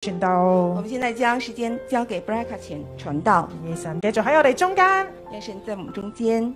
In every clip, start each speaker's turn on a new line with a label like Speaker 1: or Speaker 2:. Speaker 1: 傳
Speaker 2: 我
Speaker 1: 道
Speaker 2: 们，现在将时间交给 Braca 前传道，
Speaker 1: 而神繼續喺我哋中間。
Speaker 2: 愿神在我们中间。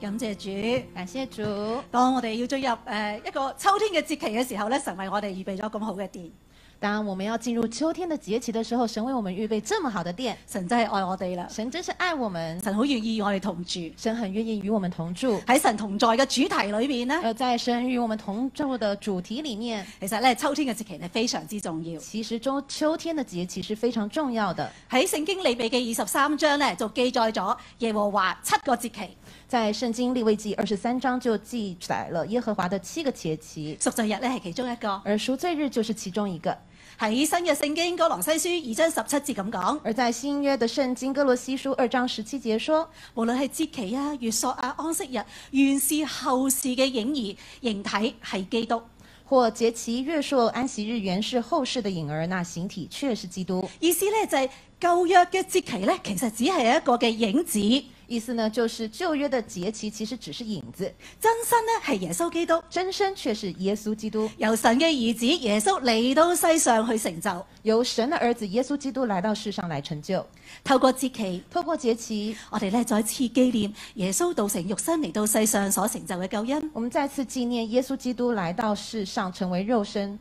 Speaker 3: 感謝主，
Speaker 4: 感谢主。
Speaker 3: 當我哋要進入誒、呃一個秋天嘅節期嘅時候咧，神為我哋預備咗咁好嘅殿，
Speaker 4: 当我们要进入秋天的节气的时候，神为我们预备这么好的殿，
Speaker 3: 神真係愛我哋啦，
Speaker 4: 神真是爱我们，
Speaker 3: 神好願意與我哋同住。
Speaker 4: 神很願意与我们同住。
Speaker 3: 喺神同在嘅主題裏面呢，
Speaker 4: 呃，在神与我们同住的主题里面，
Speaker 3: 其實咧秋天嘅節期咧非常之重要。
Speaker 4: 其实中秋天的节气是非常重要的。
Speaker 3: 喺聖經利未記二十三章咧就記載咗耶和華七個節期，
Speaker 4: 在圣经利未记二十三章就记载了耶和华的七个节期，
Speaker 3: 贖罪日咧係其中一個。
Speaker 4: 而赎罪日就是其中一个。
Speaker 3: 喺新嘅聖經哥羅西書二章十七節咁講，
Speaker 4: 而在新约的圣經哥罗西书二章十七节说，
Speaker 3: 無論係節期啊、月朔啊、安息日，原是後世嘅影兒，形體係基督。
Speaker 4: 或节期、月朔、安息日原是后世的影儿，那形体却是基督。
Speaker 3: 意思咧就係、舊約嘅節期咧，其實只係一個嘅影子，
Speaker 4: 意思呢，就是旧约的节期其实只是影子，
Speaker 3: 真身咧係耶穌基督，
Speaker 4: 真身却是耶稣基督，
Speaker 3: 由神嘅兒子耶穌嚟到世上去成就。
Speaker 4: 由神的儿子耶穌基督来到世上来成就。
Speaker 3: 透過節期，
Speaker 4: 透过节期，
Speaker 3: 我哋咧再次紀念耶穌道成肉身嚟到世上所成就嘅救恩。
Speaker 4: 我们再次纪念耶稣基督来到世上成为肉身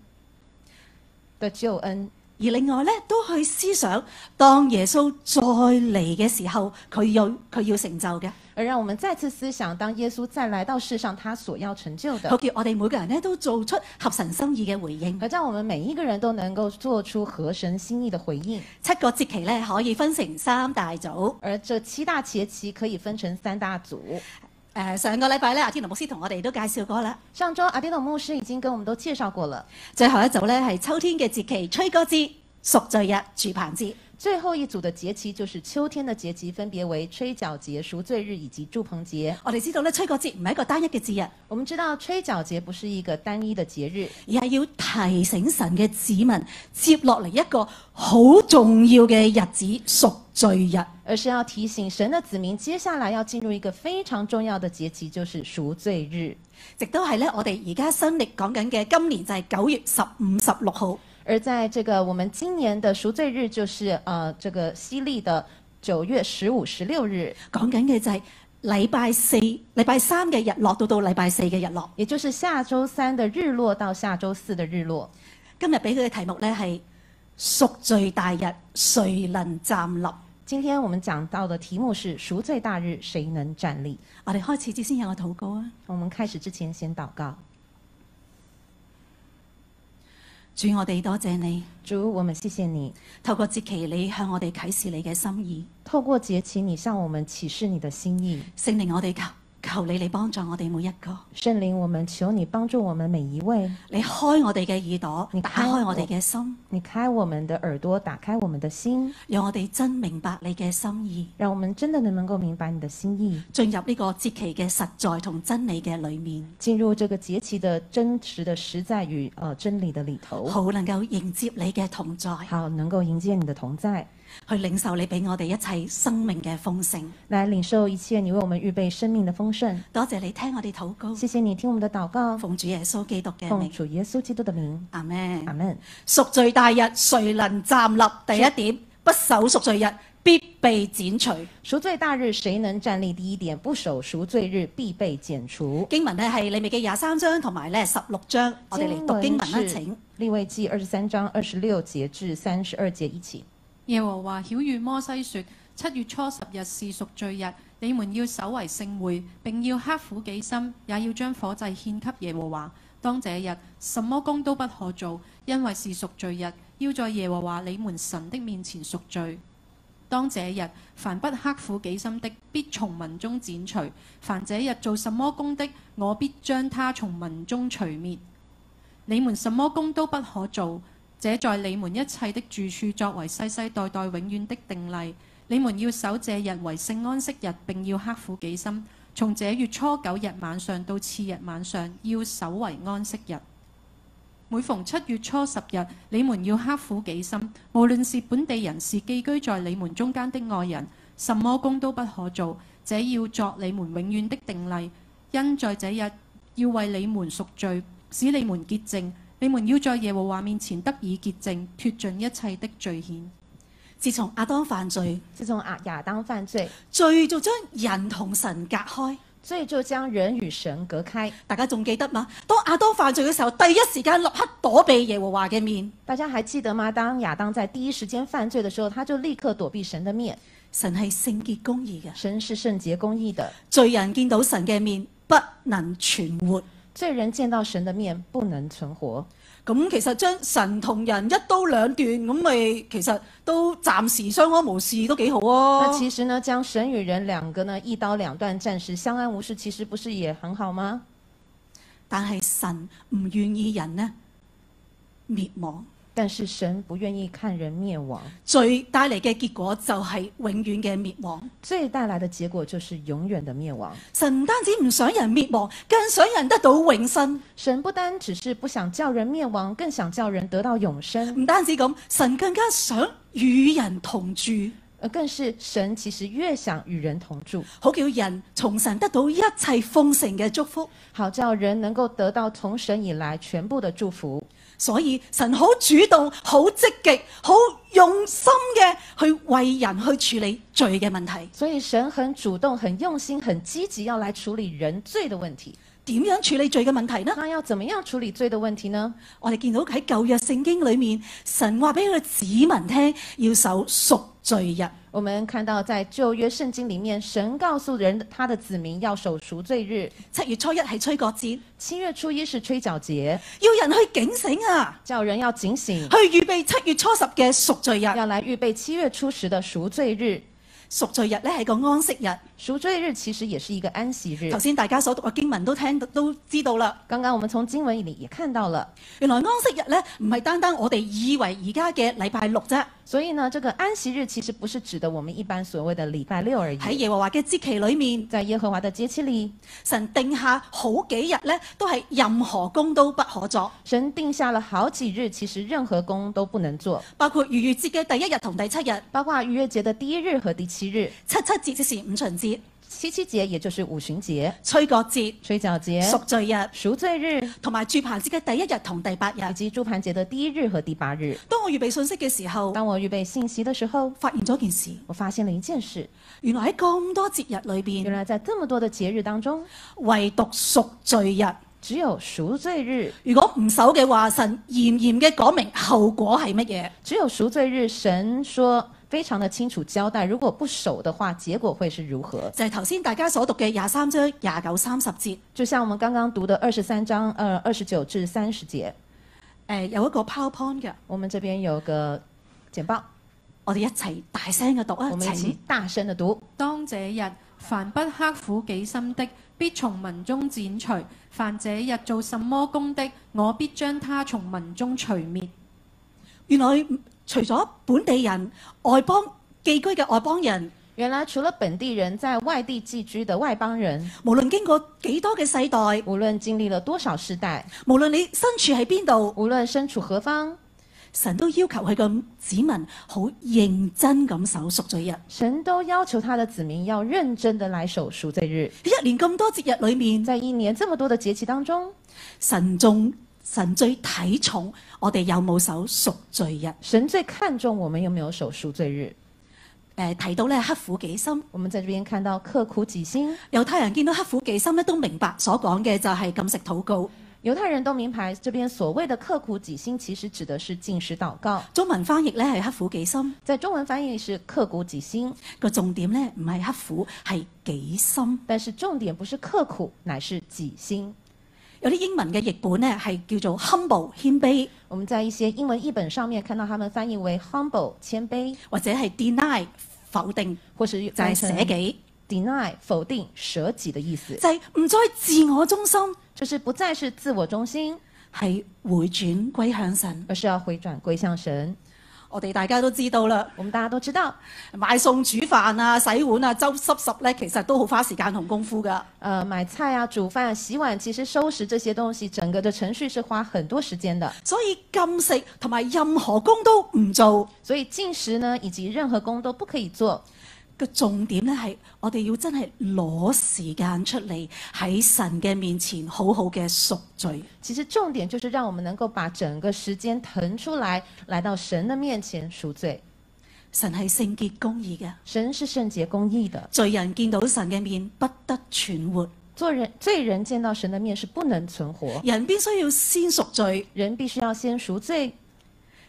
Speaker 4: 的救恩，
Speaker 3: 而另外咧都去思想，當耶穌再嚟嘅時候，佢要佢要成就嘅。
Speaker 4: 而让我们再次思想，当耶稣再来到世上，他所要成就
Speaker 3: 好
Speaker 4: 的，
Speaker 3: 叫我哋每個人咧都做出合神心意嘅回應。
Speaker 4: 而让我们每一个人都能够做出合神心意的回应。
Speaker 3: 七個節期咧可以分成三大組。
Speaker 4: 而这七大节期可以分成三大组。
Speaker 3: 誒、上個禮拜咧，阿天龍牧師同我哋都介紹過啦。
Speaker 4: 上周阿迪诺牧师已经跟我们都介绍过了，
Speaker 3: 最後一組咧係秋天嘅節期，吹歌節、贖罪日、住棚節。
Speaker 4: 最后一组的节期就是秋天的节期，分别为吹角节、赎罪日以及祝棚节。
Speaker 3: 我哋知道咧，吹歌節唔係一個單一嘅節日，
Speaker 4: 我们知道吹角节不是一个单一的节日，
Speaker 3: 而係要提醒神嘅子民接落嚟一個好重要嘅日子——贖罪日。
Speaker 4: 而是要提醒神的子民，接下来要进入一个非常重要的节期，就是赎罪日。
Speaker 3: 直到係咧，我哋而家新歷講緊嘅今年就係九月十五、十六號。
Speaker 4: 而在这个我们今年的赎罪日，就是呃这个西历的九月十五、十六日，
Speaker 3: 講緊嘅就係禮拜四、禮拜三嘅日落到到禮拜四嘅日落。
Speaker 4: 也就是下周三的日落到下周四的日落。
Speaker 3: 今日俾佢嘅題目咧係贖罪大日，誰能站立？
Speaker 4: 今天我们讲到的题目是赎罪大日，谁能站立？
Speaker 3: 我哋開始之先有個禱告啊！
Speaker 4: 我们开始之前先祷告，
Speaker 3: 主，我哋多謝你，
Speaker 4: 主，我们谢谢你，
Speaker 3: 透過節期你向我哋啟示你嘅心意，
Speaker 4: 透过节期，你向我们启示你的心意。
Speaker 3: 聖靈我哋求求你嚟幫助我哋每一個，
Speaker 4: 圣灵，我们求你帮助我们每一位，
Speaker 3: 你開我哋嘅耳朵，
Speaker 4: 你
Speaker 3: 打
Speaker 4: 開
Speaker 3: 開我哋嘅心，
Speaker 4: 你开我们的耳朵，打开我们的心，
Speaker 3: 讓我哋真明白你嘅心意，
Speaker 4: 让我们真的能够明白你的心意，
Speaker 3: 進入呢個節期嘅實在同真理嘅裏面，
Speaker 4: 进入这个节期的真实的实在与呃真理的里头，
Speaker 3: 好能夠迎接你嘅同在，
Speaker 4: 好能够迎接你的同在，
Speaker 3: 去領受你俾我哋一切生命嘅豐盛。
Speaker 4: 来领受一切你为我们预备生命的丰盛。
Speaker 3: 多謝你聽我哋禱告，
Speaker 4: 谢谢你听我们的祷告，
Speaker 3: 奉主耶穌基督嘅
Speaker 4: 奉
Speaker 3: 名，
Speaker 4: 主耶稣基督的名，
Speaker 3: 阿
Speaker 4: 阿
Speaker 3: 咩？
Speaker 4: 门。
Speaker 3: 贖罪大日，誰能站立？第一點，不守贖罪日，必被剪除。
Speaker 4: 赎罪大日，谁能站立？第一点，不守赎罪日必被剪除。
Speaker 3: 經文咧係利未記廿三章同埋咧十六章，我哋嚟讀經文啦，
Speaker 4: 是
Speaker 3: 請。
Speaker 4: 立位记二十三章二十六节至三十二节一起。
Speaker 5: 耶和華曉喻摩西說：七月初十日是贖罪日，你們要守為聖會，並要刻苦己心，也要將火祭獻給耶和華。當這日，什麼工都不可做，因為是贖罪日，要在耶和華你們神的面前贖罪。當這日，凡不刻苦己心的，必從民中剪除；凡這日做什麼工的，我必將他從民中除滅。你們什麼工都不可做，這在你們一切的住處作為世世代代永遠的定例。你們要守這日為聖安息日，並要刻苦己心，從這月初九日晚上到次日晚上，要守為安息日。每逢七月初十日，你們要刻苦己心，無論是本地人是寄居在你們中間的外人，什麼工都不可做，這要作你們永遠的定例。因在這日要為你們贖罪，使你們潔淨，你們要在耶和華面前得以潔淨，脱盡一切的罪愆。
Speaker 3: 自從亞當犯罪，
Speaker 4: 自从亞啊亚当犯罪，
Speaker 3: 罪就將人同神隔開。
Speaker 4: 罪就将人与神隔开。
Speaker 3: 大家仲記得嘛？當亞當犯罪嘅時候，第一時間立刻躲避耶和華嘅面。
Speaker 4: 大家还记得吗？当亚当在第一时间犯罪的时候，他就立刻躲避神的面。
Speaker 3: 神係聖潔公義嘅，
Speaker 4: 神是圣洁公义的，
Speaker 3: 罪人見到神嘅面不能存活。
Speaker 4: 罪人见到神的面不能存活。
Speaker 3: 咁其實將神同人一刀兩斷，咁咪其實都暫時相安無事都幾好啊
Speaker 4: 那。其实呢，将神与人两个呢一刀两断，暂时相安无事，其实不是也很好吗？
Speaker 3: 但係神唔願意人呢滅亡，
Speaker 4: 但是神不愿意看人灭亡，
Speaker 3: 罪帶嚟嘅結果就係永遠嘅滅亡。
Speaker 4: 罪带来的结果就是永远的灭亡。
Speaker 3: 神唔單止唔想人滅亡，更想人得到永生。
Speaker 4: 神不单只是不想叫人灭亡，更想叫人得到永生，
Speaker 3: 唔單止咁，神更加想與人同住，
Speaker 4: 呃，更是神其实越想与人同住，
Speaker 3: 好叫人從神得到一切豐盛嘅祝福。
Speaker 4: 好叫人能够得到从神以来全部的祝福。
Speaker 3: 所以神好主動、好積極、好用心嘅去為人去處理罪嘅問題。
Speaker 4: 所以神很主动、很用心、很积极要来处理人罪的问题。
Speaker 3: 點樣處理罪嘅問題呢？
Speaker 4: 那要怎么样處理罪的问题呢？
Speaker 3: 我哋見到喺舊約聖經裏面，神話俾佢嘅子民聽，要守贖罪日。
Speaker 4: 我们看到在旧约圣经里面，神告诉人他的子民要守赎罪日，
Speaker 3: 七月初一係吹角節，
Speaker 4: 七月初一是吹角节，
Speaker 3: 要人去警醒啊，
Speaker 4: 叫人要警醒
Speaker 3: 去，預備七月初十嘅贖罪日。
Speaker 4: 要来预备七月初十的赎罪日。
Speaker 3: 贖罪日咧係個安息日。
Speaker 4: 赎罪日其实也是一个安息日
Speaker 3: 頭。先大家所讀嘅經文都聽到都知道啦。
Speaker 4: 刚刚我们从经文里也看到了，
Speaker 3: 原來安息日咧唔係單單我哋以為而家嘅禮拜六啫，
Speaker 4: 所以呢，这个安息日其实不是指的我们一般所谓的礼拜六而
Speaker 3: 喺
Speaker 4: 已。
Speaker 3: 耶和華嘅節期裏面。
Speaker 4: 在耶和华的节期里，
Speaker 3: 神定下好幾日咧，都係任何工都不可作，
Speaker 4: 神定下了好几日，其实任何工都不能做，
Speaker 3: 包括逾越節嘅第一日同第七日、
Speaker 4: 包括逾越节的第一日和第七日，
Speaker 3: 七七節即是五旬節、
Speaker 4: 七七节也就是五旬节、
Speaker 3: 吹角節、
Speaker 4: 吹角节、
Speaker 3: 贖罪日，
Speaker 4: 赎罪日
Speaker 3: 同埋住棚節嘅第一日同第八日
Speaker 4: 以。及猪盘节的第一日和第八日。
Speaker 3: 當我預備信息嘅時候，
Speaker 4: 当我预备信息的时候，
Speaker 3: 發現咗件事，
Speaker 4: 我发现了一件事，
Speaker 3: 原來喺咁多節日裏
Speaker 4: 原
Speaker 3: 邊，
Speaker 4: 来在这么多的节日当中，
Speaker 3: 唯獨贖罪日，
Speaker 4: 只有赎罪日，
Speaker 3: 如果唔守嘅話，神嚴嚴嘅講明後果係乜嘢。
Speaker 4: 只有赎罪日，神说非常的清楚交代，如果不守的话，结果会是如何？
Speaker 3: 就係頭先大家所讀嘅廿三章廿九三十節，誒、
Speaker 4: 就像我们刚刚读的二十三章，呃，二十九至三十节，
Speaker 3: 有一個 PowerPoint 嘅，
Speaker 4: 我们这边有個简报，
Speaker 3: 我哋一齊大聲嘅讀啊
Speaker 4: 我，们一
Speaker 3: 請
Speaker 4: 起。大声的读。
Speaker 5: 當這日，凡不刻苦己心的，必從民中剪除；凡這日做什麼工的，我必將他從民中除滅。
Speaker 3: 原來除咗本地人、外邦寄居嘅外邦人，
Speaker 4: 原来除了本地人，在外地寄居的外邦人，
Speaker 3: 無論經過幾多嘅世代，
Speaker 4: 无论经历了多少世代，
Speaker 3: 無論你身處喺邊度，
Speaker 4: 无论身处何方，
Speaker 3: 神都要求佢嘅子民好認真咁守贖罪日。
Speaker 4: 神都要求他的子民要认真的来守赎罪日。
Speaker 3: 一年咁多節日裏面，
Speaker 4: 在一年这么多的节期当中，
Speaker 3: 神仲神最睇重我哋有冇守贖罪日。誒、
Speaker 4: 神最看重我们有没有守赎罪日。
Speaker 3: 呃提到咧刻苦己心，
Speaker 4: 我们在这边看到刻苦己心，
Speaker 3: 猶太人見到刻苦己心咧都明白所講嘅就係禁食禱告。
Speaker 4: 犹太人都明白，这边所谓的刻苦己心，其实指的是进食祷告，
Speaker 3: 中文翻譯咧係刻苦己心，
Speaker 4: 在中文翻译是刻苦己心，
Speaker 3: 個重點咧唔係刻苦，係己心。
Speaker 4: 但是重点不是刻苦，乃是己心。
Speaker 3: 有啲英文嘅譯本咧係叫做 humble 謙卑，
Speaker 4: 我们在一些英文译本上面看到他们翻译为 humble 谦卑，
Speaker 3: 或者係 deny 否定，
Speaker 4: 或是
Speaker 3: 就係、
Speaker 4: 翻成
Speaker 3: 捨己，
Speaker 4: deny 否定舍己的意思
Speaker 3: 就，係、唔再自我中心，
Speaker 4: 就是不再是自我中心，
Speaker 3: 係回轉歸向神。
Speaker 4: 而是要回转归向神。
Speaker 3: 我哋大家都知道啦，
Speaker 4: 我们大家都知道，
Speaker 3: 買餸、煮飯啊、洗碗啊、執濕濕咧，其實都好花時間同功夫噶。
Speaker 4: 呃，买菜啊、煮饭、啊、洗碗，其实收拾这些东西，整个的程序是花很多时间的。
Speaker 3: 所以禁食同埋任何工都唔做，
Speaker 4: 所以进食呢，以及任何工都不可以做，
Speaker 3: 個重點咧係我哋要真係攞時間出嚟喺神嘅面前好好嘅贖罪。
Speaker 4: 其实重点就是让我们能够把整个时间腾出来，来到神的面前赎罪。
Speaker 3: 神係聖潔公義嘅，
Speaker 4: 神是圣洁公义的，
Speaker 3: 罪人見到神嘅面不得存活，
Speaker 4: 做人罪人见到神的面是不能存活，
Speaker 3: 人必須要先贖罪，
Speaker 4: 人必须要先赎罪，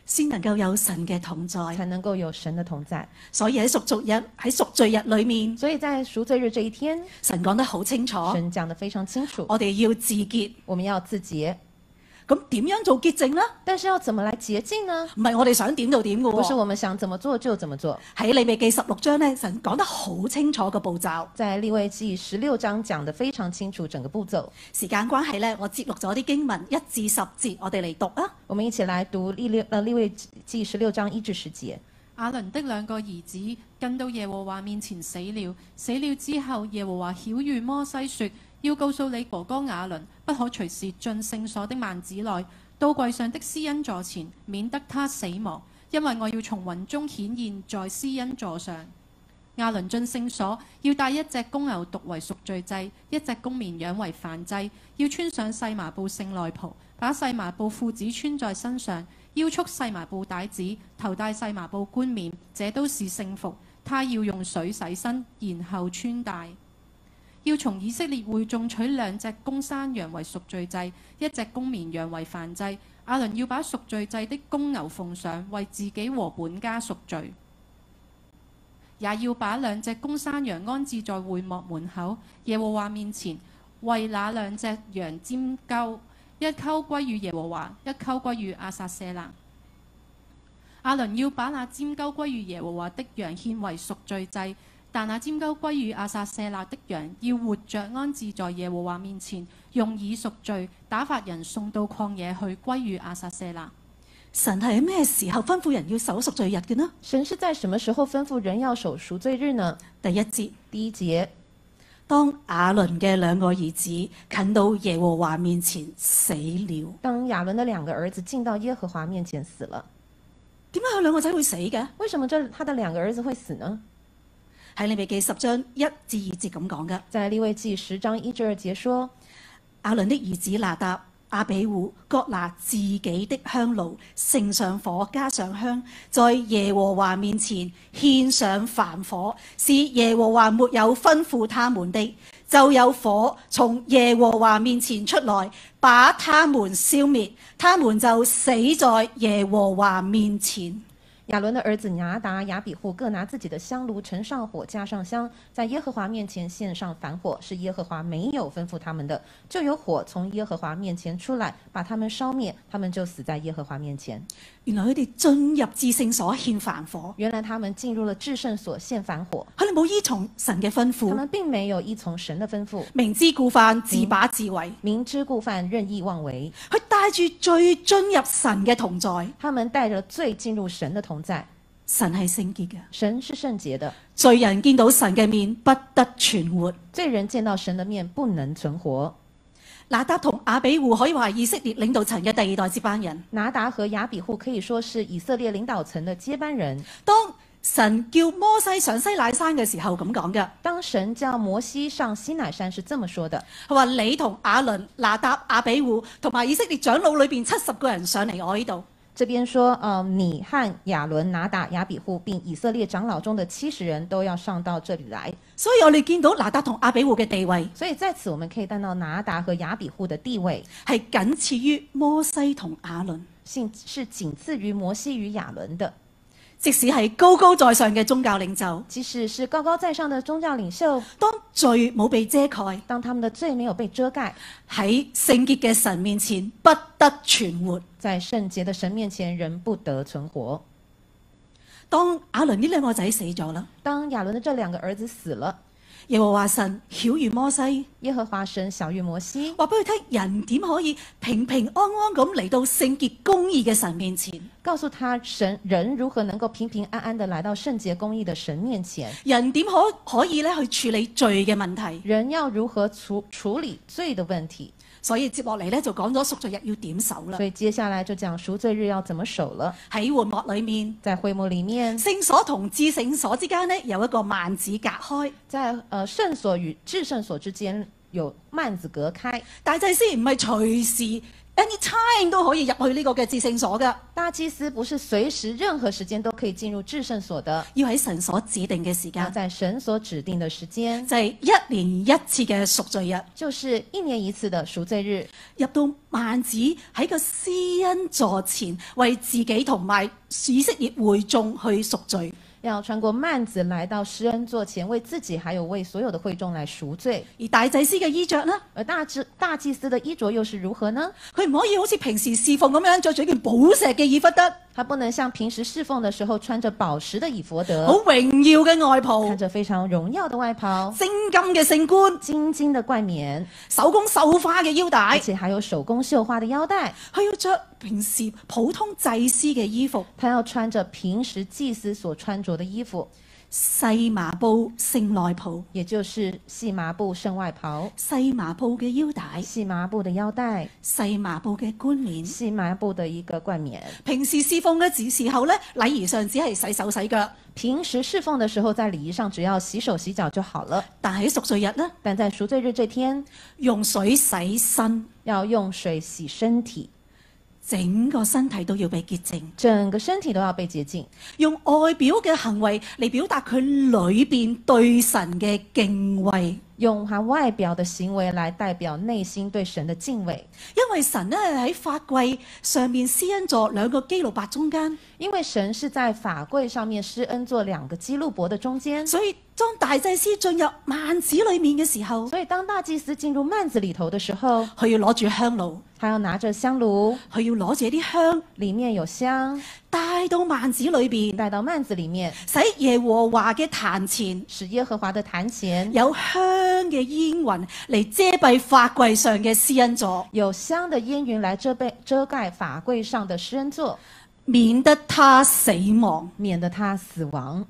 Speaker 3: 先能夠有神嘅同在。
Speaker 4: 才能够有神的同在。
Speaker 3: 所以喺贖罪日喺贖罪日裏面，
Speaker 4: 所以在赎罪日这一天，
Speaker 3: 神講得好清楚，
Speaker 4: 神讲得非常清楚，
Speaker 3: 我哋要自潔。
Speaker 4: 我们要自洁，
Speaker 3: 咁點樣做潔淨呢？
Speaker 4: 但是要怎么来洁净呢？
Speaker 3: 唔係我哋想點就點嘅
Speaker 4: 不是
Speaker 3: 喎。
Speaker 4: 我们想怎么做就怎么做。
Speaker 3: 喺利未記十六章咧，神講得好清楚嘅步驟。
Speaker 4: 在立位记十六章讲得非常清楚整个步骤。
Speaker 3: 時間關係咧，我節錄咗啲經文一至十節，我哋嚟讀啊。
Speaker 4: 我们一起来读立六呃立位记十六章一至十节。
Speaker 5: 亞倫的兩個兒子跟到耶和華面前死了。死了之後，耶和華曉喻摩西說：要告訴你哥哥亞倫，不可隨時進聖所的幔子內，到櫃上的施恩座前，免得他死亡，因為我要從雲中顯現在施恩座上。亞倫進聖所，要帶一隻公牛犢為贖罪祭，一隻公綿羊為燔祭，要穿上細麻布聖內袍，把細麻布褲子穿在身上，腰束細麻布帶子，頭戴細麻布冠冕，這都是聖服。他要用水洗身，然後穿戴。要從以色列會眾取兩隻公山羊為贖罪祭，一隻公綿羊為燔祭。亞倫要把贖罪祭的公牛奉上，為自己和本家贖罪。也要把兩隻公山羊安置在會幕門口耶和華面前，為那兩隻羊尖鳩，一鳩歸於耶和華，一鳩歸於阿撒舍蘭。亞倫要把那尖鳩歸於耶和華的羊獻為贖罪祭，但那尖鳩歸於阿撒舍勒的羊要活着安置在耶和華面前，用以贖罪，打發人送到曠野去歸於阿撒舍勒。
Speaker 3: 神係喺咩時候吩咐人要守贖罪日嘅呢？
Speaker 4: 神是在什么时候吩咐人要守赎罪日呢？
Speaker 3: 第一節，
Speaker 4: 第一节，
Speaker 3: 當亞倫嘅兩個兒子近到耶和華面前死了。
Speaker 4: 当亚伦的两个儿子进到耶和华面前死了，
Speaker 3: 點解佢兩個仔會死嘅？
Speaker 4: 为什么这他的两个儿子会死呢？
Speaker 3: 喺利未記十章一至二節咁講嘅。
Speaker 4: 在立位记十章一至二节说，
Speaker 3: 亞倫的兒子拿達、亞比户各拿自己的香爐，盛上火，加上香，在耶和華面前獻上凡火，是耶和華沒有吩咐他們的，就有火從耶和華面前出來，把他們消滅，他們就死在耶和華面前。
Speaker 4: 亚伦的儿子拿达、亚比户各拿自己的香炉盛上火，架上香，在耶和华面前献上反火，是耶和华没有吩咐他们的，就有火从耶和华面前出来，把他们烧灭，他们就死在耶和华面前。
Speaker 3: 原來佢哋進入至聖所獻凡火，
Speaker 4: 原来他们进入了至圣所献反火，
Speaker 3: 佢哋冇依從神嘅吩
Speaker 4: 他
Speaker 3: 咐，
Speaker 4: 们并没有依从神的吩咐，
Speaker 3: 明知故犯，自把自為。
Speaker 4: 明知故犯，任意妄为。
Speaker 3: 佢帶住最進入神嘅同在，
Speaker 4: 他们带着罪进入神的同在，
Speaker 3: 神係聖潔嘅，
Speaker 4: 神是圣洁的，
Speaker 3: 罪人見到神嘅面不得存活。
Speaker 4: 罪人见到神的面不能存活。
Speaker 3: 拿達同亞比户可以話係以色列領導層嘅第二代接班人。
Speaker 4: 拿达和雅比户可以说是以色列领导层的接班人。
Speaker 3: 當神叫摩西上西乃山嘅時候咁講嘅，
Speaker 4: 当神叫摩西上西乃山是这么说的
Speaker 3: 佢話你同亞倫、拿達、亞比户同埋以色列長老裏邊七十個人上嚟我呢度，：“
Speaker 4: 这边说，呃，你和亚伦、拿达、雅比户，并以色列长老中的七十人都要上到这里来。
Speaker 3: 所以我哋見到拿達同亞比户嘅地位
Speaker 4: 所以在此我们可以看到拿达和雅比户的地位，
Speaker 3: 係僅次於摩西同亞倫，
Speaker 4: 性是仅次于摩西与亚伦的。
Speaker 3: 即使係高高在上嘅宗教領袖，
Speaker 4: 即使是高高在上的宗教领袖，
Speaker 3: 當罪冇被遮蓋。
Speaker 4: 当他们的罪没有被遮盖，
Speaker 3: 喺聖潔嘅神面前不得存活。
Speaker 4: 在圣洁的神面前仍不得存活。
Speaker 3: 當亞倫呢兩個仔死咗啦，
Speaker 4: 当亚伦的这两个儿子死了，
Speaker 3: 耶和華神曉喻摩西，
Speaker 4: 耶和华神小于摩西，
Speaker 3: 話俾佢聽：人點可以平平安安咁嚟到聖潔公義嘅神面前？
Speaker 4: 告诉他神人如何能够平平安安的来到圣洁公义的神面前，
Speaker 3: 人點可可以咧去處理罪嘅問題？
Speaker 4: 人要如何处处理罪的问题。
Speaker 3: 所以接落嚟咧就講咗贖罪日要點守啦
Speaker 4: 所。以接下来就讲赎罪日要怎么守了。
Speaker 3: 喺會幕裏面，
Speaker 4: 在会幕里面，
Speaker 3: 聖所同至聖所之間咧有一個幔子隔開。
Speaker 4: 在呃圣所与至圣所之间有幔子隔开，
Speaker 3: 大祭司唔係隨時 anytime 都可以入去呢個嘅至聖所噶，
Speaker 4: 大祭司不是随时任何时间都可以进入至圣所的，
Speaker 3: 要喺神所指定嘅時
Speaker 4: 要
Speaker 3: 間，
Speaker 4: 在神所指定的时间，
Speaker 3: 就係、一年一次嘅贖罪日。
Speaker 4: 就是一年一次的赎罪日，
Speaker 3: 入到幔子喺個施恩座前，為自己同埋以色列會眾去贖罪。
Speaker 4: 要穿过幔子来到施恩座前，为自己还有为所有的会众来赎罪。
Speaker 3: 而大祭司嘅衣着呢，
Speaker 4: 而大祭大祭司的衣着又是如何呢？
Speaker 3: 佢唔可以好似平時侍奉咁樣着住一件寶石嘅以弗得，
Speaker 4: 他不能像平时侍奉的时候穿着宝石的以弗
Speaker 3: 好
Speaker 4: 得，
Speaker 3: 榮耀嘅外袍、
Speaker 4: 穿着非常荣耀的外袍，
Speaker 3: 精金嘅聖冠、
Speaker 4: 金金的冠冕，
Speaker 3: 手工繡花嘅腰
Speaker 4: 而
Speaker 3: 帶，
Speaker 4: 且还有手工绣花的腰带。
Speaker 3: 佢要着平時普通祭司嘅衣服，
Speaker 4: 他要穿着平时祭司所穿着的衣服，
Speaker 3: 細麻布聖內袍、
Speaker 4: 也就是细麻布圣外袍、
Speaker 3: 細麻布嘅腰帶、
Speaker 4: 细麻布的腰带、
Speaker 3: 細麻布嘅冠冕。
Speaker 4: 细麻布的一个冠冕。
Speaker 3: 平時侍奉嘅時候呢，禮儀上只係洗手洗腳。
Speaker 4: 平时侍奉的时候，在礼仪上只要洗手洗脚就好了，
Speaker 3: 但喺贖罪日呢，
Speaker 4: 但在赎罪日这天，
Speaker 3: 用水洗身，
Speaker 4: 要用水洗身体，
Speaker 3: 整個身體都要被潔淨，
Speaker 4: 整个身体都要被洁净，
Speaker 3: 用外表嘅行為嚟表達佢裏邊對神嘅敬畏。
Speaker 4: 用他外表的行为来代表内心对神的敬畏。
Speaker 3: 因為神呢喺法櫃上面施恩座兩個基路伯中間，
Speaker 4: 因为神是在法柜上面施恩座两个基路伯的中间，
Speaker 3: 所以當大祭司進入幔子裡面嘅時候，
Speaker 4: 所以当大祭司进入幔子里头的时候，
Speaker 3: 佢要攞住香爐，
Speaker 4: 他要拿着香炉，
Speaker 3: 佢要攞住啲香
Speaker 4: 里面有香，
Speaker 3: 帶到幔子裏邊，
Speaker 4: 带到幔子里面，
Speaker 3: 使耶和華嘅壇前
Speaker 4: 使耶和華的坛前
Speaker 3: 有香嘅煙雲嚟遮蔽法櫃上嘅施恩座。
Speaker 4: 有香的烟云来遮蔽遮盖法柜上的施恩座，
Speaker 3: 免得他死亡。
Speaker 4: 免得他死亡。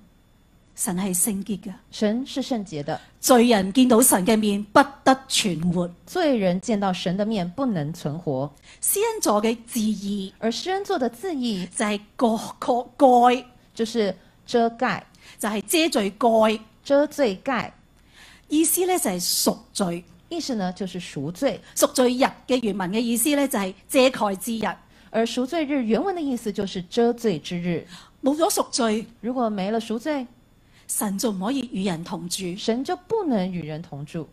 Speaker 3: 神係聖潔嘅，
Speaker 4: 神是圣洁的，
Speaker 3: 罪人見到神嘅面不得存活。
Speaker 4: 罪人见到神的面不能存活。
Speaker 3: 施恩座嘅字義
Speaker 4: 而施恩座的字义
Speaker 3: 就係蓋蓋蓋，
Speaker 4: 就是遮盖、
Speaker 3: 就係遮罪蓋，
Speaker 4: 遮罪盖，
Speaker 3: 意思咧就係贖罪。
Speaker 4: 意思呢就是赎罪。
Speaker 3: 贖罪日嘅原文嘅意思咧就係遮蓋之日。
Speaker 4: 而赎罪日原文的意思就是遮罪之日。
Speaker 3: 冇咗贖罪，
Speaker 4: 如果没了赎罪，
Speaker 3: 神就唔可以與人同住，
Speaker 4: 神就不能与人同住。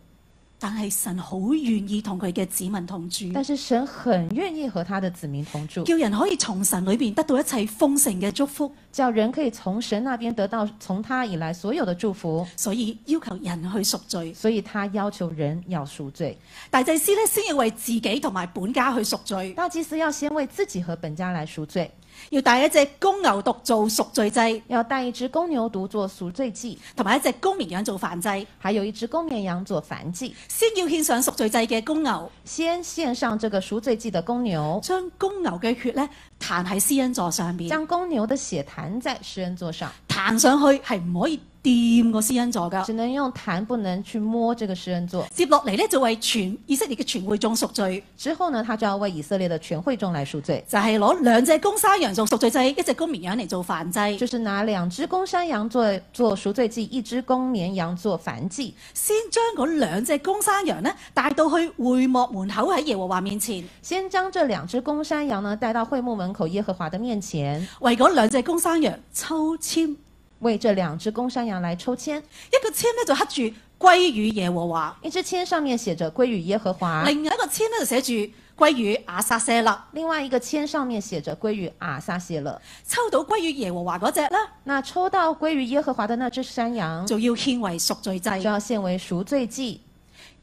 Speaker 3: 但係神好願意同佢嘅子民同住，
Speaker 4: 但是神很愿意和他的子民同住，
Speaker 3: 叫人可以從神裏邊得到一切豐盛嘅祝福，
Speaker 4: 叫人可以从神那边得到从他以来所有的祝福。
Speaker 3: 所以要求人去贖罪。
Speaker 4: 所以他要求人要赎罪，
Speaker 3: 大祭司咧先要為自己同埋本家去贖罪，
Speaker 4: 大祭司要先为自己和本家来赎罪，
Speaker 3: 要帶一隻公牛犢做贖罪祭，
Speaker 4: 要带一只公牛犊做赎罪祭，
Speaker 3: 同埋一隻公綿羊做燔祭。
Speaker 4: 还有一只公绵羊做燔祭。
Speaker 3: 先要獻上贖罪祭嘅公牛，
Speaker 4: 先献上这个赎罪祭的公牛，
Speaker 3: 將公牛嘅血咧彈喺施恩座上面，
Speaker 4: 将公牛的血弹在施恩座上，
Speaker 3: 彈上去係唔可以掂個施恩座噶
Speaker 4: 只。能用弹，不能去摸这个施恩座。
Speaker 3: 接落嚟咧就為全以色列嘅全會眾贖罪，
Speaker 4: 之后呢，他就要为以色列的全会众来赎罪，
Speaker 3: 就係攞兩隻公山羊做贖罪祭，一隻公綿羊嚟做燔
Speaker 4: 就
Speaker 3: 祭，
Speaker 4: 是拿两只公山羊做做赎罪祭，一只公绵羊做燔祭，
Speaker 3: 先將嗰兩隻公山羊咧帶到去會幕門口喺耶和華面前，
Speaker 4: 先将这两只公山羊呢带到会幕门口耶和华的面前，
Speaker 3: 為嗰兩隻公山羊抽籤。
Speaker 4: 为这两只公山羊来抽签，
Speaker 3: 一個簽咧就刻住歸於耶和華，
Speaker 4: 一支签上面写着归于耶和华，
Speaker 3: 另外一個簽咧就寫住歸於亞撒舍勒。
Speaker 4: 另外一个签上面寫着歸於阿撒谢勒。
Speaker 3: 抽到歸於耶和華嗰只咧，
Speaker 4: 那抽到歸於耶和華的那只山羊，就
Speaker 3: 就要獻為贖罪祭，
Speaker 4: 要献为赎罪祭，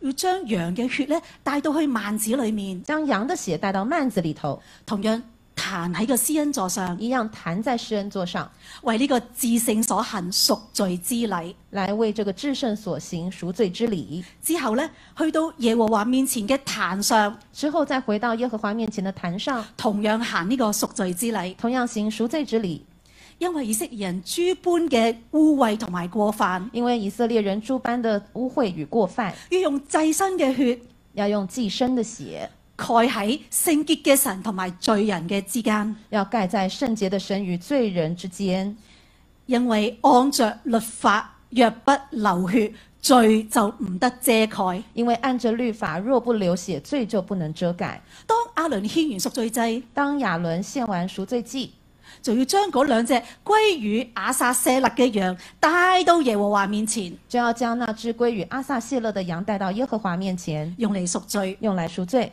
Speaker 3: 要將羊嘅血咧帶到去幔子裡面，
Speaker 4: 將羊的血帶到幔子里頭，
Speaker 3: 同樣彈喺個施恩座上，
Speaker 4: 一樣彈在施恩座上，
Speaker 3: 為呢個至聖所行贖罪之禮。
Speaker 4: 來為這個至聖所行赎罪之禮。
Speaker 3: 之後咧，去到耶和華面前嘅壇上，
Speaker 4: 之後再回到耶和華面前的坛上，
Speaker 3: 同樣行呢個贖罪之禮，
Speaker 4: 同樣行赎罪之禮。
Speaker 3: 因為以色列人諸般嘅污穢同埋過犯，
Speaker 4: 因為以色列人諸般的污秽與過犯，
Speaker 3: 要用祭身嘅血
Speaker 4: 要用寄生的血，
Speaker 3: 蓋喺聖潔嘅神同埋罪人嘅之間，
Speaker 4: 要盖在圣洁的神与罪人之间。
Speaker 3: 因為按着律法，若不流血，罪就唔得遮蓋。
Speaker 4: 因为按着律法，若不流血，罪就不能遮盖。
Speaker 3: 當阿倫牽完贖罪祭，
Speaker 4: 当亚伦献完赎罪祭，
Speaker 3: 就要將嗰兩隻歸於亞撒舍勒嘅羊帶到耶和華面前，
Speaker 4: 就要将那只归于阿撒谢勒的羊带到耶和华面前，
Speaker 3: 用嚟贖罪。
Speaker 4: 用来赎罪。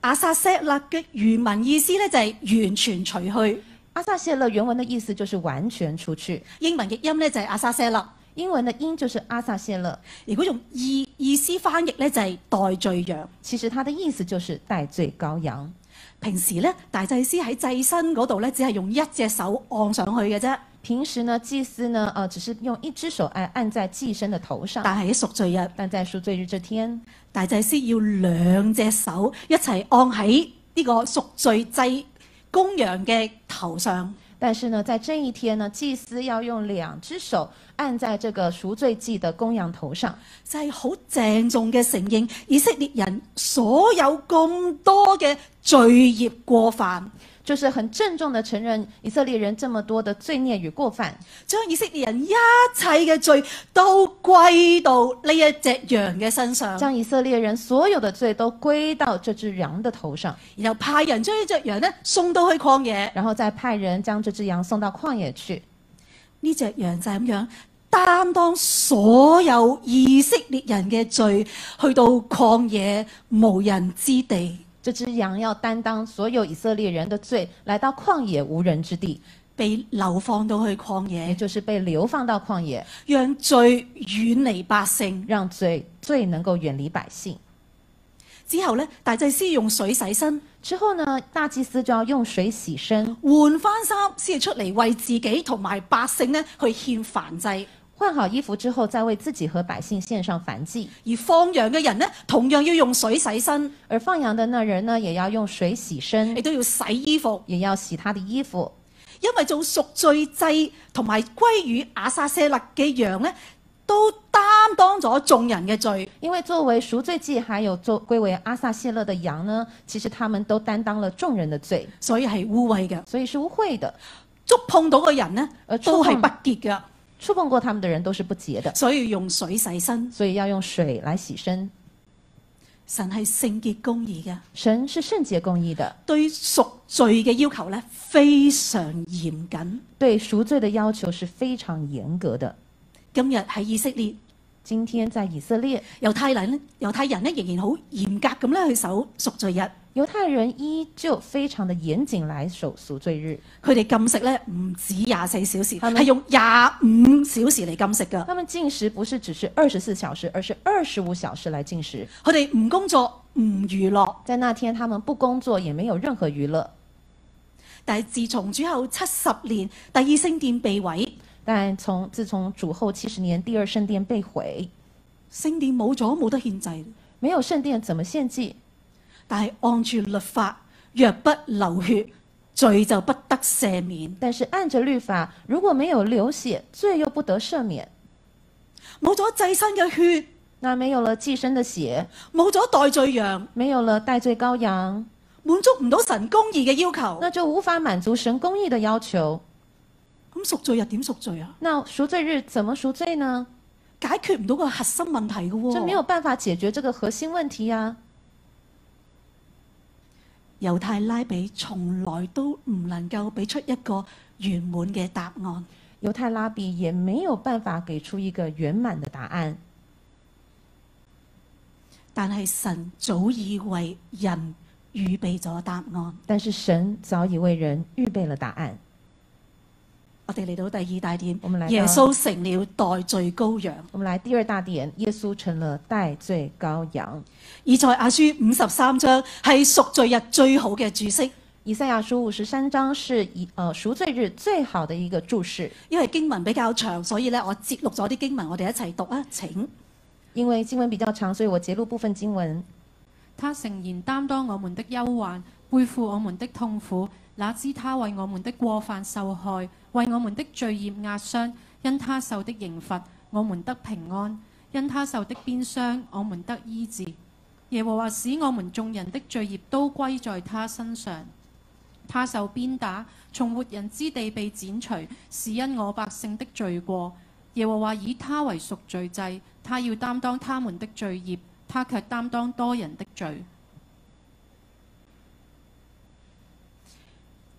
Speaker 3: 亞撒舍勒嘅原文意思咧就係完全除去，
Speaker 4: 阿撒谢勒原文的意思就是完全除去，
Speaker 3: 英文譯音咧就係亞撒舍勒。
Speaker 4: 英文的音就是阿撒谢勒，
Speaker 3: 如果用意意思翻譯咧就係代罪羊。
Speaker 4: 其实它的意思就是戴罪羔羊。
Speaker 3: 平時咧，大祭司喺祭身嗰度咧，只係用一隻手按上去嘅啫。
Speaker 4: 平时呢，祭司呢，呃，只是用一只手按按在祭牲的头上，
Speaker 3: 但係喺贖罪日，
Speaker 4: 但在赎罪日这天，
Speaker 3: 大祭司要兩隻手一齊按喺呢個贖罪祭公羊嘅頭上。
Speaker 4: 但是呢，在这一天呢，祭司要用两只手按在这个赎罪祭的公羊头上，
Speaker 3: 就係好鄭重嘅承認以色列人所有咁多嘅罪孽過犯，
Speaker 4: 就是很郑重的承认以色列人这么多的罪孽与过犯，
Speaker 3: 將以色列人一切嘅罪都歸到呢一隻羊嘅身上，
Speaker 4: 将以色列人所有的罪都归到这只羊的头上，
Speaker 3: 然後派人將呢隻羊咧送到去曠野。
Speaker 4: 然后再派人将这只羊送到旷野去。
Speaker 3: 呢只羊就係咁樣擔當所有以色列人嘅罪，去到曠野無人之地，
Speaker 4: 这只羊要担当所有以色列人的罪，来到旷野无人之地，
Speaker 3: 被流放到去曠
Speaker 4: 也
Speaker 3: 野，
Speaker 4: 就是被流放到旷野，
Speaker 3: 讓罪遠離百姓。
Speaker 4: 让罪罪能够远离百姓。
Speaker 3: 之後呢，大祭司用水洗身，
Speaker 4: 之后呢，大祭司就要用水洗身，
Speaker 3: 換翻衫，先至出嚟為自己同埋百姓呢去獻燔祭。
Speaker 4: 换好衣服之后，再为自己和百姓献上燔祭。
Speaker 3: 而放羊嘅人呢，同樣要用水洗身，
Speaker 4: 而放羊的那人呢，也要用水洗身
Speaker 3: 亦，都要洗衣服，
Speaker 4: 也要洗他的衣服，
Speaker 3: 因為做贖罪祭同埋歸於亞撒舍勒嘅羊呢，都擔當咗眾人嘅罪，
Speaker 4: 因为作为赎罪祭，还有作归为阿撒谢勒的羊呢，其实他们都担当了众人的罪，
Speaker 3: 所以係污穢嘅。
Speaker 4: 所以是污秽的。
Speaker 3: 觸碰到嘅人呢
Speaker 4: 呃，
Speaker 3: 都係
Speaker 4: 觸碰
Speaker 3: 不潔嘅，
Speaker 4: 触碰过他们的人都是不洁的，
Speaker 3: 所以要用水洗身。
Speaker 4: 所以要用水来洗身。
Speaker 3: 神係聖潔公義嘅，
Speaker 4: 神是圣洁公义的，
Speaker 3: 對贖罪嘅要求呢非常嚴謹。
Speaker 4: 对赎罪的要求是非常严格的。
Speaker 3: 今日喺以色列，
Speaker 4: 今天在以色列，
Speaker 3: 猶太人呢，猶太人呢仍然好嚴格咁咧去守贖罪日，
Speaker 4: 犹太人依旧非常的严禁来守赎罪日，
Speaker 3: 佢哋禁食咧唔止廿四小時，
Speaker 4: 係咪
Speaker 3: 係用廿五小時嚟禁食㗎。
Speaker 4: 他们禁食不是只是二十四小时，而是二十五小时来禁食。
Speaker 3: 佢哋唔工作唔娛樂，
Speaker 4: 在那天，他们不工作，也没有任何娱乐。
Speaker 3: 但係自從主後七十年，第二聖殿被毀，
Speaker 4: 但从自从主后七十年第二圣殿被毁，
Speaker 3: 聖殿冇咗冇得獻祭。
Speaker 4: 没有圣殿怎么献祭？
Speaker 3: 但係按住律法，若不流血，罪就不得赦免。
Speaker 4: 但是按着律法，如果没有流血，罪又不得赦免。
Speaker 3: 冇咗祭身嘅血，
Speaker 4: 那没有了寄生的血，
Speaker 3: 冇咗代罪羊，
Speaker 4: 没有了戴罪羔羊，
Speaker 3: 滿足唔到神公義嘅要求。
Speaker 4: 那就无法满足神公义的要求。
Speaker 3: 咁贖罪又點贖罪啊？
Speaker 4: 那赎罪日怎么赎罪呢？
Speaker 3: 解決唔到個核心問題嘅
Speaker 4: 这没有
Speaker 3: 喎。
Speaker 4: 办法解决这个核心问题啊！
Speaker 3: 猶太拉比從來都唔能夠俾出一個圓滿嘅答案。
Speaker 4: 犹太拉比也没有办法给出一个圆满的答案，
Speaker 3: 但係神早已為人預備咗答案。
Speaker 4: 但是神早已为人预备了答案。
Speaker 3: 我哋嚟到第二大點
Speaker 4: 我們嚟，到
Speaker 3: 耶穌成了代罪羔羊。
Speaker 4: 我们来第二大点，耶稣成了代罪羔羊。
Speaker 3: 以賽亞書五十三章係贖罪日最好嘅注釋，
Speaker 4: 以赛亚书五十三章是以呃赎罪日最好的一个注释，
Speaker 3: 因為經文比較長，所以咧我節錄咗啲經文，我哋一齊讀啊！請
Speaker 4: 因为经文比较长，所以我截录部分经文。
Speaker 5: 他誠然擔當我們的憂患，背負我們的痛苦。哪知他為我們的過犯受害，為我們的罪孽壓傷。因他受的刑罰，我們得平安；因他受的鞭傷，我們得醫治。耶和華使我們眾人的罪孽都歸在他身上。他受鞭打，從活人之地被剪除，是因我百姓的罪過。耶和華以他為贖罪祭，他要擔當他們的罪孽，他卻擔當多人的罪。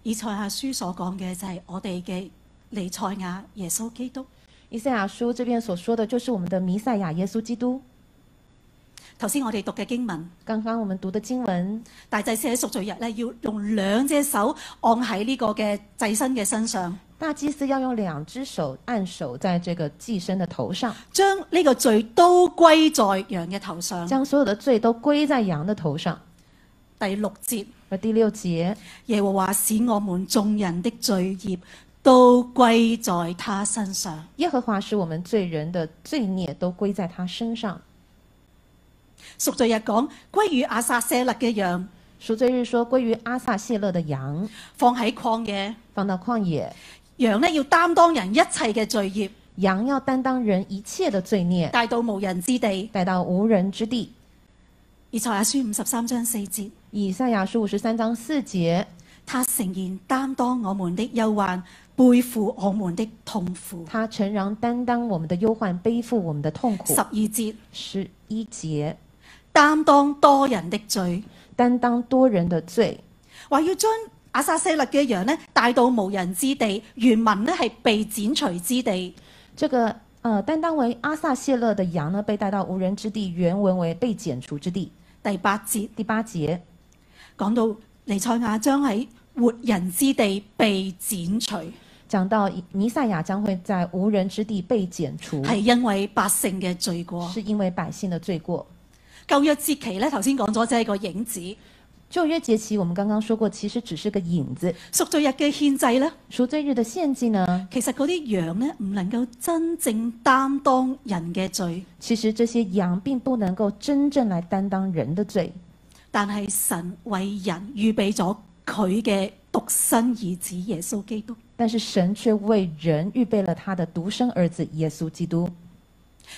Speaker 3: 以賽亞書所講嘅就係我哋嘅尼賽亞耶穌基督。
Speaker 4: 以赛亚书这边所说的就是我们的弥赛亚耶稣基督。
Speaker 3: 頭先我哋讀嘅經文，
Speaker 4: 刚刚我们读的经文，
Speaker 3: 大祭司喺贖罪日咧，要用兩隻手按喺呢個嘅祭身嘅身上，
Speaker 4: 大祭司要用两只手按手在这个祭牲的头上，
Speaker 3: 將呢個罪都歸在羊嘅頭上。
Speaker 4: 将所有的罪都归在羊的头上。
Speaker 3: 第六節，
Speaker 4: 而第六节，
Speaker 3: 耶和華使我們眾人的罪孽都歸在他身上。
Speaker 4: 耶和华使我们罪人的罪孽都归在他身上。
Speaker 3: 贖罪日講歸於阿撒舍勒嘅羊，
Speaker 4: 赎罪日说归于阿撒谢勒的羊，
Speaker 3: 放喺曠野，
Speaker 4: 放到旷野，
Speaker 3: 羊咧要擔當人一切嘅罪孽，
Speaker 4: 羊要担当人一切的罪孽，
Speaker 3: 帶到無人之地。
Speaker 4: 带到无人之地。
Speaker 3: 以賽亞書五十三章四節。
Speaker 4: 以赛亚书五十三章四节，
Speaker 3: 他誠然擔當我們的憂患，背負我們的痛苦。
Speaker 4: 他诚然担当我们的忧患，背负我们的痛苦
Speaker 3: 十。二節
Speaker 4: 十一节，
Speaker 3: 擔當多人的罪，
Speaker 4: 担当多人的罪，
Speaker 3: 話要將阿撒西勒嘅羊呢帶到無人之地，原文呢係被剪除之地。
Speaker 4: 这个呃担当为阿撒谢勒的羊呢，被带到无人之地，原文为被剪除之地。
Speaker 3: 第八節
Speaker 4: 第八节
Speaker 3: 講到尼賽亞將喺活人之地被剪除，
Speaker 4: 讲到弥赛亚将会在无人之地被剪除，
Speaker 3: 係因為百姓嘅罪過。
Speaker 4: 是因为百姓的罪过。
Speaker 3: 舊約節期呢，頭先講咗，只係個影子。
Speaker 4: 旧约节期我们刚刚说过，其实只是个影子。
Speaker 3: 贖罪日嘅獻祭呢，
Speaker 4: 赎罪日的献祭呢，
Speaker 3: 其實嗰啲羊呢，唔能夠真正擔當人嘅罪。
Speaker 4: 其实这些羊并不能够真正来担当人的罪，
Speaker 3: 但係神為人預備咗佢嘅獨生兒子耶穌基督。
Speaker 4: 但是神却为人预备了他的独生儿子耶稣基督。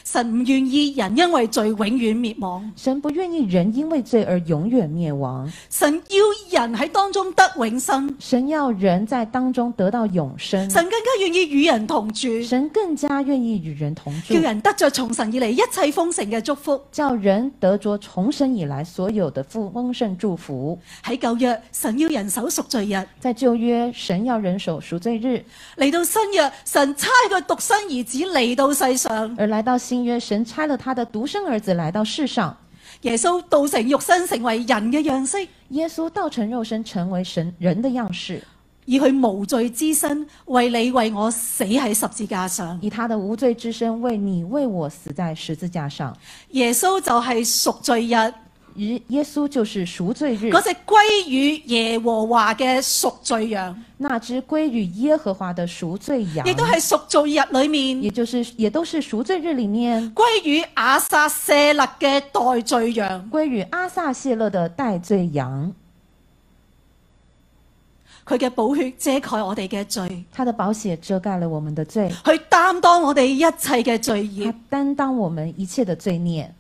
Speaker 3: 神唔願意人因為罪永遠滅亡，
Speaker 4: 神不愿意人因为罪而永远灭亡，
Speaker 3: 神要人喺當中得永生，
Speaker 4: 神要人在当中得到永生。
Speaker 3: 神更加願意與人同住，
Speaker 4: 神更加愿意与人同住
Speaker 3: 叫，人得着從神以嚟一切豐盛嘅祝福。
Speaker 4: 叫人得着重生以来所有的富丰盛祝福。
Speaker 3: 喺舊約，神要人守贖罪日；
Speaker 4: 在旧约，神要人守赎罪日，
Speaker 3: 嚟到新約，神差個獨生兒子嚟到世上，
Speaker 4: 而来到新约，神差了他的独生儿子来到世上。
Speaker 3: 耶穌道成肉身，成為人嘅樣式，
Speaker 4: 耶稣道成肉身，成为神人的样式，
Speaker 3: 以佢無罪之身為你為我死喺十字架上。
Speaker 4: 以他的无罪之身为你为我死在十字架上。
Speaker 3: 耶穌就係贖罪日，嗰
Speaker 4: 耶耶稣就是赎罪日，
Speaker 3: 只歸於耶和華嘅贖罪羊，
Speaker 4: 那只归于耶和华的赎罪羊，
Speaker 3: 亦都係贖罪日裏面
Speaker 4: 也就是也都是赎罪日里面
Speaker 3: 歸於亞撒舍勒嘅代罪羊。
Speaker 4: 归于阿撒谢勒的代罪羊，
Speaker 3: 佢嘅寶血遮蓋我哋嘅罪，
Speaker 4: 他的宝血遮盖了我们的罪，
Speaker 3: 去擔當我哋一切嘅罪孽
Speaker 4: 他。担当我们一切的罪孽。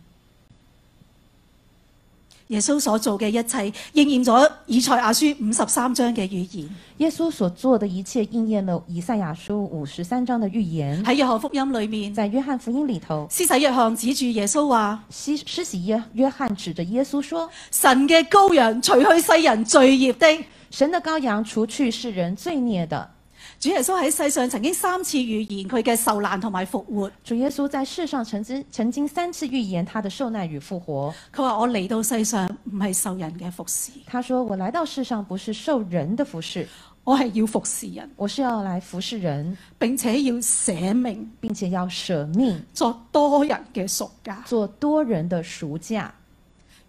Speaker 3: 耶穌所做嘅一切，應驗咗以賽亞書五十三章嘅預言。
Speaker 4: 耶稣所做的一切应验了以赛亚书五十三章的预言，
Speaker 3: 喺約翰福音裏面，
Speaker 4: 在约翰福音里头，
Speaker 3: 施洗約翰指住耶穌話：
Speaker 4: 施施洗约约翰指着耶稣说。
Speaker 3: 神嘅羔羊，除去世人罪孽的。
Speaker 4: 神的羔羊除去世人罪孽的。
Speaker 3: 主耶穌喺世上曾經三次預言佢嘅受難同埋復活。
Speaker 4: 主耶稣在世上曾经曾经三次预言他的受难与复活。
Speaker 3: 佢話：我嚟到世上唔係受人嘅服侍，
Speaker 4: 他说：“我来到世上不是受人的服侍，
Speaker 3: 我係要服侍人，
Speaker 4: 我是要来服侍人，
Speaker 3: 並且要捨命
Speaker 4: 并且要舍命，
Speaker 3: 作多人嘅贖價，
Speaker 4: 做多人的赎价，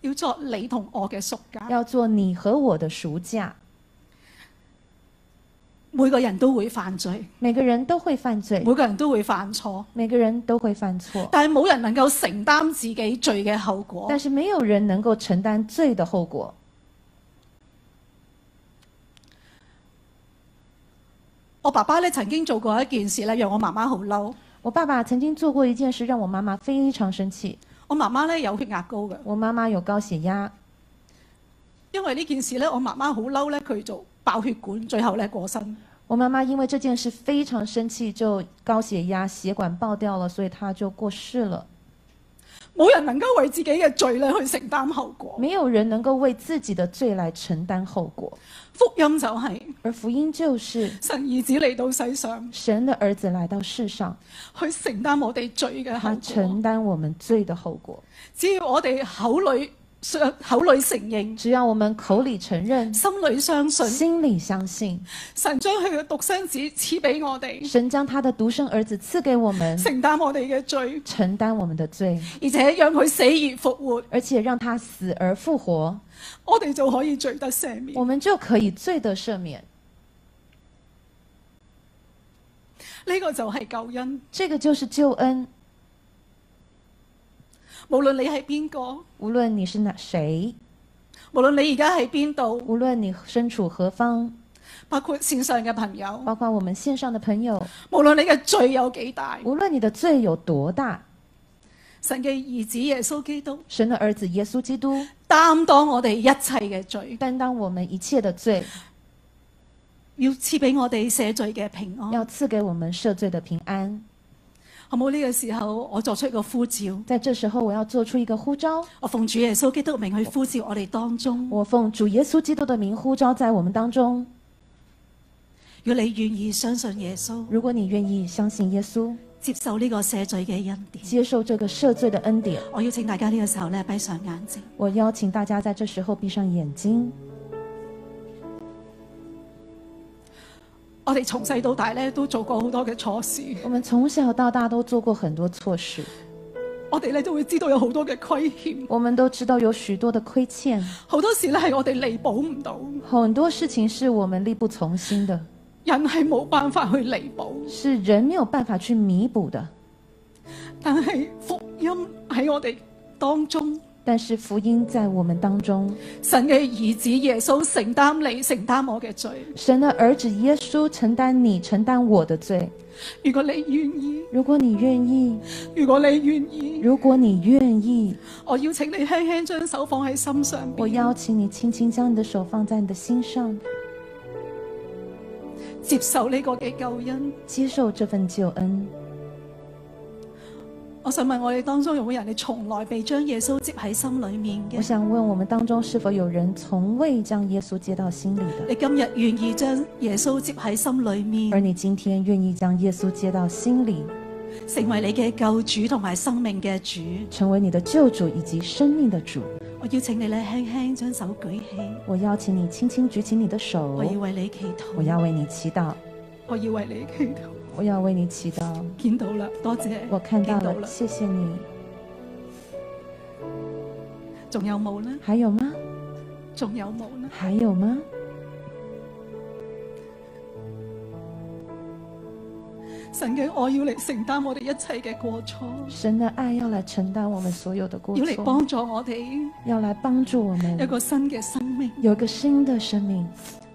Speaker 3: 要作你同我嘅贖價。
Speaker 4: 要做你和我的赎价。
Speaker 3: 每個人都會犯罪，
Speaker 4: 每个人都会犯罪，
Speaker 3: 每個人都會犯錯，
Speaker 4: 每个人都会犯错，
Speaker 3: 但係冇人能夠承擔自己罪嘅後果
Speaker 4: 但。是没有人能够承担罪的后果。
Speaker 3: 我爸爸咧曾經做過一件事咧，讓我媽媽好嬲。
Speaker 4: 我爸爸曾经做过一件事，让我妈妈非常生气。
Speaker 3: 我媽媽咧有血壓高嘅，
Speaker 4: 我妈妈有高血压，
Speaker 3: 因為呢件事咧，我媽媽好嬲咧，佢做爆血管，最後咧過身。
Speaker 4: 我妈妈因为这件事非常生气，就高血压，血管爆掉了，所以她就过世了。
Speaker 3: 冇人能夠為自己嘅罪咧去承擔後果。
Speaker 4: 没有人能够为自己的罪来承担后果，
Speaker 3: 福音就係、
Speaker 4: 而福音就是
Speaker 3: 神兒子嚟到世上，
Speaker 4: 神的儿子来到世上，
Speaker 3: 去承擔我哋罪嘅後
Speaker 4: 他
Speaker 3: 果。
Speaker 4: 承担我们罪的后果。
Speaker 3: 只要我哋口裏相口裏承認，
Speaker 4: 只要我们口里承认，
Speaker 3: 心裏相信，
Speaker 4: 心里相信，
Speaker 3: 神將佢嘅獨生子賜俾我哋，
Speaker 4: 神将他的独生儿子赐给我们，
Speaker 3: 承擔我哋嘅罪，
Speaker 4: 承担我们的罪，
Speaker 3: 而且讓佢死而復活，
Speaker 4: 而且让他死而复活，
Speaker 3: 我哋就可以罪得赦免。
Speaker 4: 我们就可以罪得赦免。
Speaker 3: 呢個就係救恩。
Speaker 4: 这个就是救恩。
Speaker 3: 無論你係邊個，
Speaker 4: 无论你是哪谁，
Speaker 3: 無論你而家喺邊度，
Speaker 4: 无论你身处何方，
Speaker 3: 包括線上嘅朋友，
Speaker 4: 包括我们线上的朋友，
Speaker 3: 無論你嘅罪有幾大，
Speaker 4: 无论你的罪有多大，
Speaker 3: 神嘅兒子耶穌基督
Speaker 4: 神的儿子耶稣基督
Speaker 3: 擔當我哋一切嘅罪，
Speaker 4: 担当我们一切的罪，
Speaker 3: 要賜俾我哋赦罪嘅平安。
Speaker 4: 要赐给我们赦罪的平安。
Speaker 3: 好冇呢個時候，我作出一個呼召，
Speaker 4: 在这时候，我要做出一个呼召，
Speaker 3: 我奉主耶穌基督名去呼召我哋當中。
Speaker 4: 我奉主耶穌基督的名呼召在我们当中。
Speaker 3: 如果你願意相信耶穌，
Speaker 4: 如果你愿意相信耶稣，
Speaker 3: 接受呢個赦罪嘅恩典，
Speaker 4: 接受这个赦罪的恩典，
Speaker 3: 我邀請大家呢個時候咧閉上眼睛。
Speaker 4: 我邀请大家在这时候闭上眼睛。
Speaker 3: 我哋從細到大咧都做過好多嘅錯事，
Speaker 4: 我们从小到大都做过很多错事，
Speaker 3: 我哋咧都會知道有好多嘅虧欠，
Speaker 4: 我们都知道有许多的亏欠，
Speaker 3: 好多時咧係我哋彌補唔到，
Speaker 4: 很多事情是我们力不从心的，
Speaker 3: 人係冇辦法去彌補，
Speaker 4: 是人没有办法去弥补的。
Speaker 3: 但係福音喺我哋當中。
Speaker 4: 但是福音在我们当中，
Speaker 3: 神嘅兒子耶穌承擔你承擔我嘅罪。
Speaker 4: 神的儿子耶稣承担你承担我的罪。
Speaker 3: 如果你願意，
Speaker 4: 如果你愿意，
Speaker 3: 如果你願意，
Speaker 4: 如果你愿意，
Speaker 3: 我邀請你輕輕將手放喺心上
Speaker 4: 我
Speaker 3: 邊，
Speaker 4: 邀请你轻轻将你的手放在你的心上，
Speaker 3: 接受呢個嘅救恩。
Speaker 4: 接受这份救恩。
Speaker 3: 我想問我哋當中有冇人，你從來未將耶穌接喺心裡面
Speaker 4: 我
Speaker 3: 嘅？
Speaker 4: 想问我们当中是否有人从未将耶稣接到心里的？
Speaker 3: 你今日願意將耶穌接喺心裡
Speaker 4: 而
Speaker 3: 面，
Speaker 4: 你今天愿意将耶稣接到心里，
Speaker 3: 成為你嘅救主同埋生命嘅主。
Speaker 4: 成为你的救主以及生命的主，
Speaker 3: 我邀請你咧，輕輕將手舉起，
Speaker 4: 我邀请你轻轻举起你的手
Speaker 3: 我，要為你祈禱，
Speaker 4: 我要为你祈祷，
Speaker 3: 我要為你祈禱。
Speaker 4: 我要为你祈祷。
Speaker 3: 見到啦，多謝。
Speaker 4: 我看到
Speaker 3: 見
Speaker 4: 了，谢谢你。
Speaker 3: 仲有冇呢？
Speaker 4: 还有吗？
Speaker 3: 仲有冇呢？
Speaker 4: 还有吗？
Speaker 3: 神嘅愛要嚟承擔我哋一切嘅過錯，
Speaker 4: 神的爱要来承担我们所有的过
Speaker 3: 要嚟
Speaker 4: 错，
Speaker 3: 幫助我哋
Speaker 4: 要来帮助我
Speaker 3: 一
Speaker 4: 们
Speaker 3: 個新嘅生命。
Speaker 4: 有一个新的生命。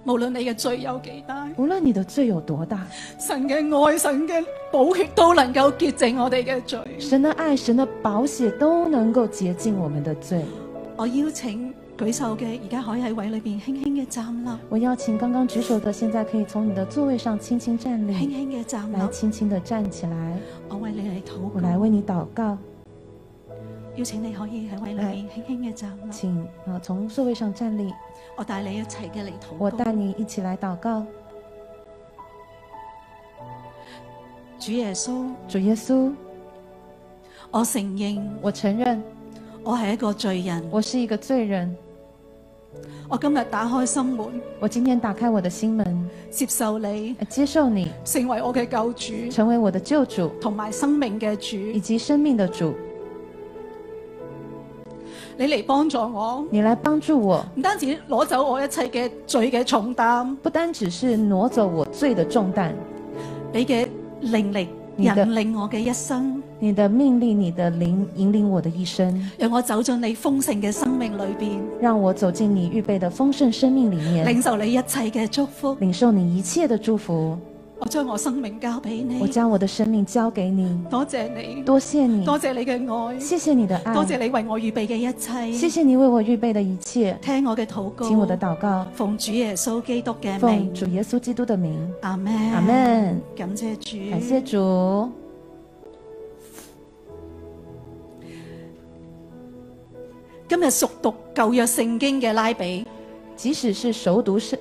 Speaker 3: 無論你嘅罪有幾大，
Speaker 4: 无论你的罪有多大，
Speaker 3: 神嘅愛、神嘅寶血都能夠潔淨我哋嘅罪。
Speaker 4: 神的爱、神的宝血都能够洁净我们的罪。
Speaker 3: 我邀請舉手嘅，而家可以喺位裏邊輕輕嘅站立，
Speaker 4: 我邀请刚刚举手的，现在可以从你的座位上轻轻站
Speaker 3: 輕
Speaker 4: 立，
Speaker 3: 輕嘅站立
Speaker 4: 嗯来，轻轻的站起来。
Speaker 3: 我為你嚟禱
Speaker 4: 我来
Speaker 3: 告。
Speaker 4: 为你祷告，
Speaker 3: 邀請你可以喺位裏邊輕輕嘅站立，
Speaker 4: 请啊从座位上站立，
Speaker 3: 我帶你一齊嘅嚟禱
Speaker 4: 我带
Speaker 3: 告。
Speaker 4: 你一起来祷告。
Speaker 3: 主耶穌，
Speaker 4: 主耶稣，
Speaker 3: 我承認
Speaker 4: 我承认
Speaker 3: 我係一個罪人，
Speaker 4: 我是一个罪人，
Speaker 3: 我今日打開心門，
Speaker 4: 我今天打开我的心门，
Speaker 3: 接受你
Speaker 4: 呃接受你
Speaker 3: 成為我嘅救主。
Speaker 4: 成为我的救主
Speaker 3: 同埋生命嘅主，
Speaker 4: 以及生命的主，
Speaker 3: 你嚟幫助我，
Speaker 4: 你来帮助我，
Speaker 3: 唔單止攞走我一切嘅罪嘅重擔，
Speaker 4: 不单只是挪走我罪的重担，
Speaker 3: 你嘅靈力
Speaker 4: 你
Speaker 3: 引
Speaker 4: 嘅
Speaker 3: 領我嘅一生，
Speaker 4: 你的命令，你的灵引领我的一生，
Speaker 3: 讓我走進你豐盛嘅生命裏边，
Speaker 4: 让我走进你预备的丰盛生命里面，
Speaker 3: 領受你一切嘅祝福。
Speaker 4: 领受你一切的祝福。
Speaker 3: 我將我生命交俾你
Speaker 4: 我，将我的生命交给你，
Speaker 3: 多謝你，
Speaker 4: 多谢你，
Speaker 3: 多謝你嘅
Speaker 4: 谢谢你的
Speaker 3: 愛，多謝
Speaker 4: 爱，
Speaker 3: 你為我預備嘅一
Speaker 4: 谢
Speaker 3: 切，
Speaker 4: 谢你为我预备的一切，
Speaker 3: 聽我嘅禱告，
Speaker 4: 听我的禱告，
Speaker 3: 奉主耶穌基督嘅
Speaker 4: 奉
Speaker 3: 名，
Speaker 4: 主耶穌基督的名，
Speaker 3: 阿門，
Speaker 4: 阿，门。
Speaker 3: 感謝主，
Speaker 4: 感谢主。
Speaker 3: 今日熟讀舊約聖經嘅拉比，
Speaker 4: 即使是熟读圣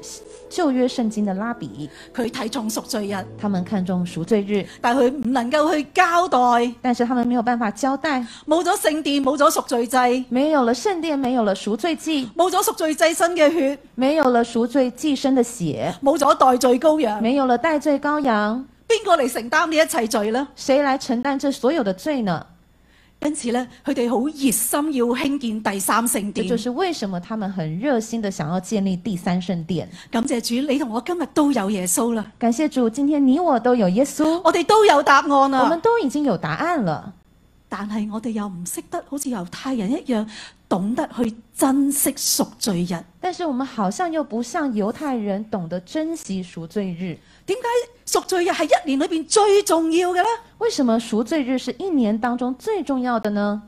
Speaker 4: 旧约圣经的拉比，
Speaker 3: 佢睇重贖罪日，
Speaker 4: 他们看重赎罪日，
Speaker 3: 但佢唔能夠去交代，
Speaker 4: 但是他们没有办法交代，
Speaker 3: 冇咗聖殿，冇咗贖罪祭，
Speaker 4: 没有了圣殿，没有了赎罪祭，
Speaker 3: 冇咗贖罪祭身嘅血，
Speaker 4: 没有了赎罪寄生的血，
Speaker 3: 冇咗代罪羔羊，
Speaker 4: 没有了代罪羔羊，
Speaker 3: 邊個嚟承擔呢一切罪呢？
Speaker 4: 谁来承担这所有的罪呢？
Speaker 3: 因此咧，佢哋好熱心要興建第三聖
Speaker 4: 这
Speaker 3: 殿
Speaker 4: 就。是为什么他们很熱心的想要建立第三圣殿。
Speaker 3: 感謝主，你同我今日都有耶穌啦，
Speaker 4: 感谢主，今天你我都有耶稣，
Speaker 3: 我哋都有答案
Speaker 4: 我们
Speaker 3: 啦。
Speaker 4: 都已经有答案了，
Speaker 3: 但係我哋又唔識得，好似猶太人一樣，懂得去珍惜贖罪日。
Speaker 4: 但是我们好像又不像犹太人懂得珍惜赎罪日。
Speaker 3: 點解贖罪日係一年裏邊最重要嘅呢？
Speaker 4: 为什么赎罪日是一年当中最重要的呢？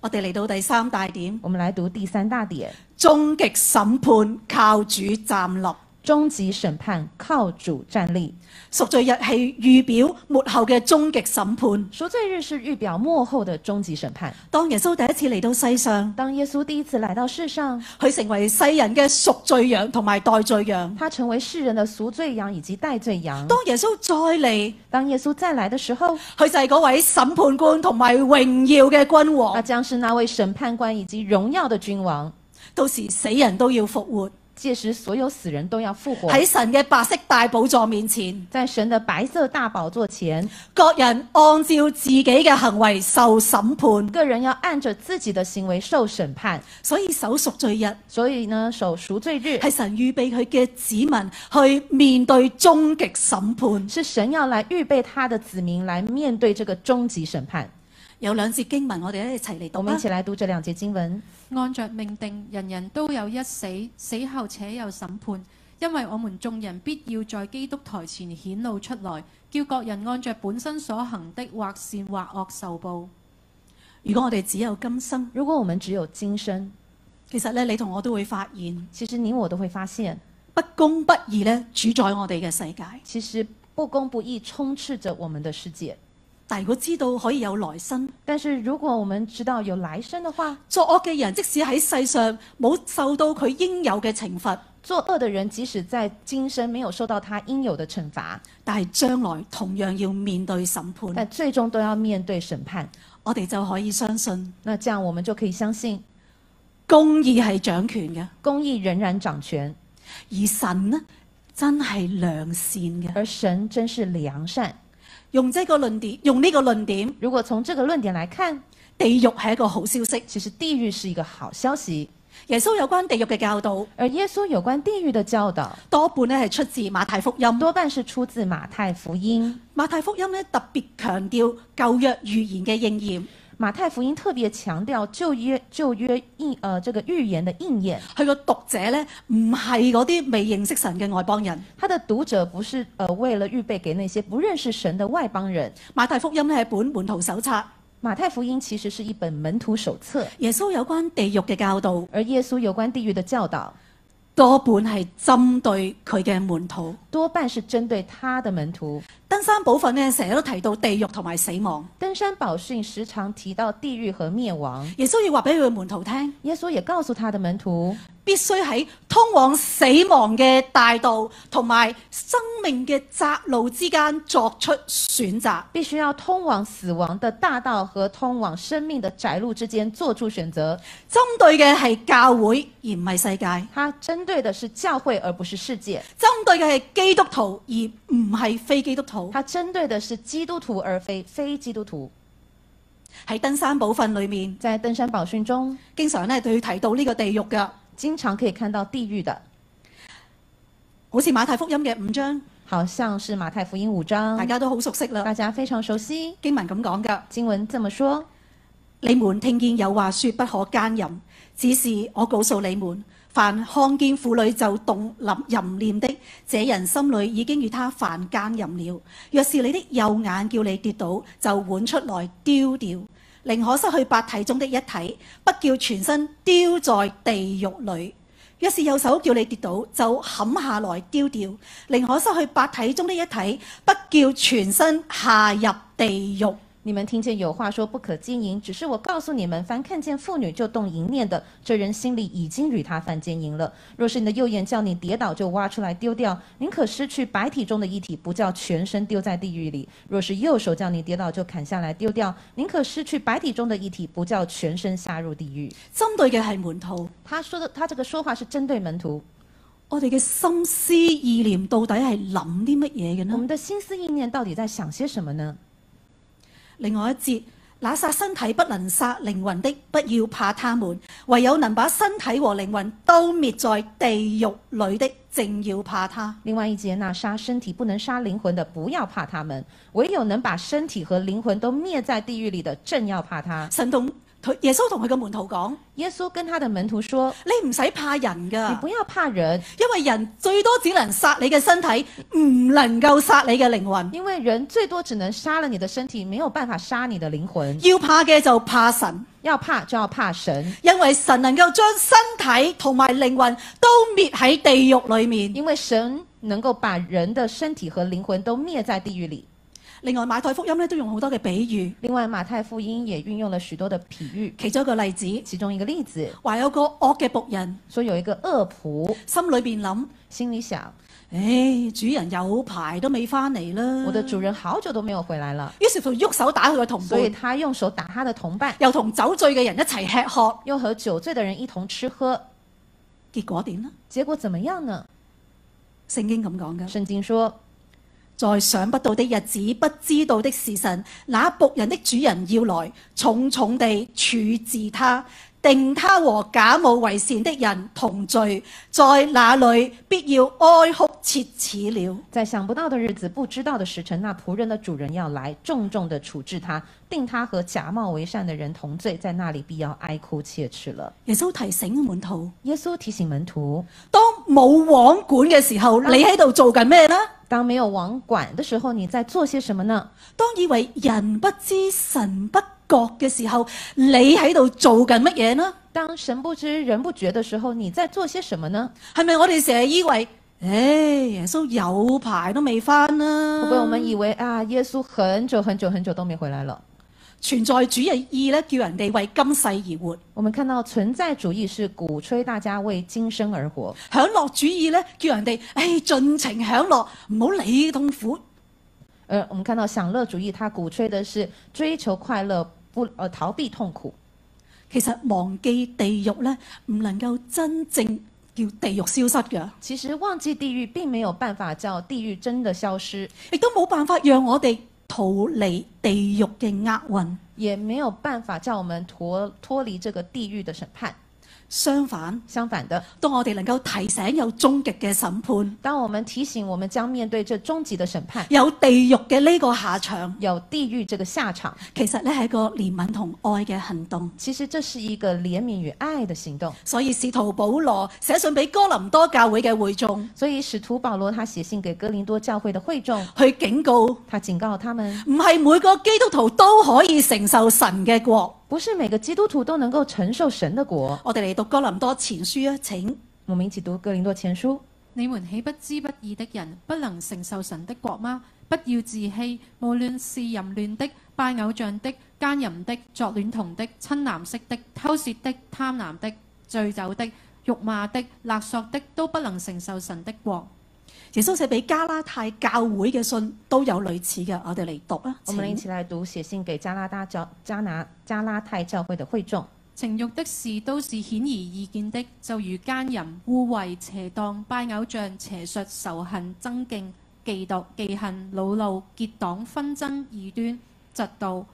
Speaker 3: 我哋嚟到第三大點，
Speaker 4: 我们来读第三大点：
Speaker 3: 終極審判靠主站立。
Speaker 4: 终极审判靠主站立。
Speaker 3: 贖罪日係預表末後嘅終極審判。
Speaker 4: 赎罪日是预表幕后的终极审判。
Speaker 3: 當耶穌第一次嚟到世上，
Speaker 4: 当耶稣第一次来到世上，
Speaker 3: 佢成為世人嘅贖罪羊同埋代罪羊。
Speaker 4: 他成为世人的赎罪羊以及代罪羊。
Speaker 3: 當耶穌再嚟，
Speaker 4: 当耶稣再来的时候，
Speaker 3: 佢就係嗰位審判官同埋榮耀嘅君
Speaker 4: 他
Speaker 3: 王，
Speaker 4: 将是那位审判官以及荣耀的君王。
Speaker 3: 到時死人都要復活，
Speaker 4: 届时，所有死人都要复活，
Speaker 3: 喺神嘅白色大寶座面前，
Speaker 4: 在神的白色大宝座前，
Speaker 3: 各人按照自己嘅行為受審判，
Speaker 4: 个人要按着自己的行为受审判。
Speaker 3: 所以守赎罪日
Speaker 4: 所以呢，守赎罪日
Speaker 3: 係神預備佢嘅子民去面對終極審判。
Speaker 4: 是神要来预备他的子民来面对这个终极审判。
Speaker 3: 有兩節經文，我哋一齊嚟啊
Speaker 4: 我
Speaker 3: 讀
Speaker 4: 们一
Speaker 3: 啦
Speaker 4: 起。来读这两节经文。
Speaker 5: 按着命定，人人都有一死，死後且有審判，因為我們眾人必要在基督台前顯露出來，叫各人按着本身所行的或善或惡受報。
Speaker 3: 如果我哋只有今生，
Speaker 4: 如果我们只有今生，
Speaker 3: 其實咧你同我都會發現
Speaker 4: 其实你我都会发现，
Speaker 3: 不公不義咧主宰我哋嘅世界。
Speaker 4: 其实不公不义充斥着我们的世界。
Speaker 3: 但如果知道可以有來生，
Speaker 4: 但是如果我们知道有来生的话，
Speaker 3: 作惡嘅人即使喺世上冇受到佢應有嘅懲罰，
Speaker 4: 作恶的人即使在今生没有受到他应有的惩罚，
Speaker 3: 但係將來同樣要面對審判。
Speaker 4: 但最终都要面对审判。
Speaker 3: 我哋就可以相信
Speaker 4: 那这样我们就可以相信，
Speaker 3: 公義係掌權嘅，
Speaker 4: 公义仍然掌权，
Speaker 3: 而神呢真係良善嘅。
Speaker 4: 而神真是良善。
Speaker 3: 用呢個論點，用呢個論點，
Speaker 4: 如果从这个论点来看，
Speaker 3: 地獄係一個好消息。
Speaker 4: 其实地狱是一个好消息。
Speaker 3: 耶穌有關地獄嘅教導，
Speaker 4: 而耶穌有关地狱的教导，
Speaker 3: 多半咧係出自馬太福音。
Speaker 4: 多半是出自马太福音。
Speaker 3: 馬太福音咧特別強調舊約預言嘅應驗，
Speaker 4: 马太福音特别强调旧约旧约应呃这个预言的应验，
Speaker 3: 佢個讀者咧唔係嗰啲未認識神嘅外邦人。
Speaker 4: 他的读者不是呃为了预备给那些不认识神的外邦人。
Speaker 3: 馬太福音咧係一本門徒手冊，
Speaker 4: 马太福音其实是一本门徒手册，
Speaker 3: 耶穌有關地獄嘅教導，
Speaker 4: 而耶穌有关地狱的教导
Speaker 3: 多半係針對佢嘅門徒。
Speaker 4: 多半是针对他的门徒。
Speaker 3: 登山寶訓咧成日都提到地獄同埋死亡，
Speaker 4: 登山宝训时常提到地狱和灭亡，
Speaker 3: 耶穌要話俾佢嘅門徒聽，
Speaker 4: 耶稣也告诉他的门徒，
Speaker 3: 必須喺通往死亡嘅大道同埋生命嘅窄路之間作出選擇。
Speaker 4: 必须要通往死亡的大道和通往生命的窄路之间做出选择。
Speaker 3: 針對嘅係教會而唔係世界。
Speaker 4: 他针对的是教会，而不是世界；
Speaker 3: 針對嘅係基督徒，而唔係非基督徒。
Speaker 4: 他针对的是基督徒，而非非基督徒。
Speaker 3: 喺登山寶訓裏面，
Speaker 4: 在登山宝训中，
Speaker 3: 經常咧對佢提到呢個地獄嘅，
Speaker 4: 经常可以看到地狱的，
Speaker 3: 好似馬太福音嘅五章，
Speaker 4: 好像是马太福音五章
Speaker 3: 大，家都好熟悉啦。
Speaker 4: 大家非常熟悉。
Speaker 3: 經文咁講噶：
Speaker 4: 经文这么说：
Speaker 3: 你們聽見有話說不可奸淫，只是我告訴你們，凡看見婦女就動諗淫念的，這人心裏已經與他犯奸淫了。若是你的右眼叫你跌倒，就搮出來丟掉，寧可失去百體中的一體，不叫全身丟在地獄裏。若是右手叫你跌倒，就冚下來丟掉，寧可失去百體中的一體，不叫全身下入地獄。
Speaker 4: 你们听见有话说不可奸淫，只是我告诉你们，凡看见妇女就动淫念的，这人心里已经与他犯奸淫了。若是你的右眼叫你跌倒，就挖出来丢掉，宁可失去白体中的一体，不叫全身丢在地狱里；若是右手叫你跌倒，就砍下来丢掉，宁可失去白体中的一体，不叫全身下入地狱。
Speaker 3: 針對嘅係門徒，
Speaker 4: 他说的，他这个说话是针对门徒，
Speaker 3: 我哋嘅心思意念到底係諗啲乜嘢嘅
Speaker 4: 我
Speaker 3: 呢
Speaker 4: 们？的心思意念到底在想些什么呢？
Speaker 3: 另外一節，那殺身體不能殺靈魂的，不要怕他們；唯有能把身體和靈魂都滅在地獄裏的，正要怕他。
Speaker 4: 另外一节，那杀身体不能杀灵魂的，不要怕他们；唯有能把身体和灵魂都灭在地狱里的，正要怕他。
Speaker 3: 神同佢耶穌同佢嘅門徒講：
Speaker 4: 耶稣跟他的门徒说
Speaker 3: 你唔使怕人：“
Speaker 4: 你
Speaker 3: 㗎，
Speaker 4: 不要怕人，
Speaker 3: 因為人最多只能殺你嘅身體，唔能夠殺你嘅靈魂。
Speaker 4: 因为人最多只能杀了你的身体，没有办法杀你的灵魂。
Speaker 3: 要怕嘅就怕神。
Speaker 4: 要怕就要怕神，
Speaker 3: 因為神能夠將身體同埋靈魂都滅喺地獄裏面。
Speaker 4: 因为神能够把人的身体和灵魂都灭在地狱里。”
Speaker 3: 另外，馬太福音咧都用好多嘅比喻，
Speaker 4: 另外，马太福音也运用了许多的比喻，
Speaker 3: 其中一個例子
Speaker 4: 其中一个例子
Speaker 3: 話有個惡嘅仆人，
Speaker 4: 说有一个恶仆，
Speaker 3: 心裏邊諗：，
Speaker 4: 心里想：
Speaker 3: 唉，主人有排都未翻嚟啦。
Speaker 4: 我的主人好久都没有回来了，
Speaker 3: 於是乎喐手打佢嘅同
Speaker 4: 所以
Speaker 3: 伴，
Speaker 4: 他用手打他的同伴。
Speaker 3: 又同酒醉嘅人一齊吃喝，
Speaker 4: 又和酒醉的人一同吃喝，
Speaker 3: 結果點呢？
Speaker 4: 结果怎么样呢？
Speaker 3: 聖經咁講嘅，
Speaker 4: 圣经说，
Speaker 3: 在想不到的日子、不知道的時辰，那仆人的主人要來，重重地處置他，定他和假冒為善的人同罪，在那裏必要哀哭切齒了。
Speaker 4: 在想不到的日子、不知道的时辰，那仆人的主人要来，重重的处置他，定他和假冒为善的人同罪，在那里必要哀哭切齿了。
Speaker 3: 耶穌提醒門徒：，
Speaker 4: 耶稣提醒门徒，
Speaker 3: 當冇網管嘅時
Speaker 4: 啊
Speaker 3: 候，你喺度做緊咩呢？
Speaker 4: 当没有网管的时候，你在做些什么呢？
Speaker 3: 當以為人不知神不覺嘅時候，你喺度做緊乜嘢呢？
Speaker 4: 当神不知人不觉的时候，你在做些什么呢？
Speaker 3: 係咪我哋成日以為，唉、耶穌有排都未翻啦？
Speaker 4: 会不会我们以为啊，耶稣很久很久很久都没回来了？
Speaker 3: 存在主義意咧，叫人哋為今世而活；
Speaker 4: 我们看到存在主义是鼓吹大家为今生而活，
Speaker 3: 享樂主義咧，叫人哋誒盡情享樂，唔好理痛苦。
Speaker 4: 呃，我们看到享乐主义，它鼓吹的是追求快乐，不呃逃避痛苦。
Speaker 3: 其實忘記地獄咧，唔能夠真正叫地獄消失嘅，
Speaker 4: 其实忘记地狱并没有办法叫地狱真的消失，
Speaker 3: 亦都冇辦法讓我哋逃離地獄嘅厄運。
Speaker 4: 也没有办法叫我们脱脱离这个地狱的审判。
Speaker 3: 相反，
Speaker 4: 相反的，
Speaker 3: 當我哋能夠提醒有終極嘅審判，
Speaker 4: 当我们提醒我们将面对这终极的审判，
Speaker 3: 有地獄嘅呢個下場，
Speaker 4: 有地狱这个下场，
Speaker 3: 其實咧係一個憐憫同愛嘅行動。
Speaker 4: 其实这是一个怜悯与爱的行动。
Speaker 3: 所以使徒保羅寫信俾哥林多教會嘅會眾，
Speaker 4: 所以使徒保罗他写信给哥林多教会的会众，
Speaker 3: 去警告
Speaker 4: 他警告他们，
Speaker 3: 唔係每個基督徒都可以承受神嘅國。
Speaker 4: 不是每个基督徒都能够承受神的国。
Speaker 3: 我哋嚟讀哥林多前書啊，請
Speaker 4: 我们一起读哥林多前书
Speaker 5: 你們豈不知不義的人不能承受神的國嗎？不要自欺，無論是淫亂的、拜偶像的、奸淫的、作戀童的、親男色的、偷竊的、貪婪的、醉酒的、辱罵的、勒索的，都不能承受神的國。
Speaker 3: 耶穌寫俾加拉太教會嘅信都有類似嘅，我哋嚟讀啊。
Speaker 4: 我们一
Speaker 3: 請
Speaker 4: 起来读写信给加拉大教加拿加拉太教会的会众。
Speaker 5: 情欲的事都是顯而易見的，就如奸淫、污穢、邪蕩、拜偶像、邪術、仇恨、爭競、嫉妒、忌恨、惱怒、結黨、紛爭、異端、嫉妒、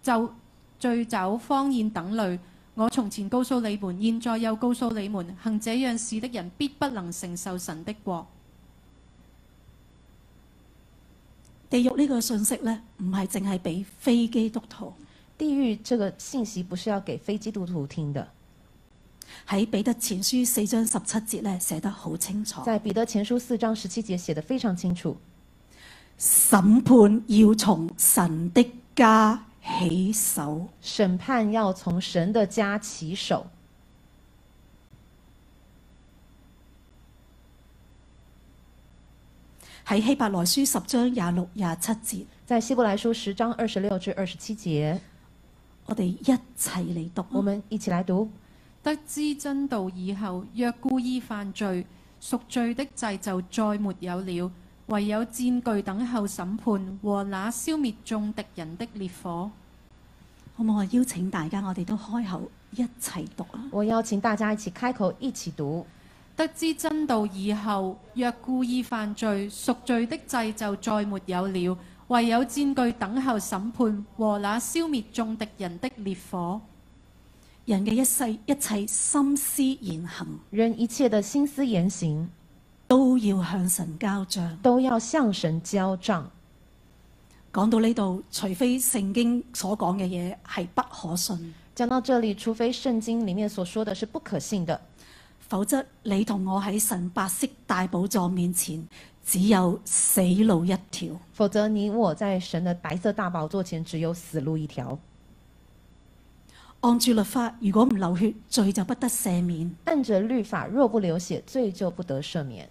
Speaker 5: 就醉酒、荒宴等類。我從前告訴你們，現在又告訴你們，行這樣事的人必不能承受神的國。
Speaker 3: 地獄呢個信息呢，唔係淨係俾非基督徒，
Speaker 4: 地狱这个信息不是要给非基督徒听的，
Speaker 3: 喺彼得前書四章十七節咧寫得好清楚。
Speaker 4: 在彼得前书四章十七节写得非常清楚，
Speaker 3: 審判要從神的家起手。
Speaker 4: 审判要从神的家起手。
Speaker 3: 喺希伯來書十章廿六廿七節，
Speaker 4: 在希伯来书十章二十六至二十七节，
Speaker 3: 我哋一齊嚟讀。啊
Speaker 4: 我們一起来读。
Speaker 5: 得知真道以後，若故意犯罪，贖罪的祭就再沒有了，唯有戰懼等候審判和那消滅眾敵人的烈火。
Speaker 3: 好唔好啊？邀請大家，我哋都開口一齊讀啊！
Speaker 4: 我邀请大家一起开口，一起读。
Speaker 5: 得知真道以後，若故意犯罪，贖罪的祭就再沒有了，唯有戰懼等候審判和那消滅眾敵人的烈火。
Speaker 3: 人嘅一世一切心思言行
Speaker 4: 人一切的心思言行
Speaker 3: 都要向神交賬。
Speaker 4: 都要向神交账。
Speaker 3: 講到呢度，除非聖經所講嘅嘢係不可信，
Speaker 4: 讲到这里，除非圣经里面所说的是不可信的，
Speaker 3: 否則你同我喺神白色大寶座面前，只有死路一條。
Speaker 4: 否则你我在神的白色大宝座前只有死路一条。
Speaker 3: 按住律法，如果唔流血，罪就不得赦免。
Speaker 4: 按着律法，若不流血，罪就不得赦免。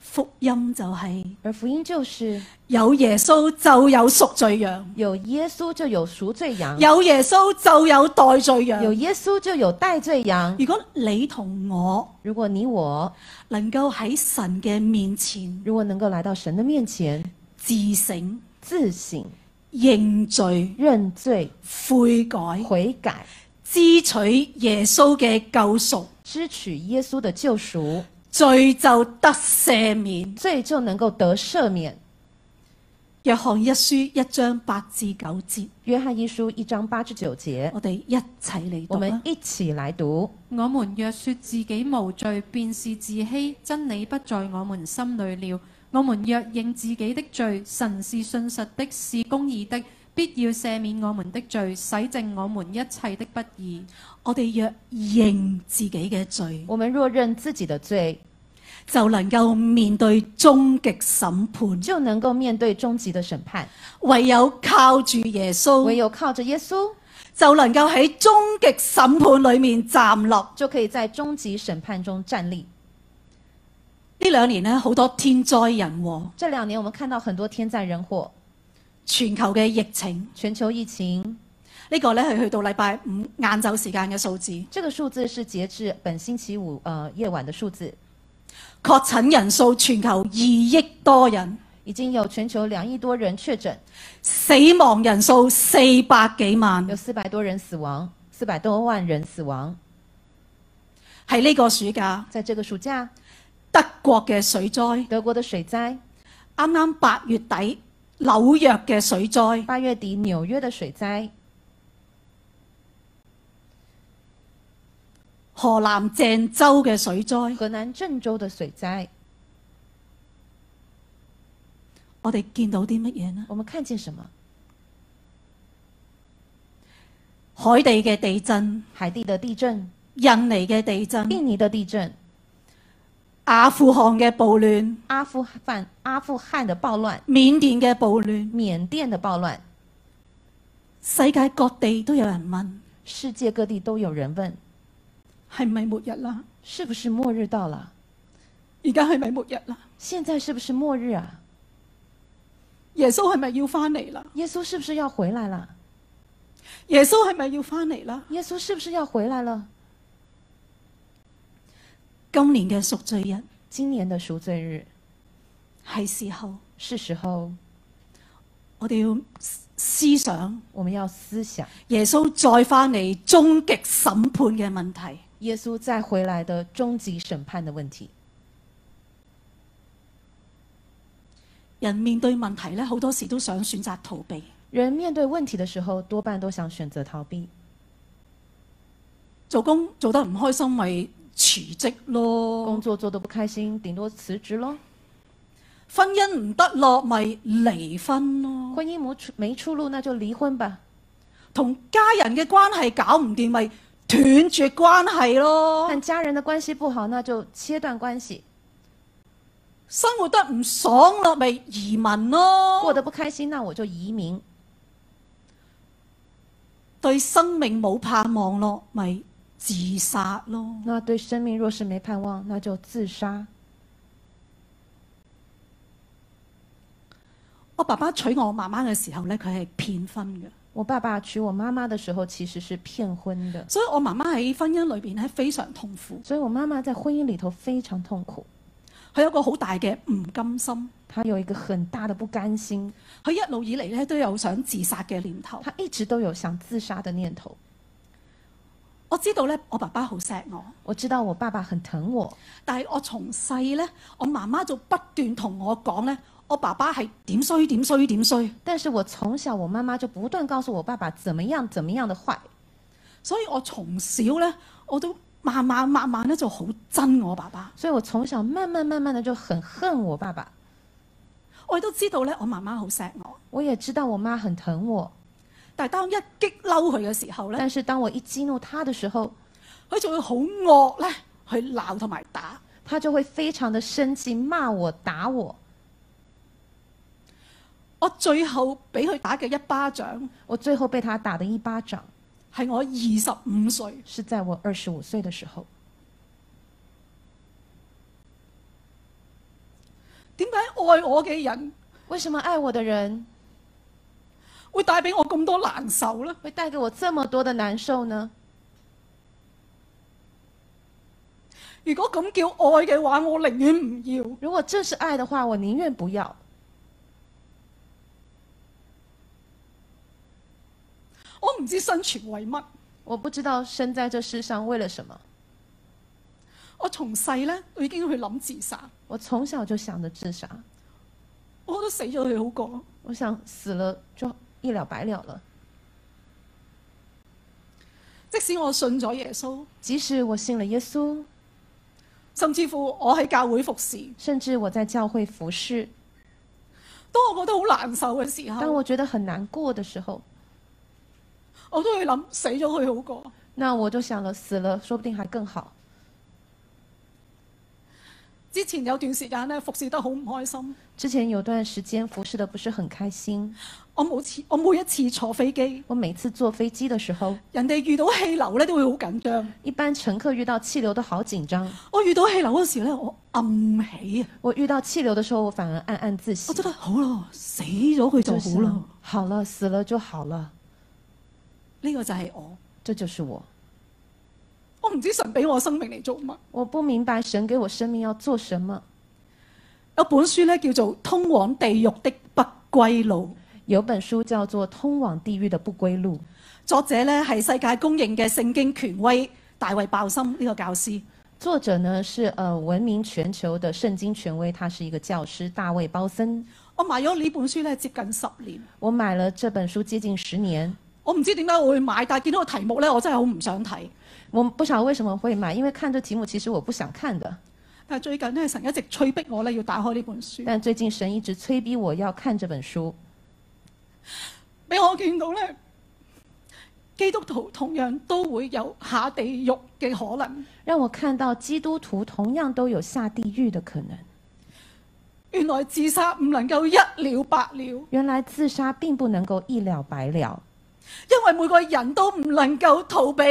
Speaker 3: 福音就係、
Speaker 4: 而福音就是
Speaker 3: 有耶穌就有贖罪羊，
Speaker 4: 有耶稣就有赎罪羊，
Speaker 3: 有耶穌就有代罪
Speaker 4: 有
Speaker 3: 羊。
Speaker 4: 耶稣就有代罪羊。
Speaker 3: 如果你同我
Speaker 4: 如果你我
Speaker 3: 能夠喺神嘅面前
Speaker 4: 如果能够来到神的面前，
Speaker 3: 自省、
Speaker 4: 自省、
Speaker 3: 認罪、
Speaker 4: 认罪、
Speaker 3: 悔改，
Speaker 4: 悔改，
Speaker 3: 支取耶穌嘅救贖，
Speaker 4: 支取耶稣的救赎，
Speaker 3: 罪就得赦免。
Speaker 4: 罪就能够得赦免。
Speaker 3: 約翰一書一章八至九節，
Speaker 4: 约翰一书一章八至九节，
Speaker 3: 我哋一齊嚟啊
Speaker 4: 我
Speaker 3: 讀
Speaker 4: 们
Speaker 3: 啦。
Speaker 4: 一起来读。
Speaker 5: 我們若說自己無罪，便是自欺，真理不在我們心裏了。我們若認自己的罪，神是信實的，是公義的，必要赦免我們的罪，洗淨我們一切的不義。
Speaker 3: 我哋若認自己嘅罪，
Speaker 4: 我们若认自己的罪，
Speaker 3: 就能夠面對終極審判。
Speaker 4: 就能够面对终极的审判。
Speaker 3: 唯有靠住耶
Speaker 4: 唯
Speaker 3: 穌，
Speaker 4: 有靠着耶稣，
Speaker 3: 就能夠喺終極審判裏面站立。呢
Speaker 4: 就可以在终极审判中站立。
Speaker 3: 兩年呢，好多天災人禍，
Speaker 4: 这两年我们看到很多天灾人祸，
Speaker 3: 全球嘅疫情，呢、
Speaker 4: 全球疫情，
Speaker 3: 個呢係去到禮拜五晏晝時間嘅數字，
Speaker 4: 这个数字是截至本星期五呃夜晚的数字，
Speaker 3: 確診人數全球二億多人，
Speaker 4: 已经有全球两亿多人确诊，
Speaker 3: 死亡人數四百幾萬
Speaker 4: 有，四百多人死亡，四百多万人死亡。
Speaker 3: 喺呢個暑假，
Speaker 4: 在这个暑假，
Speaker 3: 德國嘅水災，
Speaker 4: 德国的水灾，
Speaker 3: 啱啱八月底紐約嘅水災，
Speaker 4: 八月底纽约的水灾，
Speaker 3: 河南鄭州嘅水災，
Speaker 4: 河南郑州的水灾，
Speaker 3: 我哋見到啲乜嘢呢？
Speaker 4: 我们看见什么？
Speaker 3: 海地嘅地震、
Speaker 4: 海地的地震，
Speaker 3: 印尼嘅地震、
Speaker 4: 印尼的地震，
Speaker 3: 阿富汗嘅暴亂、
Speaker 4: 阿富汗阿富汗的暴乱，
Speaker 3: 緬甸嘅暴亂，
Speaker 4: 缅甸的暴乱，
Speaker 3: 世界各地都有人問：
Speaker 4: 世界各地都有人问，
Speaker 3: 係咪末日啦？
Speaker 4: 是不是末日到了？
Speaker 3: 而家係咪末日啦？
Speaker 4: 现在是不是末日啊？
Speaker 3: 耶穌係咪要翻嚟啦？
Speaker 4: 耶稣是不是要回来了？
Speaker 3: 耶穌係咪要翻嚟啦？
Speaker 4: 耶稣是不是要回来了？
Speaker 3: 今年嘅贖罪日
Speaker 4: 今年的赎罪日
Speaker 3: 係時候，
Speaker 4: 是时候，
Speaker 3: 我哋要思思想
Speaker 4: 我们要思想
Speaker 3: 耶穌再翻嚟終極審判嘅問題。
Speaker 4: 耶稣再回来的终极审判的问题。
Speaker 3: 人面對問題咧，好多時都想選擇逃避，
Speaker 4: 人面对问题的时候，多半都想选择逃避。
Speaker 3: 做工做得唔開心咪辭職咯，
Speaker 4: 工作做得不开心，顶多辞职咯；
Speaker 3: 婚姻唔得落，咪離婚咯。
Speaker 4: 婚姻冇出没出路，那就离婚吧；
Speaker 3: 同家人嘅關係搞唔掂，咪斷絕關係咯。
Speaker 4: 和家人的关系不好，那就切断关系；
Speaker 3: 生活得唔爽咯，咪移民
Speaker 4: 过
Speaker 3: 咯。
Speaker 4: 得不开心，那我就移民；
Speaker 3: 對生命冇盼望咯，咪自殺咯。
Speaker 4: 那对生命若是没盼望，那就自杀。
Speaker 3: 我爸爸娶我媽媽嘅時候呢，佢係騙婚嘅，
Speaker 4: 我爸爸娶我妈妈的时候，其实是骗婚的，
Speaker 3: 所以我媽媽喺婚姻裏邊咧非常痛苦，
Speaker 4: 所以我妈妈在婚姻里头非常痛苦。
Speaker 3: 佢有一個好大嘅唔甘心，
Speaker 4: 她有一个很大的不甘心，
Speaker 3: 佢一路以嚟咧都有想自殺嘅念頭。
Speaker 4: 她一直都有想自杀的念头。
Speaker 3: 我知道咧，我爸爸好錫我，
Speaker 4: 我知道我爸爸很疼我，
Speaker 3: 但係我從細咧，我媽媽就不斷同我講咧，我爸爸係點衰點衰點衰，
Speaker 4: 但是我从小我妈妈就不断告诉我爸爸怎么样怎么样的坏，
Speaker 3: 所以我從小咧我都慢慢慢慢咧就好憎我爸爸。
Speaker 4: 所以我从小慢慢慢慢的就很恨我爸爸。
Speaker 3: 我亦都知道咧，我媽媽好錫我，
Speaker 4: 我也知道我妈很疼我，
Speaker 3: 但係當一激嬲佢嘅時候咧，
Speaker 4: 但是当我一激怒她的时候，
Speaker 3: 佢就會好惡咧去鬧同埋打。
Speaker 4: 她就会非常的生气，骂我、打我。
Speaker 3: 我最後俾佢打嘅一巴掌
Speaker 4: 我最后被她打的一巴掌
Speaker 3: 係我二十五歲，
Speaker 4: 是在我二十五岁的时候。
Speaker 3: 點解愛我嘅人
Speaker 4: 为什么爱我的人
Speaker 3: 會帶俾我咁多難受呢？
Speaker 4: 会带给我这么多的难受呢？
Speaker 3: 如果咁叫愛嘅話，我寧願唔要。
Speaker 4: 如果这是爱的话，我宁愿不要。
Speaker 3: 我唔知生存為乜。
Speaker 4: 我不知道生在这世上为了什么。
Speaker 3: 我從細呢，我已經去諗自殺，
Speaker 4: 我从小就想着自杀，
Speaker 3: 我覺得死咗佢好過。
Speaker 4: 我想死了就一了百了了。
Speaker 3: 即使我信咗耶穌，
Speaker 4: 即使我信了耶稣，
Speaker 3: 甚至乎我喺教會服侍，
Speaker 4: 甚至我在教会服侍，
Speaker 3: 當我覺得好難受嘅時
Speaker 4: 当
Speaker 3: 候，
Speaker 4: 我觉得很難過的时候，
Speaker 3: 我都去諗死咗佢好過。
Speaker 4: 那我就想了，死了说不定还更好。
Speaker 3: 之前有段時間呢，服侍得好唔開心，
Speaker 4: 之前有段时间服侍的不是很开心，
Speaker 3: 我每次我每一次坐飛機，
Speaker 4: 我每次坐飞机的时候，
Speaker 3: 人哋遇到氣流呢都會好緊張。
Speaker 4: 一般乘客遇到气流都好紧张，
Speaker 3: 我遇到氣流嗰時呢，我暗起啊，
Speaker 4: 我遇到气流的时候，我反而暗暗自喜
Speaker 3: 我覺，得好咯，死咗佢就
Speaker 4: 就
Speaker 3: 好咯
Speaker 4: 想。好了，死了就好了，
Speaker 3: 呢、個就係我，
Speaker 4: 这就是我。
Speaker 3: 我唔知神俾我生命嚟做乜。
Speaker 4: 我不明白神给我生命要做什么。
Speaker 3: 有本書呢，叫做《通往地獄的不歸路》。
Speaker 4: 有本书叫做《通往地狱的不归路》，
Speaker 3: 作者咧係世界公認嘅聖經權威大衛鮑森呢個教師。
Speaker 4: 作者呢是呃闻名全球的圣经权威，他是一个教师大卫鲍森。
Speaker 3: 我買咗呢本書咧接近十年，
Speaker 4: 我买了这本書接近十年，
Speaker 3: 我唔知點解我會買，但係見到個題目咧，我真係好唔想睇。
Speaker 4: 我不晓得为什么会买，因为看这题目其实我不想看的，
Speaker 3: 但係最近咧，神一直催逼我咧要打開呢本書，
Speaker 4: 但最近神一直催逼我要看这本书，
Speaker 3: 俾我見到咧，基督徒同樣都會有下地獄嘅可能。
Speaker 4: 让我看到基督徒同样都有下地狱的可能。
Speaker 3: 原來自殺唔能夠一了百了，因
Speaker 4: 原来自杀并不能夠一了百了，
Speaker 3: 為每個人都唔能夠逃避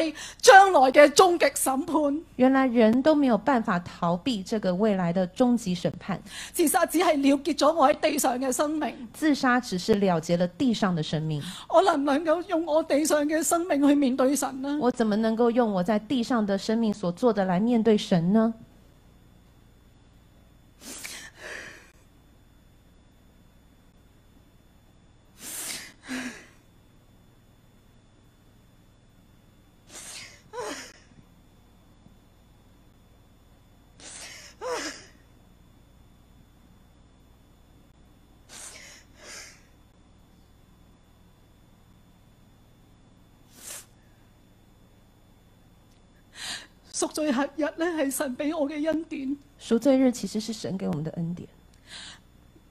Speaker 3: 將來嘅終極審判。
Speaker 4: 原来人都没有办法逃避这个未来的终极审判。
Speaker 3: 自殺只係了結咗我喺地上嘅生命。
Speaker 4: 自杀只是了结了地上的生命，
Speaker 3: 我能唔能夠用我地上嘅生命去面對神呢？
Speaker 4: 我怎么能够用我在地上的生命所做的来面对神呢？
Speaker 3: 贖罪合日咧係神俾我嘅恩典，
Speaker 4: 赎罪日其实是神给我们的恩典，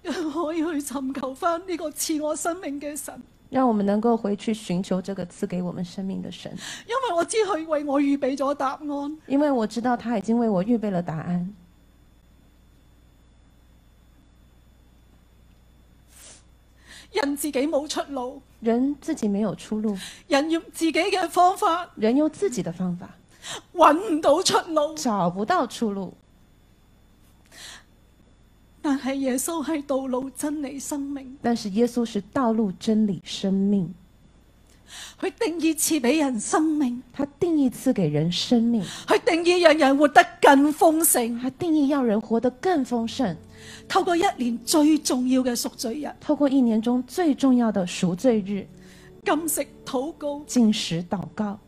Speaker 3: 可以去尋求翻呢個賜我生命嘅神。
Speaker 4: 让我们能够回去寻求这个赐给我们生命的神，
Speaker 3: 因為我知佢為我預備咗答案。
Speaker 4: 因为我知道他已经为我预备了答案。
Speaker 3: 人自己冇出路，
Speaker 4: 人自己没有出路，
Speaker 3: 人用自己嘅方法
Speaker 4: 人有自己的方法，
Speaker 3: 揾唔到出路，
Speaker 4: 找不到出路。
Speaker 3: 但係耶穌係道路、真理、生命，
Speaker 4: 但是耶稣是道路、真理、生命，
Speaker 3: 佢定義賜俾人生命，
Speaker 4: 他定义赐给人生命，
Speaker 3: 佢定義讓人活得更豐盛。
Speaker 4: 他定义要人活得更丰盛。
Speaker 3: 透過一年最重要嘅贖罪日，
Speaker 4: 透过一年中最重要的赎罪日，
Speaker 3: 禁食、禱告、
Speaker 4: 进食、祷告、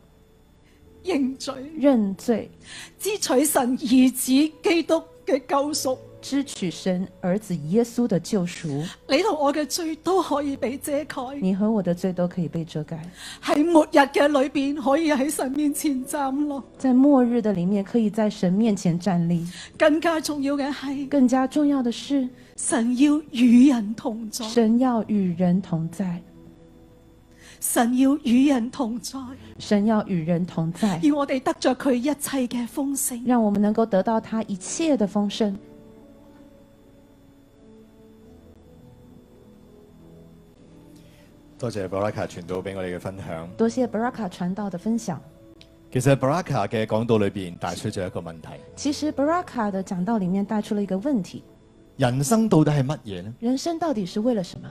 Speaker 3: 認罪，
Speaker 4: 认罪，
Speaker 3: 支取神兒子基督嘅救贖。
Speaker 4: 支取神儿子耶稣的救赎。
Speaker 3: 你同我嘅罪都可以被遮蓋，
Speaker 4: 你和我的罪都可以被遮盖，
Speaker 3: 喺末日嘅裏邊可以喺神面前站落。
Speaker 4: 在末日的里面，可以在神面前站立。
Speaker 3: 更加重要嘅係，
Speaker 4: 更加重要的是，
Speaker 3: 神要與人同在，
Speaker 4: 神要与人同在，
Speaker 3: 神要與人同在，
Speaker 4: 神要与人同在，
Speaker 3: 要我哋得着佢一切嘅豐盛。
Speaker 4: 让我们能够得到他一切的丰盛。
Speaker 6: 多謝 Baraka 傳道俾我哋嘅分享。
Speaker 4: 多谢 Baraka 传道的分享。
Speaker 6: 其實 Baraka 嘅講道裏邊帶出咗一個問題：
Speaker 4: 其实 Baraka 的讲道里面带出了一个问题：
Speaker 6: 人生到底係乜嘢呢？
Speaker 4: 人生到底是为了什么？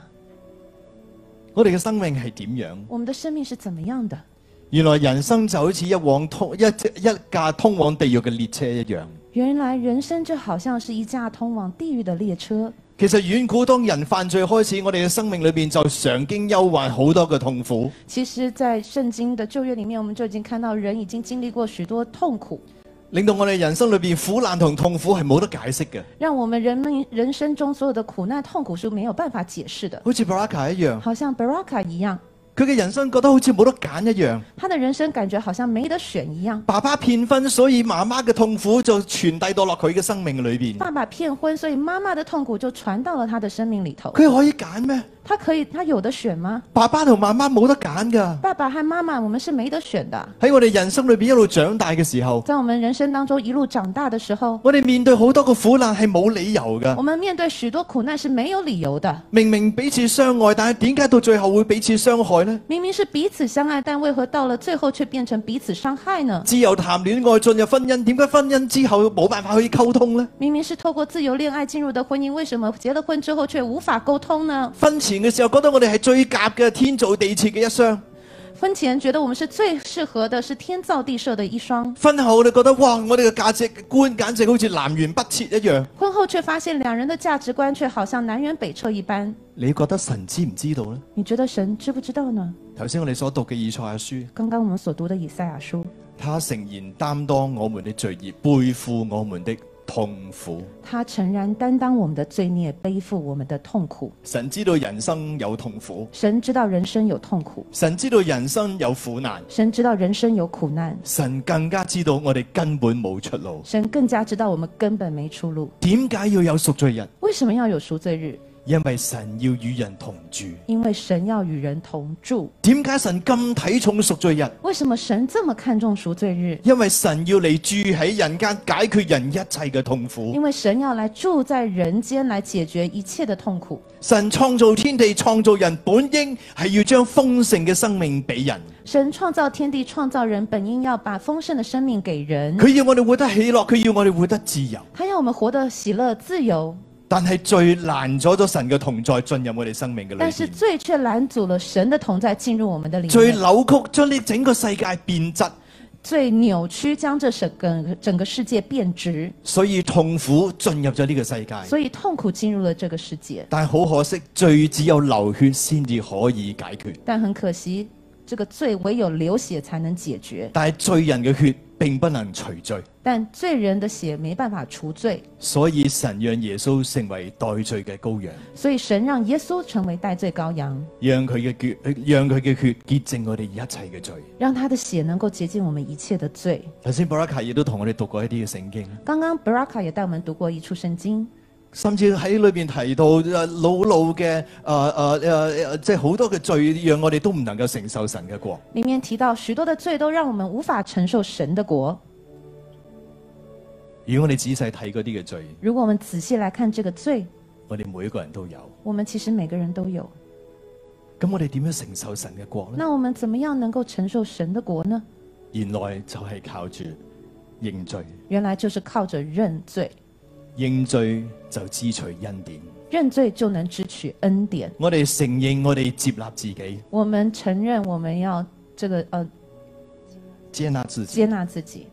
Speaker 6: 我哋嘅生命係點樣？
Speaker 4: 我们的生命是怎么样的？
Speaker 6: 原來人生就好似一往通一一架通往地獄嘅列車一樣。
Speaker 4: 原来人生就好像是一架通往地狱的列车。
Speaker 6: 其實遠古當人犯罪開始，我哋嘅生命裏邊就常經憂患好多嘅痛苦。
Speaker 4: 其实，在圣经的旧约里面，我们就已经看到人已经经历过许多痛苦，
Speaker 6: 令到我哋人生裏邊苦難同痛苦係冇得解釋嘅，
Speaker 4: 让我们人们人生中所有的苦难痛苦是没有办法解释的。
Speaker 6: 好似 Baraka 一樣，
Speaker 4: 好像 Baraka 一样，
Speaker 6: 佢嘅人生覺得好似冇得揀一樣。
Speaker 4: 他的人生感觉好像没得选一样。
Speaker 6: 爸爸騙婚，所以媽媽嘅痛苦就傳遞到落佢嘅生命裏邊。
Speaker 4: 爸爸骗婚，所以妈妈的痛苦就传到了他的生命里头。
Speaker 6: 佢可以揀咩？
Speaker 4: 他可以，他有得选吗？
Speaker 6: 爸爸同媽媽冇得揀㗎。
Speaker 4: 爸爸和妈妈，我们是没得选的。
Speaker 6: 喺我哋人生裏邊一路長大嘅時候，
Speaker 4: 在我们人生当中一路长大的时候，
Speaker 6: 我哋面對好多個苦難係冇理由㗎。
Speaker 4: 我们面对许多苦难是没有理由的。
Speaker 6: 明明彼此相愛，但係點解到最後會彼此傷害呢？
Speaker 4: 明明是彼此相爱，但为何到了最后却变成彼此伤害呢？
Speaker 6: 自由談戀愛進入婚姻，點解婚姻之後冇辦法可以溝通呢？
Speaker 4: 明明是透过自由恋爱进入的婚姻，为什么结了婚之后却无法沟通呢？
Speaker 6: 婚前嘅時候覺得我哋係最夾嘅，天造地設嘅一雙；
Speaker 4: 婚前觉得我们是最适合的，是天造地设的一双，
Speaker 6: 婚後我哋覺得哇，我哋嘅價值觀簡直好似南轅北轍一樣。
Speaker 4: 婚后却发现两人的价值观却好像南辕北辙一般。
Speaker 6: 你覺得神知唔知道呢？
Speaker 4: 你觉得神知不知道呢？
Speaker 6: 頭先我哋所讀嘅以賽亞書，
Speaker 4: 刚刚我们所读的以赛亚书，
Speaker 6: 他誠然擔當我們的罪孽，背負我們的痛苦。
Speaker 4: 他诚然担当我们的罪孽，背负我们的痛苦。
Speaker 6: 神知道人生有痛苦，
Speaker 4: 神知道人生有痛苦，
Speaker 6: 神知道人生有苦難，
Speaker 4: 神知道人生有苦难，
Speaker 6: 神更加知道我哋根本冇出路。
Speaker 4: 神更加知道我们根本没出路。
Speaker 6: 點解要有贖罪日？
Speaker 4: 为什么要有赎罪日？
Speaker 6: 因為神要與人同住。
Speaker 4: 因为神要与人同住。
Speaker 6: 點解神咁睇重贖罪日？
Speaker 4: 为什么神这么看重赎罪日？
Speaker 6: 因為神要嚟住喺人間，解決人一切嘅痛苦
Speaker 4: 因。为神要来住在人间，来解决一切的痛苦。
Speaker 6: 神創造天地，創造人，本應係要將豐盛嘅生命俾人。
Speaker 4: 神创造天地，创造人，本应要把丰盛的生命给人。
Speaker 6: 佢要我哋活得喜樂，佢要我哋活得自由。
Speaker 4: 他要我们活得喜乐自由，
Speaker 6: 但係最難阻咗神嘅同在進入我哋生命嘅裏
Speaker 4: 但是
Speaker 6: 邊，
Speaker 4: 罪却拦阻了神的同在进入我们的里
Speaker 6: 最
Speaker 4: 面。
Speaker 6: 扭曲將呢整個世界變質，
Speaker 4: 最扭曲将这整个整个世界变质，
Speaker 6: 所以痛苦進入咗呢個世界。
Speaker 4: 所以痛苦进入了这个世界。
Speaker 6: 但係好可惜，罪只有流血先至可以解決。
Speaker 4: 但很可惜，这个罪唯有流血才能解决，
Speaker 6: 但係罪人嘅血並不能除罪，
Speaker 4: 但罪人的血没办法除罪。
Speaker 6: 所以神讓耶穌成為代罪嘅羔羊，
Speaker 4: 所以神让耶稣成为代罪羔羊，
Speaker 6: 讓佢嘅血，讓佢嘅血潔淨我哋一切嘅罪。
Speaker 4: 让他的血能够洁净我们一切的罪。
Speaker 6: 頭先 Baraka 亦都同我哋讀過一啲嘅聖經，
Speaker 4: 刚刚 Baraka 也带我们读过一处圣经，
Speaker 6: 甚至喺裏邊提到呃老老嘅呃誒誒誒，即係好多嘅罪，讓我哋都唔能夠承受神嘅國。
Speaker 4: 里面提到许多的罪都让我们无法承受神的国。
Speaker 6: 如果我哋仔細睇嗰啲嘅罪，
Speaker 4: 如果我们仔细来看这个罪，
Speaker 6: 我哋每一個人都有。
Speaker 4: 我们其实每个人都有。
Speaker 6: 咁我哋點樣承受神嘅國呢？
Speaker 4: 那我们怎么样能够承受神的国呢？
Speaker 6: 原來就係靠住認罪，
Speaker 4: 原来就是靠着认罪，
Speaker 6: 認罪就支取恩典。
Speaker 4: 认罪就能支取恩典。
Speaker 6: 我哋承認，我哋接納自己，
Speaker 4: 我们承认我们要这个呃
Speaker 6: 接納自己，
Speaker 4: 接纳自己，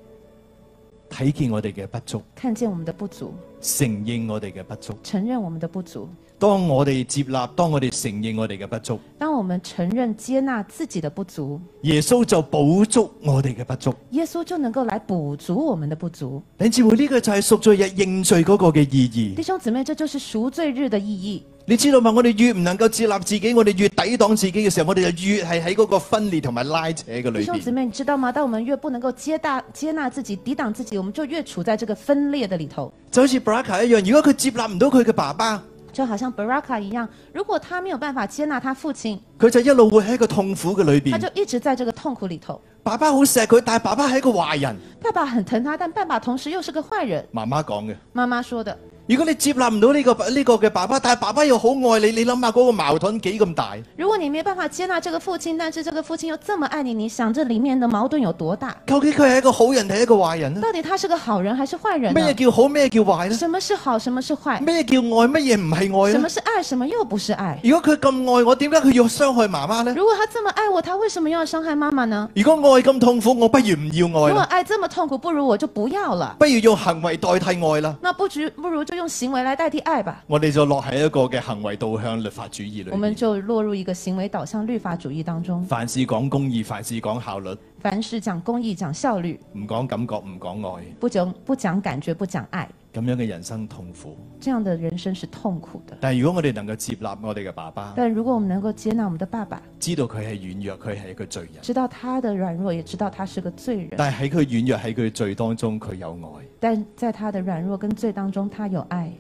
Speaker 6: 睇見我哋嘅不足，
Speaker 4: 看见我们的不足，
Speaker 6: 承認我哋嘅不足。
Speaker 4: 承认我们的不足。
Speaker 6: 當我哋接納，當我哋承認我哋嘅不足，
Speaker 4: 当我们承认接纳自己的不足，
Speaker 6: 耶穌就補足我哋嘅不足。
Speaker 4: 耶稣就能够来补足我们的不足。
Speaker 6: 弟兄姊妹，呢、個就係贖罪日認罪嗰個嘅意義
Speaker 4: 弟。兄姊妹，这就是赎罪日的意义。
Speaker 6: 你知道嘛？我哋越唔能夠接納自己，我哋越抵擋自己嘅時候，我哋就越係喺嗰個分裂同埋拉扯嘅
Speaker 4: 弟
Speaker 6: 裏
Speaker 4: 兄姊
Speaker 6: 邊。
Speaker 4: 妹，你知道吗？当我们越不能够接纳接纳自己、抵挡自己，我们就越处在这个分裂的里头。
Speaker 6: 就好似 Braca 一樣，如果佢接納唔到佢嘅爸爸，
Speaker 4: 就好像 Baraka 一样，如果他没有办法接纳他父亲，
Speaker 6: 佢就一路會喺一個痛苦嘅裏
Speaker 4: 他
Speaker 6: 邊
Speaker 4: 就。一直在这个痛苦里头。
Speaker 6: 爸爸好錫佢，但係爸爸係一個壞人。
Speaker 4: 爸爸很疼他，但爸爸同时又是个坏人。
Speaker 6: 媽媽講嘅。
Speaker 4: 妈妈说的，
Speaker 6: 如果你接納唔到呢個呢、個嘅爸爸，但係爸爸又好愛你，你諗下嗰個矛盾幾咁大？
Speaker 4: 如果你没办法接纳这个父亲，但是这个父亲又这么爱你，你想这里面的矛盾有多大？
Speaker 6: 究竟佢係一個好人定係一個壞人呢？
Speaker 4: 到底他是个好人还是坏人呢？啊
Speaker 6: 咩叫好？咩叫壞呢？
Speaker 4: 什么是好？什么是坏？
Speaker 6: 咩叫愛？乜嘢唔係愛
Speaker 4: 什
Speaker 6: 呢
Speaker 4: 么？是爱？什么又不是爱？
Speaker 6: 如果佢咁愛我，點解佢要傷害媽媽呢？
Speaker 4: 如果他这么爱我，他为什么要伤害妈妈呢？
Speaker 6: 如果愛咁痛苦，我不如唔要愛
Speaker 4: 如果
Speaker 6: 啦，
Speaker 4: 爱这么痛苦，不如我就不要了。
Speaker 6: 不如用行為代替愛啦。
Speaker 4: 那不如不如就用行为来代替爱吧。
Speaker 6: 我哋就落喺一個嘅行為導向律法主義裏
Speaker 4: 我们
Speaker 6: 面。
Speaker 4: 就落入一个行为导向律法主义当中，
Speaker 6: 凡事講公義，凡事講效率，
Speaker 4: 凡事讲公义、讲效率，
Speaker 6: 唔講感覺，唔講愛，
Speaker 4: 不讲不讲感觉，不讲爱，
Speaker 6: 咁樣嘅人生痛苦。
Speaker 4: 这样的人生是痛苦的。
Speaker 6: 但係如果我哋能夠接納我哋嘅爸爸，
Speaker 4: 但如果我们能够接纳我们的爸爸，
Speaker 6: 知道佢係軟弱，佢係一個罪人。
Speaker 4: 知道他的软弱，也知道他是个罪人，
Speaker 6: 但係喺佢軟弱喺佢罪當中，佢有愛。
Speaker 4: 但在他的软弱跟罪当中，他有爱。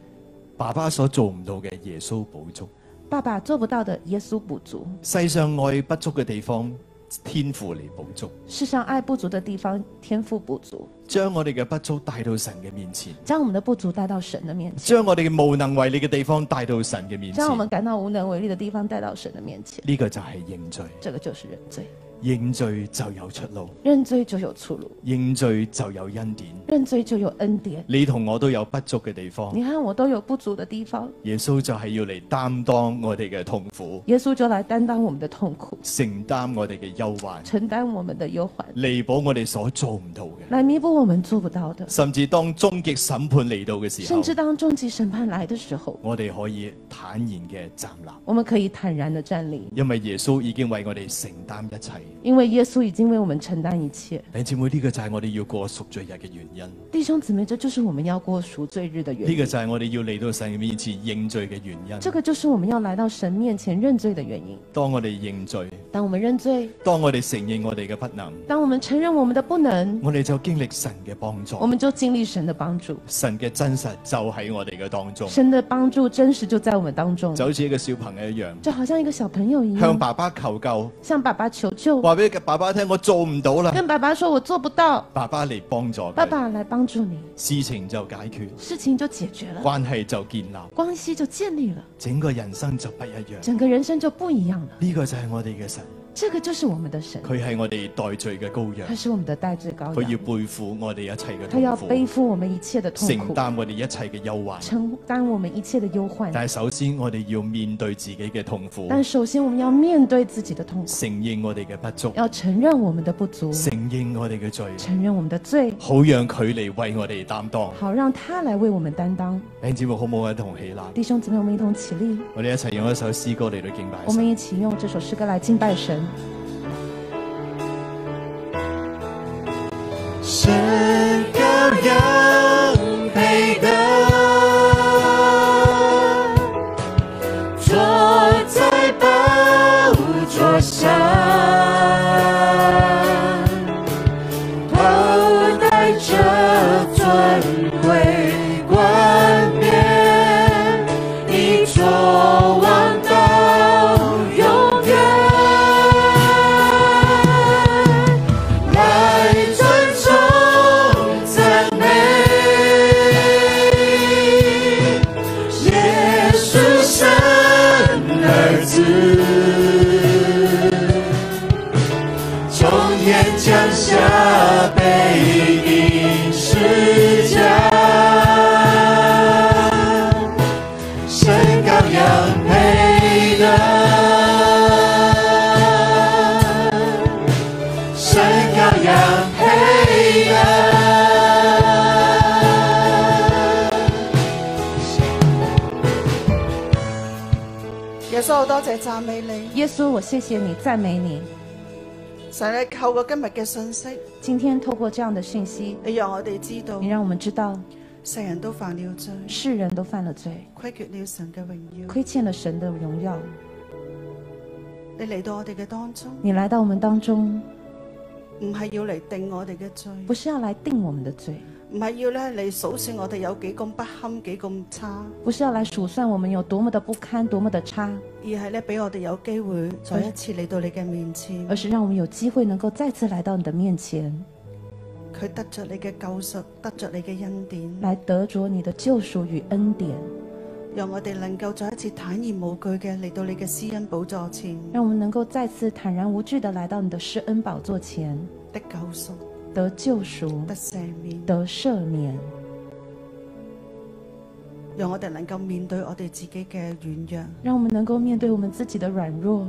Speaker 6: 爸爸所做唔到嘅，耶穌補足。
Speaker 4: 爸爸做不到的，耶稣补足；
Speaker 6: 世上愛不足嘅地方，天父嚟補足，
Speaker 4: 世上爱不足的地方，天父补足，
Speaker 6: 將我哋嘅不足帶到神嘅面前，
Speaker 4: 将我们的不足带到神的面前，
Speaker 6: 將我哋嘅無能為力嘅地方帶到神嘅面前。
Speaker 4: 将我们
Speaker 6: 呢
Speaker 4: 感到无能为力的地方带到神的面前。
Speaker 6: 個就係認罪，
Speaker 4: 这个就是认罪，
Speaker 6: 認罪就有出路，
Speaker 4: 认罪就有出路，
Speaker 6: 認罪就有恩典。
Speaker 4: 认罪就有恩典。
Speaker 6: 你同我都有不足嘅地方，
Speaker 4: 你看我都有不足的地方，
Speaker 6: 耶穌就係要嚟擔當我哋嘅痛苦，
Speaker 4: 耶稣就来担当我们的痛苦，
Speaker 6: 承擔我哋嘅憂患，
Speaker 4: 承担我们的忧患，
Speaker 6: 彌補我哋所做唔到嘅。
Speaker 4: 来弥补我们做不到的。
Speaker 6: 甚至當終極審判嚟到嘅時
Speaker 4: 甚
Speaker 6: 候，
Speaker 4: 至当终极审判来的时候，
Speaker 6: 我哋可以坦然嘅站立，
Speaker 4: 我们可以坦然的站立，
Speaker 6: 因為耶穌已經為我哋承擔一切。
Speaker 4: 因为耶稣已经为我们承担一切。
Speaker 6: 弟兄姊妹，呢、個就係我哋要過贖罪日嘅原因，
Speaker 4: 弟兄姊妹，这就是我们要过赎罪日的原
Speaker 6: 呢、個
Speaker 4: 因，
Speaker 6: 就係我哋要嚟到神嘅面前認罪嘅原
Speaker 4: 这
Speaker 6: 因。
Speaker 4: 个就是我们要来到神面前认罪的原因。
Speaker 6: 當我哋認罪，
Speaker 4: 当我们认罪，
Speaker 6: 當我哋承認我哋嘅不能，
Speaker 4: 当我们承认我们的不能，
Speaker 6: 我哋就經歷神嘅幫助
Speaker 4: 我，们就经历神的帮助。
Speaker 6: 神嘅真實就喺我哋嘅當中，
Speaker 4: 神的帮助真实就在我们当中，
Speaker 6: 就好似一個小朋友一樣，
Speaker 4: 就好像一个小朋友一
Speaker 6: 向
Speaker 4: 样，
Speaker 6: 爸爸求救，
Speaker 4: 向爸爸求救，
Speaker 6: 話俾爸爸聽：我做唔到啦，
Speaker 4: 跟爸爸说：“我做不到。
Speaker 6: 爸爸嚟幫助”
Speaker 4: 爸
Speaker 6: 佢，
Speaker 4: 爸来帮助你，
Speaker 6: 事情就解決，
Speaker 4: 事情就解决了，
Speaker 6: 關係就建立。
Speaker 4: 关系就建立了，
Speaker 6: 整個人生就不一樣。
Speaker 4: 整个人生就不一样了。
Speaker 6: 呢、個就係我哋嘅神，
Speaker 4: 这个就是我们的神，
Speaker 6: 佢係我哋代罪嘅羔
Speaker 4: 他
Speaker 6: 羊，
Speaker 4: 是我们的代罪羔
Speaker 6: 佢要
Speaker 4: 羊，
Speaker 6: 背負我哋一切嘅
Speaker 4: 他要
Speaker 6: 痛
Speaker 4: 背
Speaker 6: 苦，
Speaker 4: 负我们一切的痛
Speaker 6: 承
Speaker 4: 苦，
Speaker 6: 擔我哋一切嘅憂患。
Speaker 4: 承担我们一切的忧患。
Speaker 6: 但係首先，我哋要面對自己嘅痛苦，
Speaker 4: 但首先，我们要面对自己的痛苦，
Speaker 6: 承認我哋嘅不足，
Speaker 4: 要承认我们的不足，
Speaker 6: 承認我哋嘅罪，
Speaker 4: 承认我们的罪，
Speaker 6: 好讓佢嚟為我哋擔當。
Speaker 4: 好让他来为我们担当。
Speaker 6: 弟兄姊妹，好唔好？一同起立，
Speaker 4: 弟兄姊妹，我们一同起立，
Speaker 6: 我哋一齊用一首詩歌嚟到敬拜
Speaker 4: 我们
Speaker 6: 神
Speaker 4: 一。起用这首诗歌来敬拜神。
Speaker 7: 神羔羊配得，坐在宝座上，头戴着尊贵冠冕。望到永远。来尊重赞美，耶稣生儿子，从天降下被饮世家，身高羊配的。山羔羊配的。
Speaker 8: 耶穌，我多謝讚美你。
Speaker 4: 耶稣，我谢谢你，赞美你。
Speaker 8: 神你透過今日嘅信息，
Speaker 4: 今天透过这样的讯息，
Speaker 8: 你讓我哋知道
Speaker 4: 你，让我们知道
Speaker 8: 世人都犯了罪，
Speaker 4: 世人都犯了罪，
Speaker 8: 虧缺了神嘅榮耀。
Speaker 4: 亏欠了神的荣耀。
Speaker 8: 你嚟到我哋嘅當中，
Speaker 4: 你来到我们当中，
Speaker 8: 唔係要嚟定我哋嘅罪，
Speaker 4: 不是要来定我们的罪，
Speaker 8: 唔係要咧嚟數算我哋有幾咁不堪、幾咁差，
Speaker 4: 不是要来数算我们有多么的不堪、多么的差，
Speaker 8: 而係咧俾我哋有機會再一次嚟到你嘅面前
Speaker 4: 而。是让我们有机会能够再次来到你的面前，
Speaker 8: 佢得着你嘅救贖，得着你嘅恩典，
Speaker 4: 来得着你的救赎与恩典，
Speaker 8: 讓我哋能夠再一次坦然無懼嘅嚟到你嘅施恩寶座前
Speaker 4: 让我们能够再次坦然无惧的来到你的施恩宝座前，
Speaker 8: 得救贖、
Speaker 4: 得救赎、
Speaker 8: 得赦免，
Speaker 4: 得赦免，
Speaker 8: 讓我哋能夠面對我哋自己嘅軟弱。
Speaker 4: 让我们能够面对我们自己的软弱。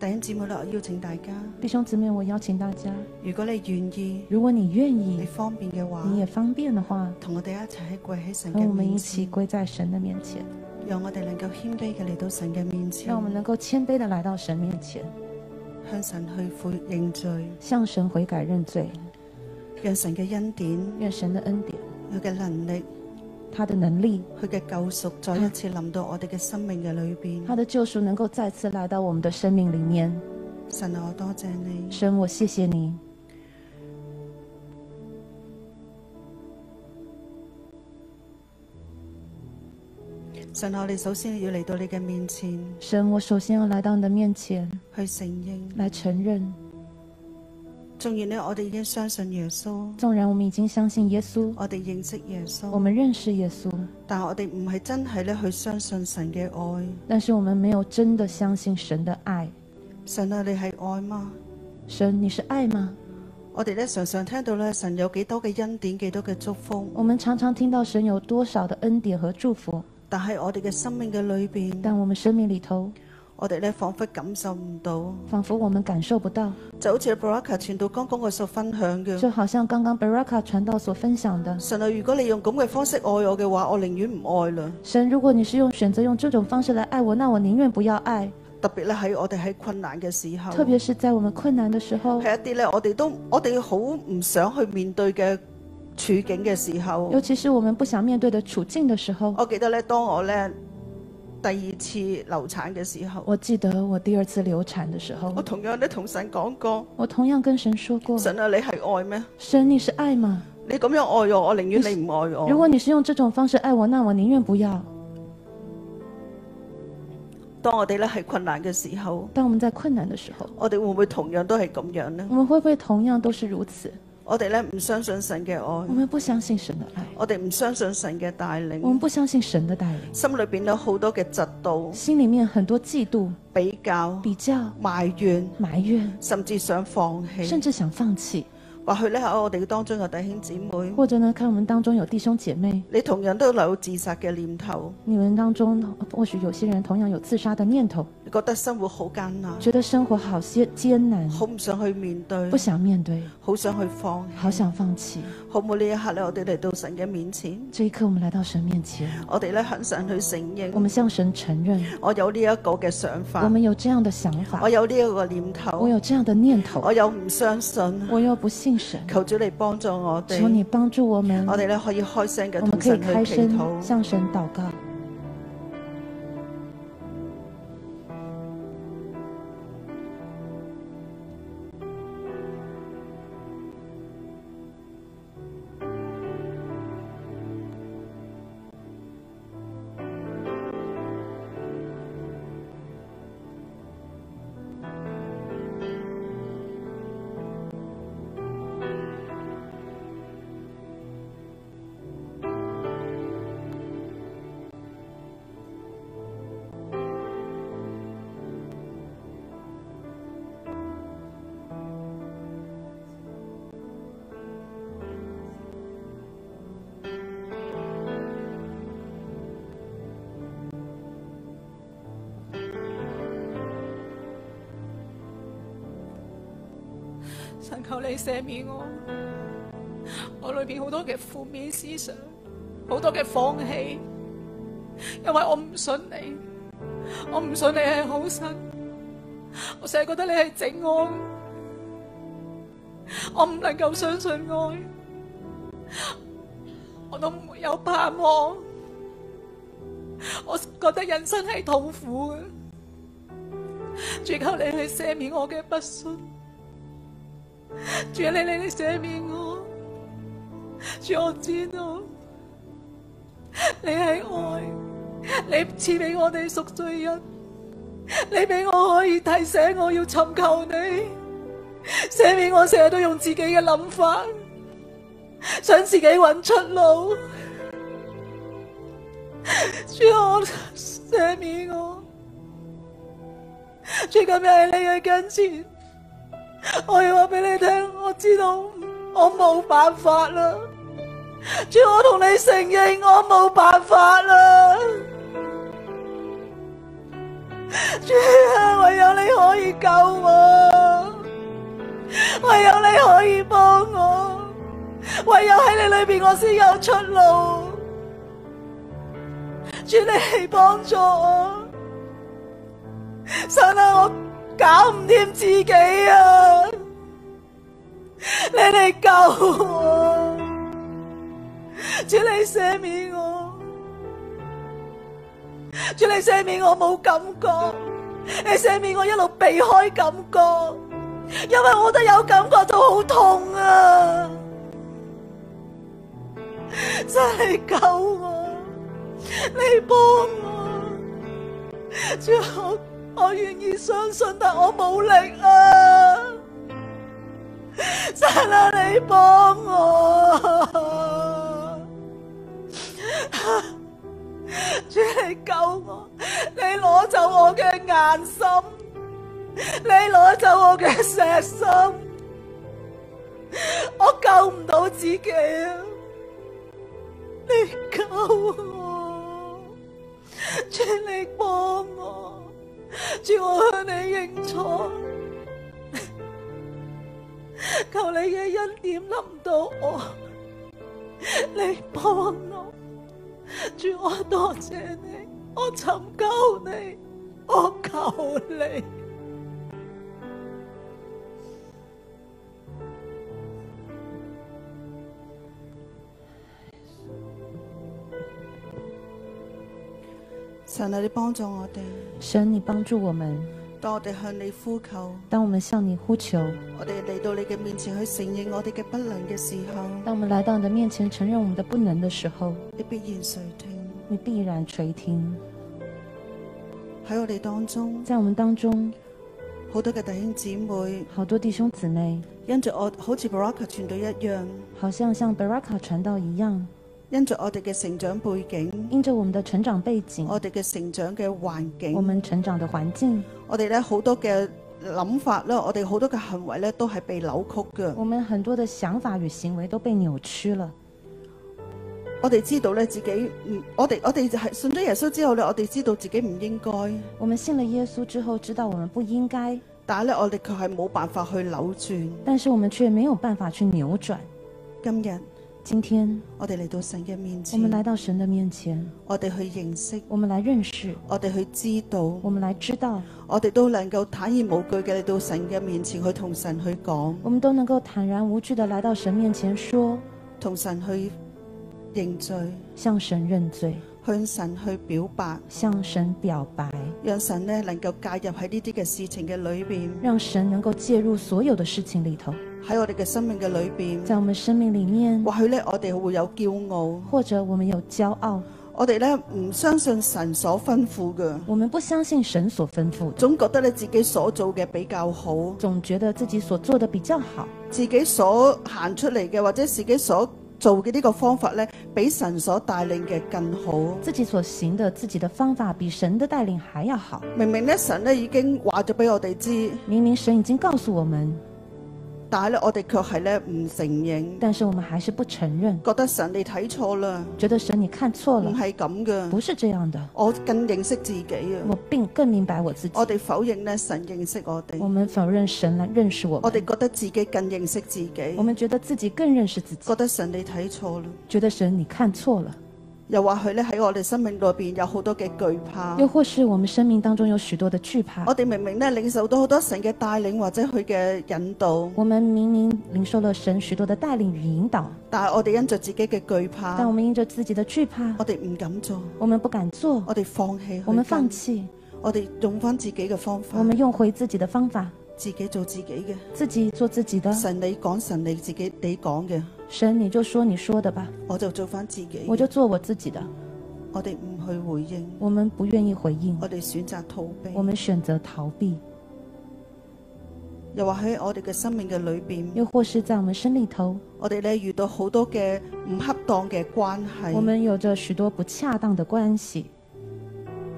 Speaker 8: 弟兄姊妹咧，我邀請大家，
Speaker 4: 弟兄姊妹，我邀请大家，
Speaker 8: 如果你願意，
Speaker 4: 如果你愿
Speaker 8: 你
Speaker 4: 意，
Speaker 8: 方便嘅話，
Speaker 4: 你也方便的话，
Speaker 8: 同我哋一齊喺跪喺神
Speaker 4: 和
Speaker 8: 嘅
Speaker 4: 我们
Speaker 8: 面
Speaker 4: 一起
Speaker 8: 前，
Speaker 4: 跪在神的面前，
Speaker 8: 讓我哋能夠謙卑嘅嚟到神嘅面前
Speaker 4: 让我，们能够谦卑的来到神面前，
Speaker 8: 向神去悔認罪，
Speaker 4: 向神悔改认罪，
Speaker 8: 讓神嘅恩典、
Speaker 4: 愿神的恩典、
Speaker 8: 佢嘅能力、
Speaker 4: 他的能力、
Speaker 8: 佢嘅救贖再一次臨到我哋嘅生命嘅裏邊。
Speaker 4: 他的救赎能够再次来到我们的生命里面。
Speaker 8: 神啊，我多謝你。
Speaker 4: 神，我谢谢你。
Speaker 8: 神啊，我哋首先要嚟到你嘅面前，
Speaker 4: 神，我首先要来到你的面前，
Speaker 8: 去承認。
Speaker 4: 来承认，
Speaker 8: 縱然呢，我哋已經相信耶穌，
Speaker 4: 纵然我们已经相信耶稣，
Speaker 8: 我哋認識耶穌，
Speaker 4: 我们认识耶稣，
Speaker 8: 但我哋唔係真係咧去相信神嘅愛。
Speaker 4: 但是我们没有真的相信神的爱。
Speaker 8: 神啊，你係愛嗎？
Speaker 4: 神，你是爱吗？
Speaker 8: 我哋咧常常聽到咧，神有幾多嘅恩典，幾多嘅祝福，
Speaker 4: 我们常常听到神有多少的恩典和祝福，
Speaker 8: 但係我哋嘅生命嘅裏邊，
Speaker 4: 但我们生命里头，
Speaker 8: 我哋咧彷彿感受唔到，
Speaker 4: 仿佛我们感受不到。
Speaker 8: 就好似 Baraka 傳道剛剛我所分享
Speaker 4: 就
Speaker 8: 嘅。
Speaker 4: 好像刚刚 Baraka 传道所分享的，
Speaker 8: 神啊，如果你用咁嘅方式愛我嘅話，我寧願唔愛啦。
Speaker 4: 神，如果你是用选择用这种方式来爱我，那我宁愿不要爱。
Speaker 8: 特別咧喺我哋喺困難嘅時候，
Speaker 4: 特别是在我们困难的时候，
Speaker 8: 係一啲咧，我哋都我哋好唔想去面對嘅處境嘅時候
Speaker 4: 尤，其是我们不想面对的处境的时候。
Speaker 8: 我記得咧，當我咧第二次流產嘅時候，
Speaker 4: 我記得我第二次流產的時候
Speaker 8: 我，同樣咧同神講過：
Speaker 4: 我同樣跟神說過：“
Speaker 8: 神啊，你係愛咩？
Speaker 4: 神，你是愛嗎？
Speaker 8: 你咁樣愛我，我寧願你唔愛
Speaker 4: 如
Speaker 8: 我。
Speaker 4: 果你是用這種方式愛我，那我寧願不要。”
Speaker 8: 當我哋咧係困難嘅時候，
Speaker 4: 當我們在困難的時候，
Speaker 8: 我哋會唔會同樣都係咁樣呢
Speaker 4: 我？們會不會同樣都是如此？
Speaker 8: 我哋咧唔相信神嘅
Speaker 4: 我
Speaker 8: 愛，
Speaker 4: 們不相信神的愛，
Speaker 8: 我哋唔相信神嘅帶
Speaker 4: 我們
Speaker 8: 領，
Speaker 4: 不相信神的帶領，
Speaker 8: 心裏邊有好多嘅嫉妒、
Speaker 4: 心裡面很多嫉妒、
Speaker 8: 比較、
Speaker 4: 比較、
Speaker 8: 埋怨，
Speaker 4: 埋怨，
Speaker 8: 甚至想放棄
Speaker 4: 甚。至想放棄。
Speaker 8: 或許咧喺我哋當中嘅弟兄姊妹，
Speaker 4: 或者呢，看我們當中有弟兄姐妹，
Speaker 8: 你同樣都有自殺嘅念頭，
Speaker 4: 你們當中或許有些人同樣有自殺的念頭，
Speaker 8: 你覺得生活好艱難，
Speaker 4: 覺得生活好些艱難，
Speaker 8: 好唔想去面對
Speaker 4: 不，想面對，
Speaker 8: 好想去放棄，
Speaker 4: 好想放棄。
Speaker 8: 好唔好呢一刻咧？我哋嚟到神嘅面前，
Speaker 4: 这一刻，我们来到神面前，
Speaker 8: 我哋咧向神去承
Speaker 4: 我
Speaker 8: 認，
Speaker 4: 们向神承認，
Speaker 8: 我有呢一個嘅想
Speaker 4: 我
Speaker 8: 法，
Speaker 4: 们有这样的想法
Speaker 8: 我，有呢一個念
Speaker 4: 我
Speaker 8: 頭，
Speaker 4: 有这样的念头
Speaker 8: 我，有唔相信，
Speaker 4: 我又不信神，
Speaker 8: 求主你幫助我
Speaker 4: 求你
Speaker 8: 哋，
Speaker 4: 帮助我们，
Speaker 8: 我哋咧可以開聲嘅
Speaker 4: 我们
Speaker 8: 同
Speaker 4: 可以
Speaker 8: 神去
Speaker 4: 开
Speaker 8: 祈
Speaker 4: 声
Speaker 8: 禱。
Speaker 4: 向神祷告。
Speaker 9: 神求你赦免我，我裏边好多嘅負面思想，好多嘅放棄，因為我唔信你，我唔信你係好神，我成日覺得你係整我，我唔能夠相信愛，我都沒有盼望，我覺得人生係痛苦嘅。主求你去赦免我嘅不信，主你你你赦免我，主我知道你系爱，你赐俾我哋赎罪人，你俾我可以提醒我要寻求你，赦免我成日都用自己嘅谂法，想自己揾出路，主我赦免我。主今日喺你嘅跟前，我要话俾你听，我知道我冇办法啦。主，我同你承认我冇办法啦。主啊，唯有你可以救我，唯有你可以帮我，唯有喺你里边我先有出路。主，你嚟帮助我。神啊，我搞唔掂自己啊！你嚟救我，主你赦免我，主你赦免我冇感覺，你赦免我一路避開感覺，因為我覺得有感覺就好痛啊！真係救我，你幫我，主我我愿意相信，但我冇力啊！神啊，你帮我，主你救我，你攞走我嘅硬心，你攞走我嘅石心，我救唔到自己啊！你救我，主你帮我。主，我向你认错，求你嘅恩典临到我，你帮我。主，我多谢你，我寻求你，我求你。
Speaker 8: 神啊，你幫助我哋，
Speaker 4: 神，你帮助我们，
Speaker 8: 當我哋向你呼求，
Speaker 4: 当我们向你呼求，
Speaker 8: 我哋嚟到你嘅面前去承認我哋嘅不能嘅時候，
Speaker 4: 当我们来到你的面前承认我们的不能的时候，
Speaker 8: 你必然垂聽。
Speaker 4: 你必然垂听。
Speaker 8: 喺我哋當中，
Speaker 4: 在我们当中，
Speaker 8: 好多嘅弟兄姊妹
Speaker 4: 好多弟兄姊妹，
Speaker 8: 因着我好似 Baraka 團隊一樣，
Speaker 4: 好像像 Baraka 传道一样，
Speaker 8: 因着我哋嘅成長背景，
Speaker 4: 因着我们的成长背景，
Speaker 8: 我哋嘅成長嘅環
Speaker 4: 我
Speaker 8: 境，
Speaker 4: 们成长的环境，
Speaker 8: 我哋咧好多嘅諗法咧，我哋好多嘅行為咧都係被扭曲嘅。
Speaker 4: 我们很多的想法与行为都被扭曲了。
Speaker 8: 我哋知道咧自己唔，我哋我哋就係信咗耶穌之後咧，我哋知道自己唔應該，
Speaker 4: 我们信了耶稣之后，知道我们不应该，
Speaker 8: 但係咧我哋卻係冇辦法去扭轉。
Speaker 4: 但是我们却没有办法去扭转。
Speaker 8: 今日
Speaker 4: 今天
Speaker 8: 我哋嚟到神嘅面
Speaker 4: 我
Speaker 8: 前，
Speaker 4: 们来到神的面前，
Speaker 8: 我哋去認識，
Speaker 4: 我们来认识，
Speaker 8: 我哋去知道，
Speaker 4: 我们来知道，
Speaker 8: 我哋都能夠坦然無懼嘅嚟到神嘅面前去同神去講，
Speaker 4: 我们都能够坦然无惧的来到神面前说，
Speaker 8: 同神去認罪，
Speaker 4: 向神认罪，
Speaker 8: 向神去表白，
Speaker 4: 向神表白，
Speaker 8: 讓神咧能夠介入喺呢啲嘅事情嘅裏邊，
Speaker 4: 让神能够介入所有的事情里头，
Speaker 8: 喺我哋嘅生命嘅裏邊。
Speaker 4: 在我们生命里面，
Speaker 8: 或許咧，我哋會有驕傲，
Speaker 4: 或者我们有骄傲，
Speaker 8: 我哋咧唔相信神所吩咐嘅，
Speaker 4: 我们不相信神所吩咐的，
Speaker 8: 總覺得咧自己所做嘅比較好，
Speaker 4: 总觉得自己所做的比较好，
Speaker 8: 自己所行出嚟嘅或者自己所做嘅呢個方法咧，比神所帶領嘅更好。
Speaker 4: 自己所行的自己的方法比神的带领还要好。
Speaker 8: 明明咧，神咧已經話咗俾我哋知，
Speaker 4: 明明神已经告诉我们，
Speaker 8: 但係咧，我哋卻係咧唔承認，
Speaker 4: 但是我们还是不承认，
Speaker 8: 覺得神你睇錯啦，
Speaker 4: 觉得神你看错
Speaker 8: 唔
Speaker 4: 了，
Speaker 8: 係咁嘅。
Speaker 4: 不是这样的。
Speaker 8: 我更認識自己啊！
Speaker 4: 我并更明白我自己
Speaker 8: 我，哋否認咧，神認識我
Speaker 4: 我
Speaker 8: 哋，
Speaker 4: 们否认神来认识我
Speaker 8: 我哋
Speaker 4: 们，
Speaker 8: 覺得自己更認識自己，
Speaker 4: 我们觉得自己更认识自己，
Speaker 8: 覺得神你睇錯啦。
Speaker 4: 觉得神你看错了，
Speaker 8: 又或許咧喺我哋生命裏邊有好多嘅懼怕，
Speaker 4: 又或是我们生命当中有许多的惧怕。
Speaker 8: 我哋明明咧領受到好多神嘅帶領或者佢嘅引導，
Speaker 4: 我们明明领受了神许多的带领与引导，
Speaker 8: 但係我哋因着自己嘅懼怕
Speaker 4: 但我，们因着自己的惧怕，
Speaker 8: 我哋唔敢做，
Speaker 4: 我们不敢做，
Speaker 8: 我哋放棄，
Speaker 4: 我们放，弃，
Speaker 8: 我哋用翻自己嘅方法
Speaker 4: 我，们用回自己的方法，
Speaker 8: 自己做自己
Speaker 4: 自己做自己的
Speaker 8: 嘅。。神你講，神你自己你講嘅，
Speaker 4: 神，你就说你说的吧，
Speaker 8: 我就做翻自己嘅。
Speaker 4: 我就做我自己的。
Speaker 8: 我哋唔去回應，
Speaker 4: 我们不愿意回应，
Speaker 8: 我哋選擇逃避
Speaker 4: 我。们选择逃避，
Speaker 8: 又或喺我哋嘅生命嘅裏邊，
Speaker 4: 又或是在我们生里头，
Speaker 8: 我哋咧遇到好多嘅唔恰當嘅關係。
Speaker 4: 我
Speaker 8: 呢
Speaker 4: 们有着许多不恰当的关系。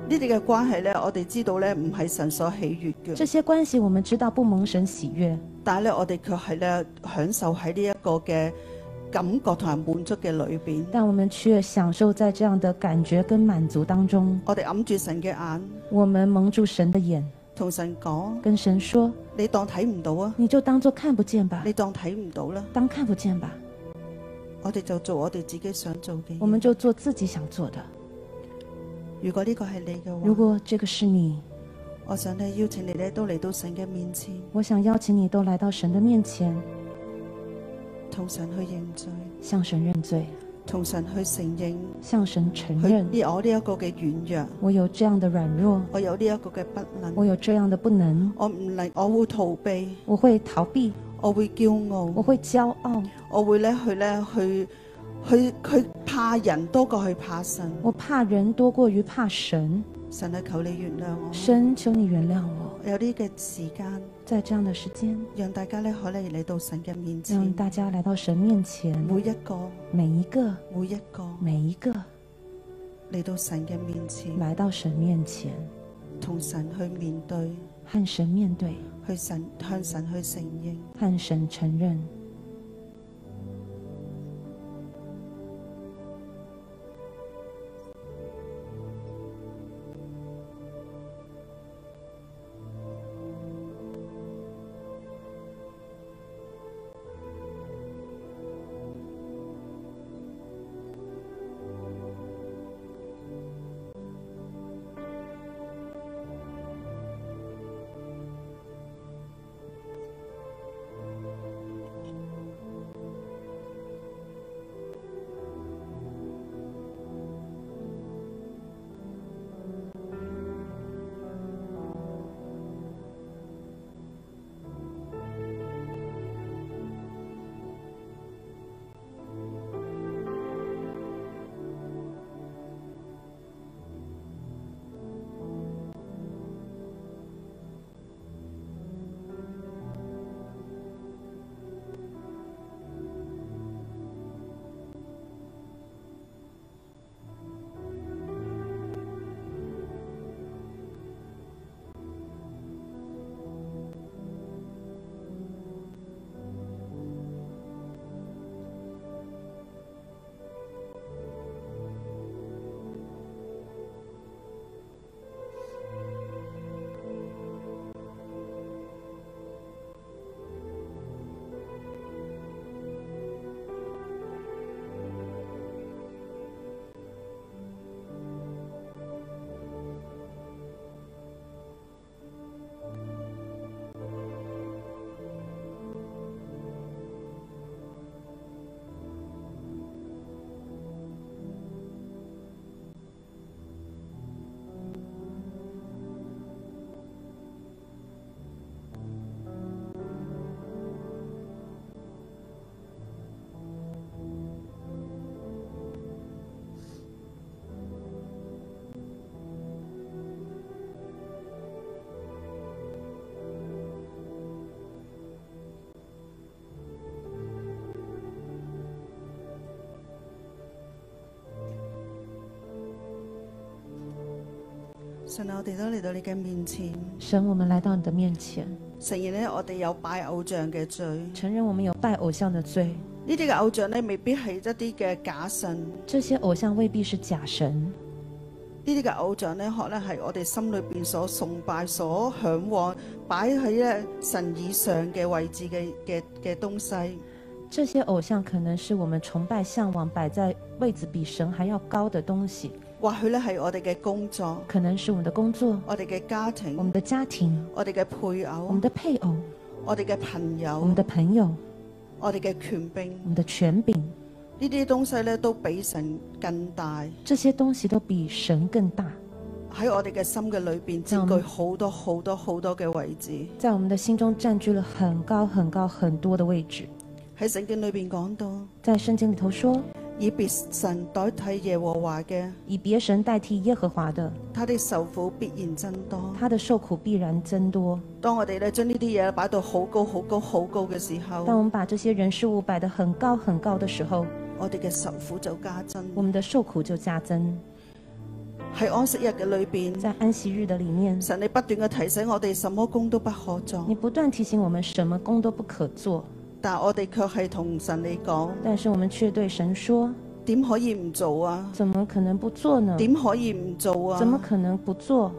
Speaker 8: 啲嘅關係咧，我哋知道咧唔係神所喜悅嘅
Speaker 4: 这，些关系我们知道不蒙神喜悦，
Speaker 8: 但係咧我哋卻係咧享受喺呢一個嘅感覺同埋滿足嘅裏邊。
Speaker 4: 但我们却享受在这样的感觉跟满足当中。
Speaker 8: 我哋揞住神嘅眼，
Speaker 4: 我们蒙住神的眼，
Speaker 8: 同神講：
Speaker 4: 跟神说：“
Speaker 8: 你當睇唔到啊，
Speaker 4: 你就当做看不见吧
Speaker 8: 你，當睇唔到啦。
Speaker 4: 当看不见吧。”
Speaker 8: 我哋就做我哋自己想做嘅
Speaker 4: 我们
Speaker 8: 嘢。
Speaker 4: 就做自己想做的。
Speaker 8: 如果呢個係你
Speaker 4: 如
Speaker 8: 嘅話，
Speaker 4: 果这个是你，
Speaker 8: 我想咧邀請你咧都嚟到神嘅面前，
Speaker 4: 我想邀请你都来到神的面前，
Speaker 8: 同神去認罪，
Speaker 4: 向神认罪，
Speaker 8: 同神去承認。
Speaker 4: 向神承
Speaker 8: 佢
Speaker 4: 认
Speaker 8: 呢我呢一個嘅軟弱，
Speaker 4: 我有这样的软弱，
Speaker 8: 我有呢一個嘅不能，
Speaker 4: 我有这样的不能，
Speaker 8: 我唔能，我會逃避，
Speaker 4: 我会逃避，
Speaker 8: 我會驕
Speaker 4: 我
Speaker 8: 傲，
Speaker 4: 会骄傲，
Speaker 8: 我會咧去咧去去去怕人多過去怕神。
Speaker 4: 我怕人多过于怕神。
Speaker 8: 神啊，求你原諒我。
Speaker 4: 神，求你原谅我，
Speaker 8: 有呢嘅時間，
Speaker 4: 在这样的时间，
Speaker 8: 讓大家咧可以嚟到神嘅面
Speaker 4: 让
Speaker 8: 前，
Speaker 4: 大家来到神面前，
Speaker 8: 每一個
Speaker 4: 每一个，
Speaker 8: 每一個
Speaker 4: 每一个
Speaker 8: 嚟到神嘅面前，
Speaker 4: 来到神面前，
Speaker 8: 同神去面對，
Speaker 4: 和神面对，
Speaker 8: 去神向神去承認。
Speaker 4: 和神承认。
Speaker 8: 神啊，我哋都嚟到你嘅面前，
Speaker 4: 神，我们来到你的面前，
Speaker 8: 承認咧我哋有拜偶像嘅罪，呢
Speaker 4: 承认我们有拜偶像的罪。
Speaker 8: 啲嘅偶像咧未必係一啲嘅假神，呢
Speaker 4: 这些偶像未必是假神，
Speaker 8: 啲嘅偶像咧可能係我哋心裏邊所崇拜、所向往、擺喺咧神以上嘅位置嘅嘅嘅東西。
Speaker 4: 这些偶像可能是我们崇拜、向往、摆在位置比神还要高的东西，
Speaker 8: 或許咧係我哋嘅工作、
Speaker 4: 可能是我们的工作、
Speaker 8: 我哋嘅家
Speaker 4: 我
Speaker 8: 庭、
Speaker 4: 们的家庭、
Speaker 8: 我哋嘅配
Speaker 4: 我
Speaker 8: 偶
Speaker 4: 们、的配偶、
Speaker 8: 我哋嘅朋
Speaker 4: 我们
Speaker 8: 友、
Speaker 4: 的朋友、
Speaker 8: 我哋嘅權柄
Speaker 4: 我，们的权柄，
Speaker 8: 呢啲東西咧都比神更大。
Speaker 4: 这些东西都比神更大，
Speaker 8: 喺我哋嘅心嘅裏邊佔據好多好多好多嘅位置。
Speaker 4: 在我们的心中占据了很高、很高、很多的位置。
Speaker 8: 喺聖經裏邊講到，
Speaker 4: 在圣经里头说，
Speaker 8: 以別神代替耶和華嘅，
Speaker 4: 以别神代替耶和华的，
Speaker 8: 他的受苦必然增多。
Speaker 4: 他的受苦必然增多。
Speaker 8: 當我哋咧將呢啲嘢擺到好高、好高、好高嘅時
Speaker 4: 当我
Speaker 8: 候，
Speaker 4: 们把这些人事物摆得很高很高的时候，
Speaker 8: 我哋嘅受苦就加增。
Speaker 4: 我们的受苦就加增。
Speaker 8: 喺安息日嘅裏邊，
Speaker 4: 在安息日的里面，
Speaker 8: 神你不斷嘅提醒我哋，什麼工都不可做
Speaker 4: 你，不断提醒我们什么工都不可做，
Speaker 8: 但我哋卻係同神你講，
Speaker 4: 但是我们却对神说：
Speaker 8: 點可以唔做啊？
Speaker 4: 怎么可能不做呢？
Speaker 8: 點可以唔做
Speaker 4: 嗯怎么
Speaker 8: 啊？
Speaker 4: 可能不做？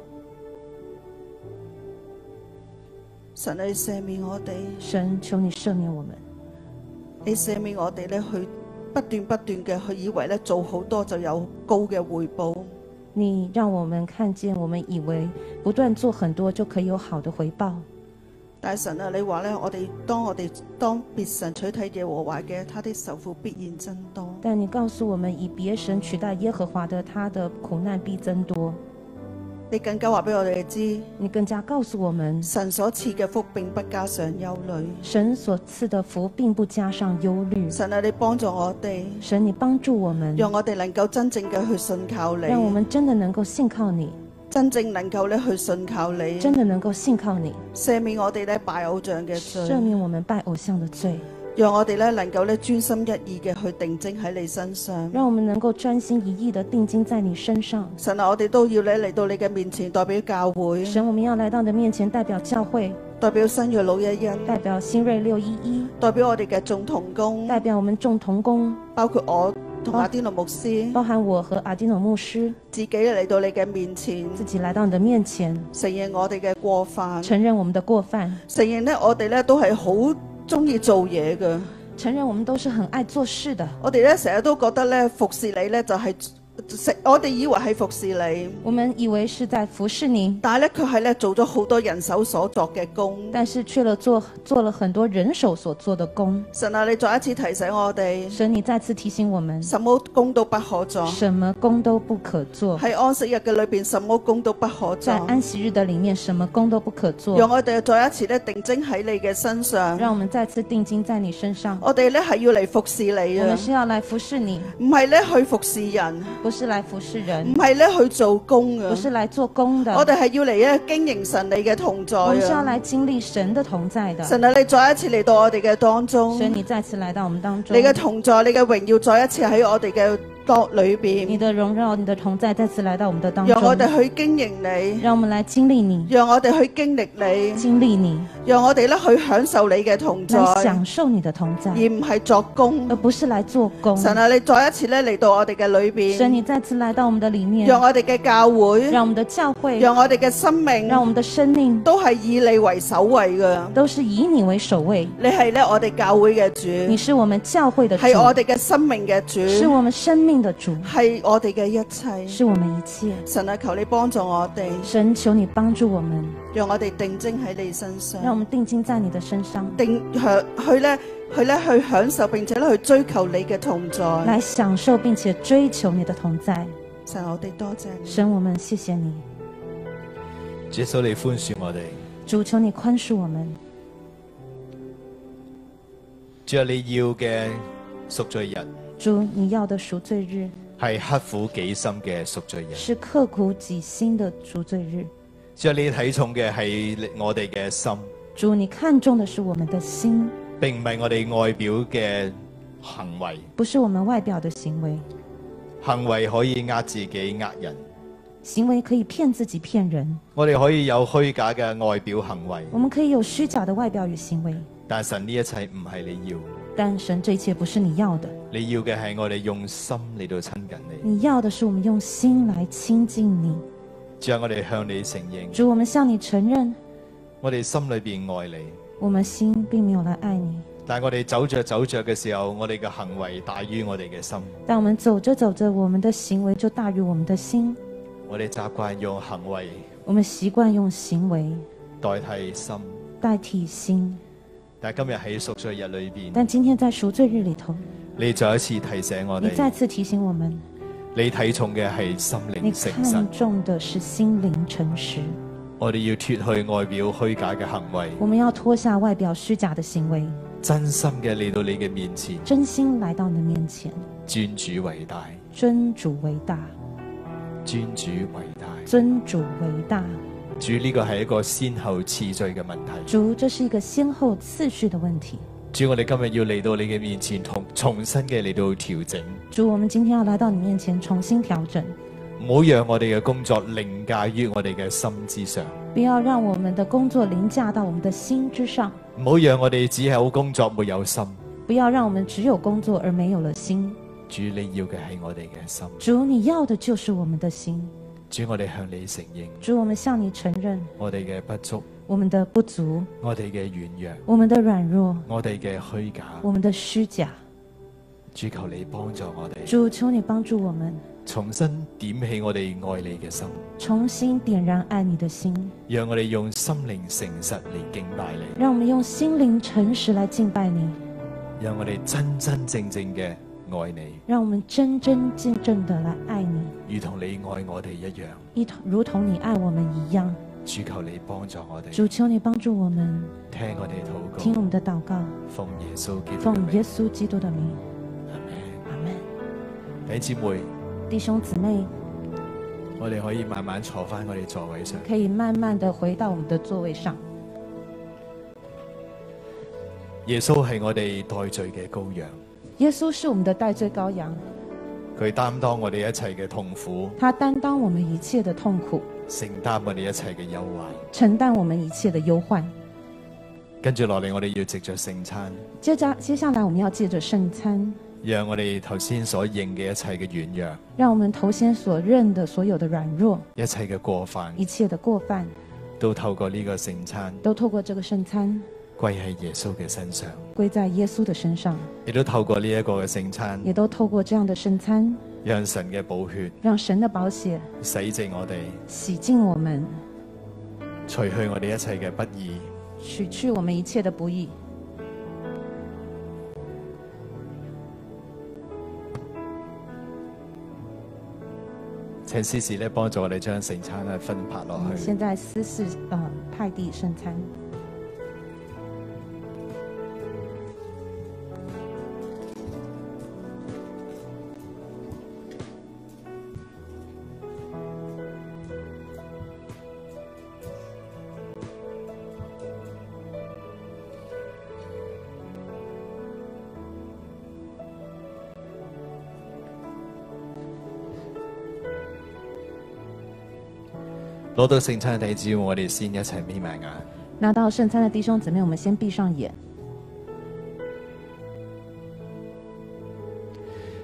Speaker 8: 神你赦免我哋。
Speaker 4: 神，求你赦免我们，
Speaker 8: 你赦免我哋咧，去不斷不斷嘅去以為咧做好多就有高嘅回報，
Speaker 4: 你让我们看见，我们以为不断做很多就可以有好的回报。
Speaker 8: 但係神啊，你話咧，我哋當我哋當別神取替耶和華嘅，他的受苦必然增多。
Speaker 4: 但你告诉我们，以别神取代耶和华的，他的苦难必增多。
Speaker 8: 你更加話俾我哋知，
Speaker 4: 你更加告诉我们，
Speaker 8: 神所賜嘅福並不加上憂慮。
Speaker 4: 神所赐的福并不加上忧虑。
Speaker 8: 神啊，你幫助我哋，
Speaker 4: 神，你帮助我们，
Speaker 8: 讓我哋能夠真正嘅去信靠你，
Speaker 4: 让我们真的能够信靠你，
Speaker 8: 真正能夠咧去信靠你，
Speaker 4: 真的能够信靠你，
Speaker 8: 赦免我哋咧拜偶像嘅
Speaker 4: 赦
Speaker 8: 罪，
Speaker 4: 免我们拜偶像的罪，
Speaker 8: 讓我哋咧能夠咧專心一意嘅去定睛喺你身上。
Speaker 4: 让我们能够专心一意的定睛在你身上。
Speaker 8: 神啊，我哋都要咧嚟到你嘅面前，代表教會，
Speaker 4: 神，我们要来到你的面前，代表教会，
Speaker 8: 代表新約老一恩，
Speaker 4: 代表新锐六一一，
Speaker 8: 代表我哋嘅眾同工，
Speaker 4: 代表我们众同工，
Speaker 8: 包括我同阿天奴牧師
Speaker 4: 包含我和阿迪诺牧师，
Speaker 8: 自己嚟到你嘅面前，
Speaker 4: 自己来到你的面前，
Speaker 8: 承認我哋嘅過犯，
Speaker 4: 承认我们的过犯，
Speaker 8: 承認咧我哋咧都係好中意做嘢嘅，
Speaker 4: 承认我们都是很爱做事的。
Speaker 8: 我哋咧成日都覺得咧服侍你咧就係、食我哋以為係服侍你，
Speaker 4: 我们以为是在服侍你，
Speaker 8: 但係咧佢係咧做咗好多人手所作嘅工。
Speaker 4: 但是去了做做了很多人手所做的工。
Speaker 8: 神啊，你再一次提醒我哋，
Speaker 4: 神，你再次提醒我们，
Speaker 8: 什麼工都不可做。
Speaker 4: 什么工都不可做，
Speaker 8: 喺安息日嘅裏边，什麼工都不可做
Speaker 4: 在。啊安息日的里面，什么工都不可做
Speaker 8: 讓。我哋再一次咧定睛喺你嘅身上，
Speaker 4: 让我们再次定睛在你身上，
Speaker 8: 我哋咧係要嚟服侍你
Speaker 4: 我
Speaker 8: 啊
Speaker 4: 们，是要来服侍你，
Speaker 8: 唔係咧去服侍人，
Speaker 4: 不是来服侍
Speaker 8: 唔
Speaker 4: 人，
Speaker 8: 係咧去做工啊
Speaker 4: 不，是来做工的。
Speaker 8: 我哋係要嚟咧經營神你嘅同在
Speaker 4: 我们是要
Speaker 8: 啊。
Speaker 4: 来经历神的同在的。
Speaker 8: 神啊，你再一次嚟到我哋嘅當中，
Speaker 4: 神，你再次来到我们当中
Speaker 8: 你，嘅同在，你嘅榮耀再一次喺我哋嘅角裏
Speaker 4: 你
Speaker 8: 边，
Speaker 4: 的荣耀、你的同在再次来到我们的当
Speaker 8: 讓我哋
Speaker 4: 中，
Speaker 8: 去經營你，
Speaker 4: 让我们来经历你，
Speaker 8: 讓我哋去經歷你，
Speaker 4: 经历你，
Speaker 8: 讓我哋咧去享受你嘅同在，
Speaker 4: 来
Speaker 8: 而
Speaker 4: 享受你的同在，
Speaker 8: 唔係作工
Speaker 4: 而。不是来做工。
Speaker 8: 神啊，你再一次咧嚟到我哋嘅裏边。
Speaker 4: 神，你再次来到我们的里面，
Speaker 8: 让我哋嘅教会，
Speaker 4: 让我们的教会，
Speaker 8: 让我哋嘅生命，
Speaker 4: 让我们的生命
Speaker 8: 都系以你为首位噶。
Speaker 4: 都是以你为首位。
Speaker 8: 你系咧我哋教会嘅
Speaker 4: 你
Speaker 8: 主，
Speaker 4: 是我们教会的主，
Speaker 8: 系我哋嘅生命嘅主，
Speaker 4: 是我们生命的主，
Speaker 8: 系我哋嘅一切。
Speaker 4: 是我们一切。
Speaker 8: 神啊，求你帮助我哋，
Speaker 4: 神，求你帮助我们，
Speaker 8: 让我哋定睛喺你身
Speaker 4: 让我
Speaker 8: 上，
Speaker 4: 们定睛在你的身上，
Speaker 8: 定享去咧去咧去享受，并且咧去追求你嘅同在。
Speaker 4: 来享受并且追求你的同在。
Speaker 8: 神啊，我哋多谢你，
Speaker 4: 神，我们谢谢你，
Speaker 6: 耶穌你寬恕我哋，
Speaker 4: 主，求你宽恕我们。
Speaker 6: 主啊，你要嘅贖罪日
Speaker 4: 主，你要的赎罪日
Speaker 6: 係刻苦己心嘅贖罪日。
Speaker 4: 是刻苦己心的赎罪日。
Speaker 6: 主啊，你睇重嘅係我哋嘅心，
Speaker 4: 主，你看重的是我们的心，
Speaker 6: 並唔係我哋外表嘅行為。
Speaker 4: 不是我们外表的行为。
Speaker 6: 行為可以呃自己、呃人，
Speaker 4: 行为可以骗自己骗人，
Speaker 6: 我哋可以有虛假嘅外表行為，
Speaker 4: 我们可以有虚假的外表与行为，
Speaker 6: 但神呢一切唔係你要，
Speaker 4: 但神这一切不是你要的，
Speaker 6: 你要嘅係我哋用心嚟到親近你。
Speaker 4: 你要的是我们用心来亲近你。
Speaker 6: 主啊，我哋向你承認，
Speaker 4: 主，我们向你承认，
Speaker 6: 我哋心裏邊愛你，
Speaker 4: 我们心并没有来爱你，
Speaker 6: 但係我哋走着走着嘅時候，我哋嘅行為大於我哋嘅心，
Speaker 4: 但我们走着走着，我们的行为就大于我们的心，
Speaker 6: 我哋習慣用行為
Speaker 4: 我们习惯用行为
Speaker 6: 代替心。
Speaker 4: 代替心。
Speaker 6: 但係今日喺熟睡日裏邊，
Speaker 4: 但今天在赎罪日里头，
Speaker 6: 你再一次提醒我
Speaker 4: 你再
Speaker 6: 哋，
Speaker 4: 次提醒我们，
Speaker 6: 你睇重嘅係心
Speaker 4: 你
Speaker 6: 靈誠實
Speaker 4: 看。重的是心灵诚实。
Speaker 6: 我哋要脱去外表虛假嘅行為，
Speaker 4: 我们要脱下外表虚假的行为，
Speaker 6: 真心嘅嚟到你嘅面前，
Speaker 4: 真心来到你的面前，
Speaker 6: 尊主為大，
Speaker 4: 尊主为大，
Speaker 6: 尊主為大。
Speaker 4: 尊主为大。
Speaker 6: 主呢個係一個先後次序嘅問題。
Speaker 4: 主，这是一个先后次序的问题。
Speaker 6: 主，我哋今日要嚟到你嘅面前，同重新嘅嚟到調整，
Speaker 4: 主，我们今天要来到你面前重新调整，
Speaker 6: 唔好讓我哋嘅工作凌駕於我哋嘅心之上，
Speaker 4: 不要让我们的工作凌驾到我们的心之上，
Speaker 6: 唔好讓我哋只有工作沒有心。
Speaker 4: 不要让我们只有工作而没有了心。
Speaker 6: 主，你要嘅係我哋嘅心。
Speaker 4: 主，你要的就是我们的心。
Speaker 6: 主，我哋向你承認
Speaker 4: 主，我们向你承认
Speaker 6: 我哋嘅不足，
Speaker 4: 我们的不足，
Speaker 6: 我哋嘅軟弱，
Speaker 4: 我们的软弱，
Speaker 6: 我哋嘅虛假。
Speaker 4: 我们的虚假。
Speaker 6: 主求你幫助我哋。
Speaker 4: 主，求你帮助我们
Speaker 6: 重新點起我哋愛你嘅心，
Speaker 4: 重新點燃爱你的心，
Speaker 6: 讓我哋用心靈誠實嚟敬拜你，
Speaker 4: 让我们用心灵诚实来敬拜你，
Speaker 6: 讓我哋真真正正嘅愛你，
Speaker 4: 让我们真真正正的来爱你，
Speaker 6: 如同你愛我哋一樣。
Speaker 4: 一同如同你爱我们一样。
Speaker 6: 主求你幫助我哋，
Speaker 4: 主，求你帮助我们，
Speaker 6: 聽我哋禱
Speaker 4: 听我
Speaker 6: 告，
Speaker 4: 们的祷告，
Speaker 6: 奉耶穌基督嘅
Speaker 4: 奉耶
Speaker 6: 名，
Speaker 4: 稣基督的名，阿
Speaker 6: 弟
Speaker 4: 门。
Speaker 6: 兄姊妹，
Speaker 4: 弟兄姊妹，
Speaker 6: 我哋可以慢慢坐翻我哋座位上。
Speaker 4: 可以慢慢的回到我们的座位上。
Speaker 6: 耶穌係我哋代罪嘅羔羊，
Speaker 4: 耶稣是我们的代罪羔羊，
Speaker 6: 佢擔當我哋一切嘅痛苦，
Speaker 4: 他担当我们一切的痛苦，
Speaker 6: 承擔我哋一切嘅憂患。
Speaker 4: 承担我们一切的忧患。
Speaker 6: 跟住落嚟，我哋要藉着聖餐，
Speaker 4: 接着，接下来我们要借着圣餐，
Speaker 6: 讓我哋頭先所認嘅一切嘅軟弱。
Speaker 4: 让我们头先所认的所有的软弱，
Speaker 6: 一切嘅過犯
Speaker 4: 一切的过犯，
Speaker 6: 都透過呢個聖餐
Speaker 4: 都透过这个聖餐
Speaker 6: 歸喺耶穌嘅身上，
Speaker 4: 归在耶稣的身上，
Speaker 6: 亦都透過呢一個嘅聖餐，
Speaker 4: 也都透過这样的聖餐，
Speaker 6: 讓神嘅寶血
Speaker 4: 让神的寶血
Speaker 6: 洗淨我哋，
Speaker 4: 洗净我们，
Speaker 6: 除去我哋一切嘅不義。
Speaker 4: 取去我们一切的不义。
Speaker 6: 請詩士咧幫助我哋將聖餐咧分拍落去
Speaker 4: 现。在私事呃派递聖餐，
Speaker 6: 攞到聖餐嘅弟子，我哋先一齊眯埋眼。
Speaker 4: 拿到聖餐的弟兄姊妹，我们先闭上眼。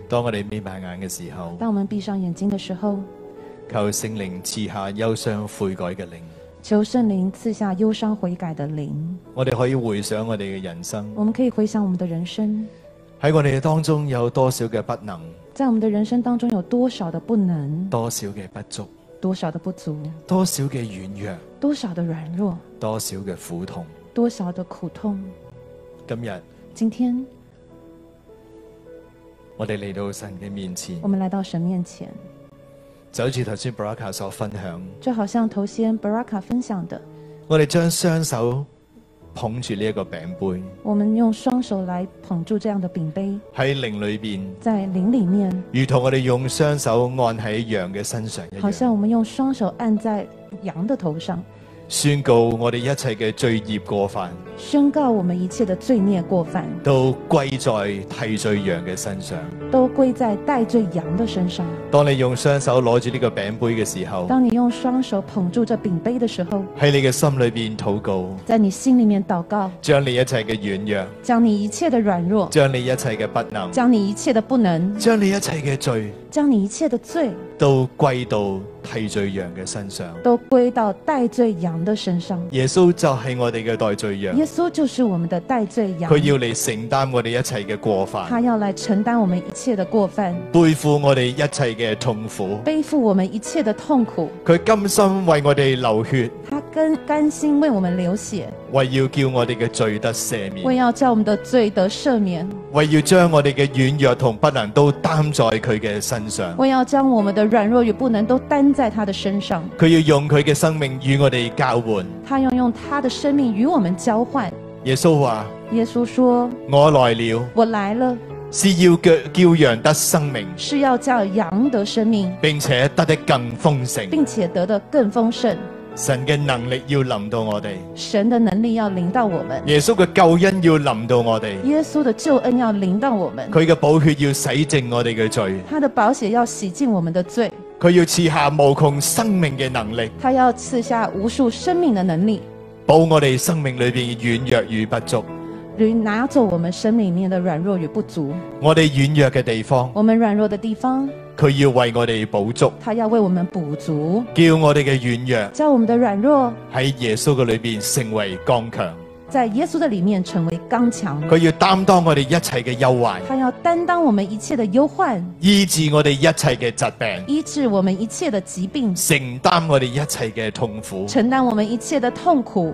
Speaker 6: 當我哋眯埋眼嘅時候，
Speaker 4: 当我们闭上眼睛的时候，
Speaker 6: 求聖靈賜下憂傷悔改嘅靈。
Speaker 4: 求聖靈赐下忧伤悔改的灵，
Speaker 6: 我哋可以回想我哋嘅人生，
Speaker 4: 我们可以回想我们的人生，
Speaker 6: 喺我哋嘅當中有多少嘅不能，
Speaker 4: 在我们的人生当中有多少的不能，
Speaker 6: 多少嘅不足，
Speaker 4: 多少的不足，
Speaker 6: 多少嘅軟弱，
Speaker 4: 多少的软弱，
Speaker 6: 多少嘅苦痛。
Speaker 4: 多少的苦痛。
Speaker 6: 今日
Speaker 4: 今天
Speaker 6: 我哋嚟到神嘅面前
Speaker 4: 我，们来到神面前，
Speaker 6: 就好似頭先 Baraka 所分享，
Speaker 4: 就好像头先 Baraka 分享的，
Speaker 6: 我哋將雙手捧住呢一個餅杯，
Speaker 4: 我们用双手来捧住这样的饼杯，
Speaker 6: 喺靈裏邊，
Speaker 4: 在灵里面，
Speaker 6: 如同我哋用雙手按喺羊嘅身上一
Speaker 4: 好像
Speaker 6: 樣，
Speaker 4: 我们用双手按在羊的头上，
Speaker 6: 宣告我哋一切嘅罪孽過犯，
Speaker 4: 宣告我们一切的罪孽过犯
Speaker 6: 都歸在替罪羊嘅身上。
Speaker 4: 都归在戴罪羊的身上。
Speaker 6: 當你用雙手攞住呢個餅杯嘅時候，
Speaker 4: 当你用双手捧住这饼杯的时候，
Speaker 6: 喺你嘅心裏边禱告，
Speaker 4: 在你心里面祷告，
Speaker 6: 將你一切嘅軟弱，
Speaker 4: 将你一切的软弱，
Speaker 6: 將你一切嘅不能，
Speaker 4: 将你一切的不能，
Speaker 6: 將你一切嘅罪
Speaker 4: 将你一切的罪
Speaker 6: 都歸到替罪羊嘅身上。
Speaker 4: 都归到戴罪羊的身上。
Speaker 6: 耶穌就係我哋嘅代罪羊
Speaker 4: 耶，稣就是我们的戴罪羊
Speaker 6: 佢，要嚟承擔我哋一切嘅過
Speaker 4: 他
Speaker 6: 犯，
Speaker 4: 要来承担我们一切的过犯，
Speaker 6: 背負我哋一切嘅痛苦。
Speaker 4: 背负我们一切的痛苦。
Speaker 6: 佢甘心為我哋流血，
Speaker 4: 他甘甘心为我们流血，
Speaker 6: 為要叫我哋嘅罪得赦免
Speaker 4: 为。要叫我们的罪得赦免，
Speaker 6: 为要将我哋嘅软弱同不能都担在佢嘅身上，
Speaker 4: 为要将我们的软弱与不能都担在他的身上。
Speaker 6: 佢要用佢嘅生命与我哋交换。
Speaker 4: 他要用他的生命与我们交换。
Speaker 6: 耶稣话：
Speaker 4: 耶稣说
Speaker 6: 我来了，：“
Speaker 4: 我来了，
Speaker 6: 是要叫叫羊得生命，
Speaker 4: 是要叫羊得生命，
Speaker 6: 并且得的更丰盛。
Speaker 4: 并且得的更丰盛。
Speaker 6: 神嘅能力要临到我哋，
Speaker 4: 神的能力要临到我们，
Speaker 6: 耶稣嘅救恩要临到我哋，
Speaker 4: 耶稣的救恩要临到我们，
Speaker 6: 佢嘅宝血要洗净我哋嘅罪，
Speaker 4: 他的宝血要洗净我们的罪，
Speaker 6: 佢要赐下无穷生命嘅能力，
Speaker 4: 他要赐下无数生命的能力，
Speaker 6: 补我哋生命里边软弱与不足，
Speaker 4: 拿走我们生命里面的软弱与不足。
Speaker 6: 我哋软弱嘅地方，
Speaker 4: 我们软弱的地方，
Speaker 6: 佢要为我哋补足，
Speaker 4: 他要为我们补足，
Speaker 6: 叫我哋嘅软弱。
Speaker 4: 叫我们的软弱
Speaker 6: 喺耶穌嘅裏边成為剛強，
Speaker 4: 在耶稣的里面成为刚强。
Speaker 6: 佢要擔當我哋一切嘅憂患，
Speaker 4: 他要担当我们一切的忧患，
Speaker 6: 醫治我哋一切嘅疾病，
Speaker 4: 医治我们一切的疾病，
Speaker 6: 承擔我哋一切嘅痛苦。
Speaker 4: 承担我们一切的痛苦。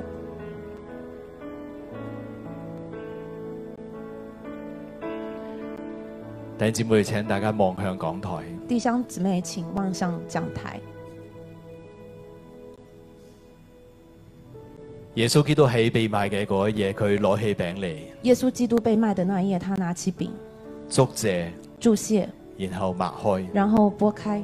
Speaker 6: 弟兄姊妹，請大家望向港台，
Speaker 4: 弟兄姊妹，请望向讲台。
Speaker 6: 耶穌基督喺被賣嘅嗰一夜，佢攞起餅嚟，
Speaker 4: 耶稣基督被卖的那一夜，他拿起饼，
Speaker 6: 祝謝，
Speaker 4: 注谢，
Speaker 6: 然後擘開。
Speaker 4: 然后拨开。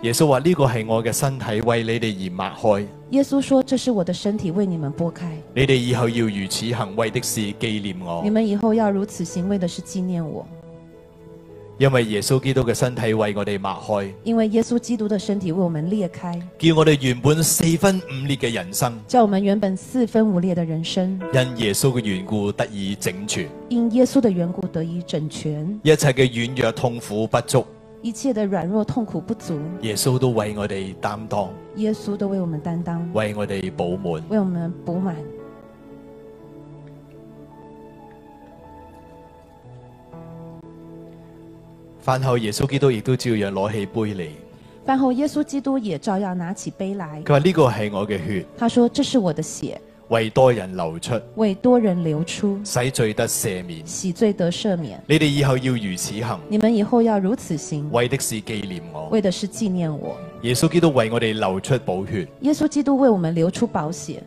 Speaker 6: 耶穌話：呢個係我嘅身體，為你哋而擘開。
Speaker 4: 耶稣说：“这是我的身体，为你们拨开。
Speaker 6: 你哋以後要如此行，為的是紀念
Speaker 4: 你
Speaker 6: 我。
Speaker 4: 们以后要如此行，为的是纪念我。
Speaker 6: 因為耶穌基督嘅身體為我哋擘開，
Speaker 4: 因为耶稣基督的身体为我们裂开，
Speaker 6: 叫我哋原本四分五裂嘅人生，
Speaker 4: 叫我们原本四分五裂的人生，
Speaker 6: 因耶穌嘅緣故得以整全。
Speaker 4: 因耶稣的缘故得以整全。
Speaker 6: 一切嘅軟弱、痛苦、不足，
Speaker 4: 一切的软弱、痛苦、不足，
Speaker 6: 耶穌都為我哋擔當，
Speaker 4: 耶稣都为我们担当，
Speaker 6: 為我哋補滿。
Speaker 4: 为我们补满。”
Speaker 6: 飯後，耶穌基督亦都照樣攞起杯嚟，
Speaker 4: 饭后，耶稣基督也照样拿起杯来，
Speaker 6: 佢話：呢個係我嘅血，
Speaker 4: 他说：“这是我的血，
Speaker 6: 為多人流出，
Speaker 4: 为多人流出，
Speaker 6: 使罪得赦免。
Speaker 4: 洗罪得赦免。
Speaker 6: 你哋以後要如此行，
Speaker 4: 你们以后要如此行，
Speaker 6: 為的是紀念我。
Speaker 4: 为的是纪念我。
Speaker 6: 耶穌基督為我哋流出寶血，
Speaker 4: 耶稣基督为我们流出宝血，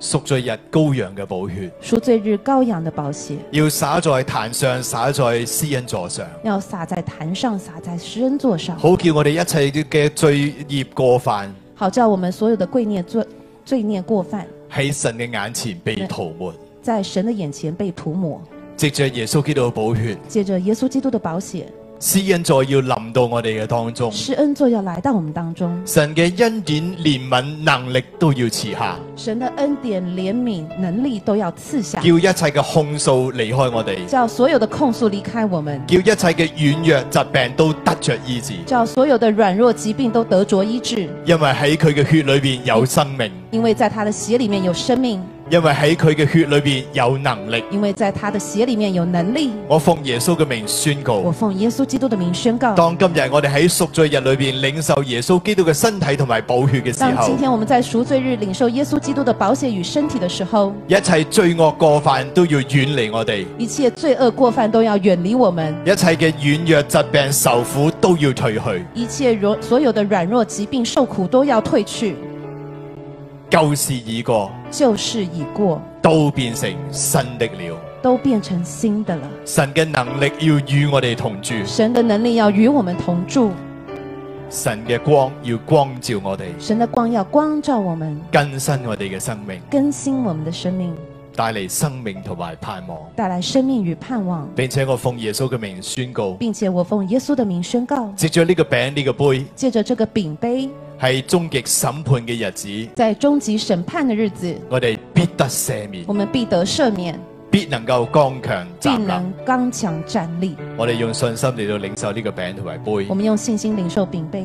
Speaker 6: 贖罪日羔羊嘅寶血，
Speaker 4: 赎罪日羔羊的宝血，
Speaker 6: 要灑在壇上，灑在施恩座上，
Speaker 4: 要洒在坛上，洒在施恩座上，
Speaker 6: 好叫我哋一切嘅罪孽過犯
Speaker 4: 好叫我们所有的罪孽罪罪孽过犯，
Speaker 6: 喺神嘅眼前被塗抹。
Speaker 4: 在神的眼前被涂抹。
Speaker 6: 藉着耶穌基督嘅寶血，
Speaker 4: 借着耶稣基督的宝血，
Speaker 6: 施恩座要臨到我哋嘅當中，
Speaker 4: 施恩座要来到我们当中，
Speaker 6: 神嘅恩典、憐憫、能力都要持下，
Speaker 4: 神的恩典、怜悯、能力都要赐下
Speaker 6: 叫。一切嘅控訴離開我哋，
Speaker 4: 叫所有的控诉离开我们，
Speaker 6: 叫一切嘅軟弱、疾病都得着醫治，
Speaker 4: 叫所有的軟弱疾病都得着医治，
Speaker 6: 因為喺佢嘅血裏边有生命，
Speaker 4: 因為在他的血里面有生命，
Speaker 6: 因為喺佢嘅血裏边有能力。
Speaker 4: 因为在他的血里面有能力。
Speaker 6: 我奉耶穌嘅名宣
Speaker 4: 我
Speaker 6: 告，
Speaker 4: 奉耶穌基督的名宣告，
Speaker 6: 當今日我哋喺贖罪日裏边領受耶穌基督嘅身體同埋寶血嘅時
Speaker 4: 当今
Speaker 6: 候，
Speaker 4: 天我们在赎罪日领受耶穌基督的宝血与身体的时候，
Speaker 6: 一切罪惡過犯都要遠離我哋，
Speaker 4: 一切罪恶过犯都要远离我们，
Speaker 6: 一切嘅軟弱、疾病、受苦都要退去。
Speaker 4: 一切软所有的软弱疾病受苦都要退去。
Speaker 6: 舊事已過，
Speaker 4: 旧事已过，
Speaker 6: 都變成新的了。
Speaker 4: 都变成新的了。
Speaker 6: 神嘅能力要與我哋同住，
Speaker 4: 神的能力要与我们同住。
Speaker 6: 神嘅光要光照我哋，
Speaker 4: 神的光要光照我们，
Speaker 6: 更新我哋嘅生命，
Speaker 4: 更新我们的生命，
Speaker 6: 帶嚟生命同埋盼望。
Speaker 4: 带来生命与盼望，
Speaker 6: 並且我奉耶穌嘅名宣告，
Speaker 4: 并且我奉耶稣的名宣告，
Speaker 6: 藉着呢個餅呢、個杯，
Speaker 4: 借着这个饼杯，
Speaker 6: 係終極審判嘅日子，
Speaker 4: 在终极审判的日子，
Speaker 6: 我哋必得赦免
Speaker 4: 我，们必得赦免，
Speaker 6: 必能夠剛強
Speaker 4: 必
Speaker 6: 站立
Speaker 4: 能。刚强站立。
Speaker 6: 我哋用信心嚟到領受呢個餅同埋杯
Speaker 4: 我。们用信心领受饼杯，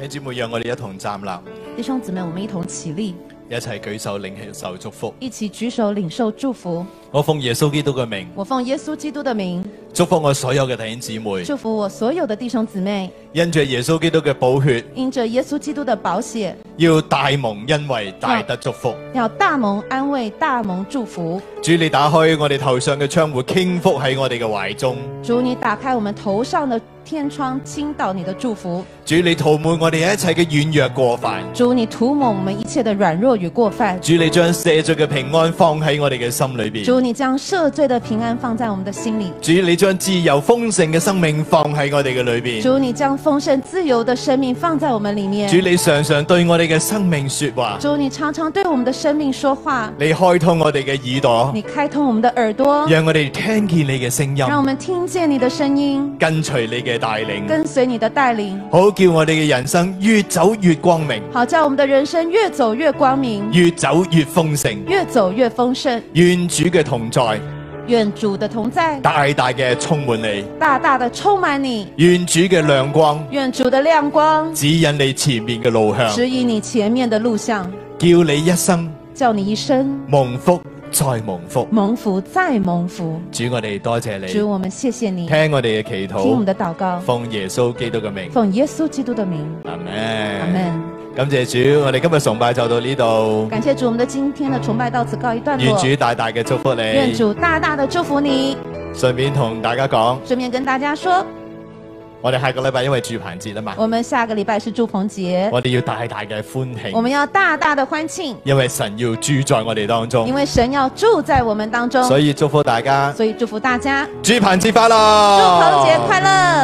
Speaker 6: 弟兄姊妹，讓我哋一同站立，
Speaker 4: 弟兄姊妹，我们一同起立，
Speaker 6: 一齊舉手領受祝福。
Speaker 4: 一起举手领受祝福。
Speaker 6: 我奉耶穌基督嘅名，
Speaker 4: 我奉耶稣基督的名，
Speaker 6: 祝福我所有嘅弟兄姊妹，
Speaker 4: 祝福我所有的弟兄姊妹，
Speaker 6: 因着耶穌基督嘅寶血，
Speaker 4: 因着耶稣基督的宝血，
Speaker 6: 要大蒙恩惠，大得祝福。
Speaker 4: 要大蒙安慰，大蒙祝福。
Speaker 6: 主，你打開我哋頭上嘅窗户，傾覆喺我哋嘅懷中。
Speaker 4: 主，你打开我们头上的天窗，倾倒你的祝福。
Speaker 6: 主，你塗滿我哋一切嘅軟弱過犯。
Speaker 4: 主，你涂抹我们一切的软弱与过犯。
Speaker 6: 主，你將赦罪嘅平安放喺我哋嘅心裏邊。
Speaker 4: 主，你将赦罪的平安放在我们的心里。
Speaker 6: 主，你將自由豐盛嘅生命放喺我哋嘅裏邊。
Speaker 4: 主，你将丰盛自由的生命放在我们里面
Speaker 6: 主，。你常常對我哋嘅生命说話，
Speaker 4: 主，你常常对我们的生命说话，
Speaker 6: 你開通我哋嘅耳朵
Speaker 4: 你，开通我们的耳朵，
Speaker 6: 讓我哋聽見你嘅聲音，
Speaker 4: 让我们听见你的声音，
Speaker 6: 跟隨你嘅帶領，
Speaker 4: 跟随你的带领，
Speaker 6: 好叫我哋嘅人生越走越光明，
Speaker 4: 好叫我们的人生越走越光明，
Speaker 6: 越走越豐盛。
Speaker 4: 越走越丰盛。
Speaker 6: 願主嘅同在
Speaker 4: 愿主的同在
Speaker 6: 大大嘅充滿你，
Speaker 4: 大大的充满你，
Speaker 6: 願主嘅亮光
Speaker 4: 愿主的亮光
Speaker 6: 指引你前面嘅路向，
Speaker 4: 指引你前面的路向，
Speaker 6: 叫你一生
Speaker 4: 叫你一生
Speaker 6: 蒙福再蒙福。
Speaker 4: 蒙福再蒙福。
Speaker 6: 主，我哋多謝你，
Speaker 4: 主，我们谢谢你，听
Speaker 6: 聽我哋嘅祈
Speaker 4: 我们
Speaker 6: 禱，
Speaker 4: 的祷告，
Speaker 6: 奉耶穌基督嘅名，
Speaker 4: 奉耶稣基督的名，
Speaker 6: 阿門。
Speaker 4: 阿门。
Speaker 6: 感謝主，我哋今日崇拜就到呢度，
Speaker 4: 感谢主，我们的今天的崇拜到此告一段
Speaker 6: 願
Speaker 4: 落。
Speaker 6: 主大大嘅祝福
Speaker 4: 愿
Speaker 6: 你。
Speaker 4: 主大大的祝福你。
Speaker 6: 順便同大家講，
Speaker 4: 顺便跟大家说，
Speaker 6: 我哋下個禮拜因為住棚節啊嘛，
Speaker 4: 我们下个礼拜是祝棚节，
Speaker 6: 我哋要大大嘅歡
Speaker 4: 我
Speaker 6: 喜，
Speaker 4: 们要大大的欢庆，
Speaker 6: 因為神要住在我哋當
Speaker 4: 因
Speaker 6: 中，
Speaker 4: 为神要住在我们当中。
Speaker 6: 所以祝福大家
Speaker 4: 所以祝福大家，
Speaker 6: 住棚節快樂，
Speaker 4: 祝棚节快樂！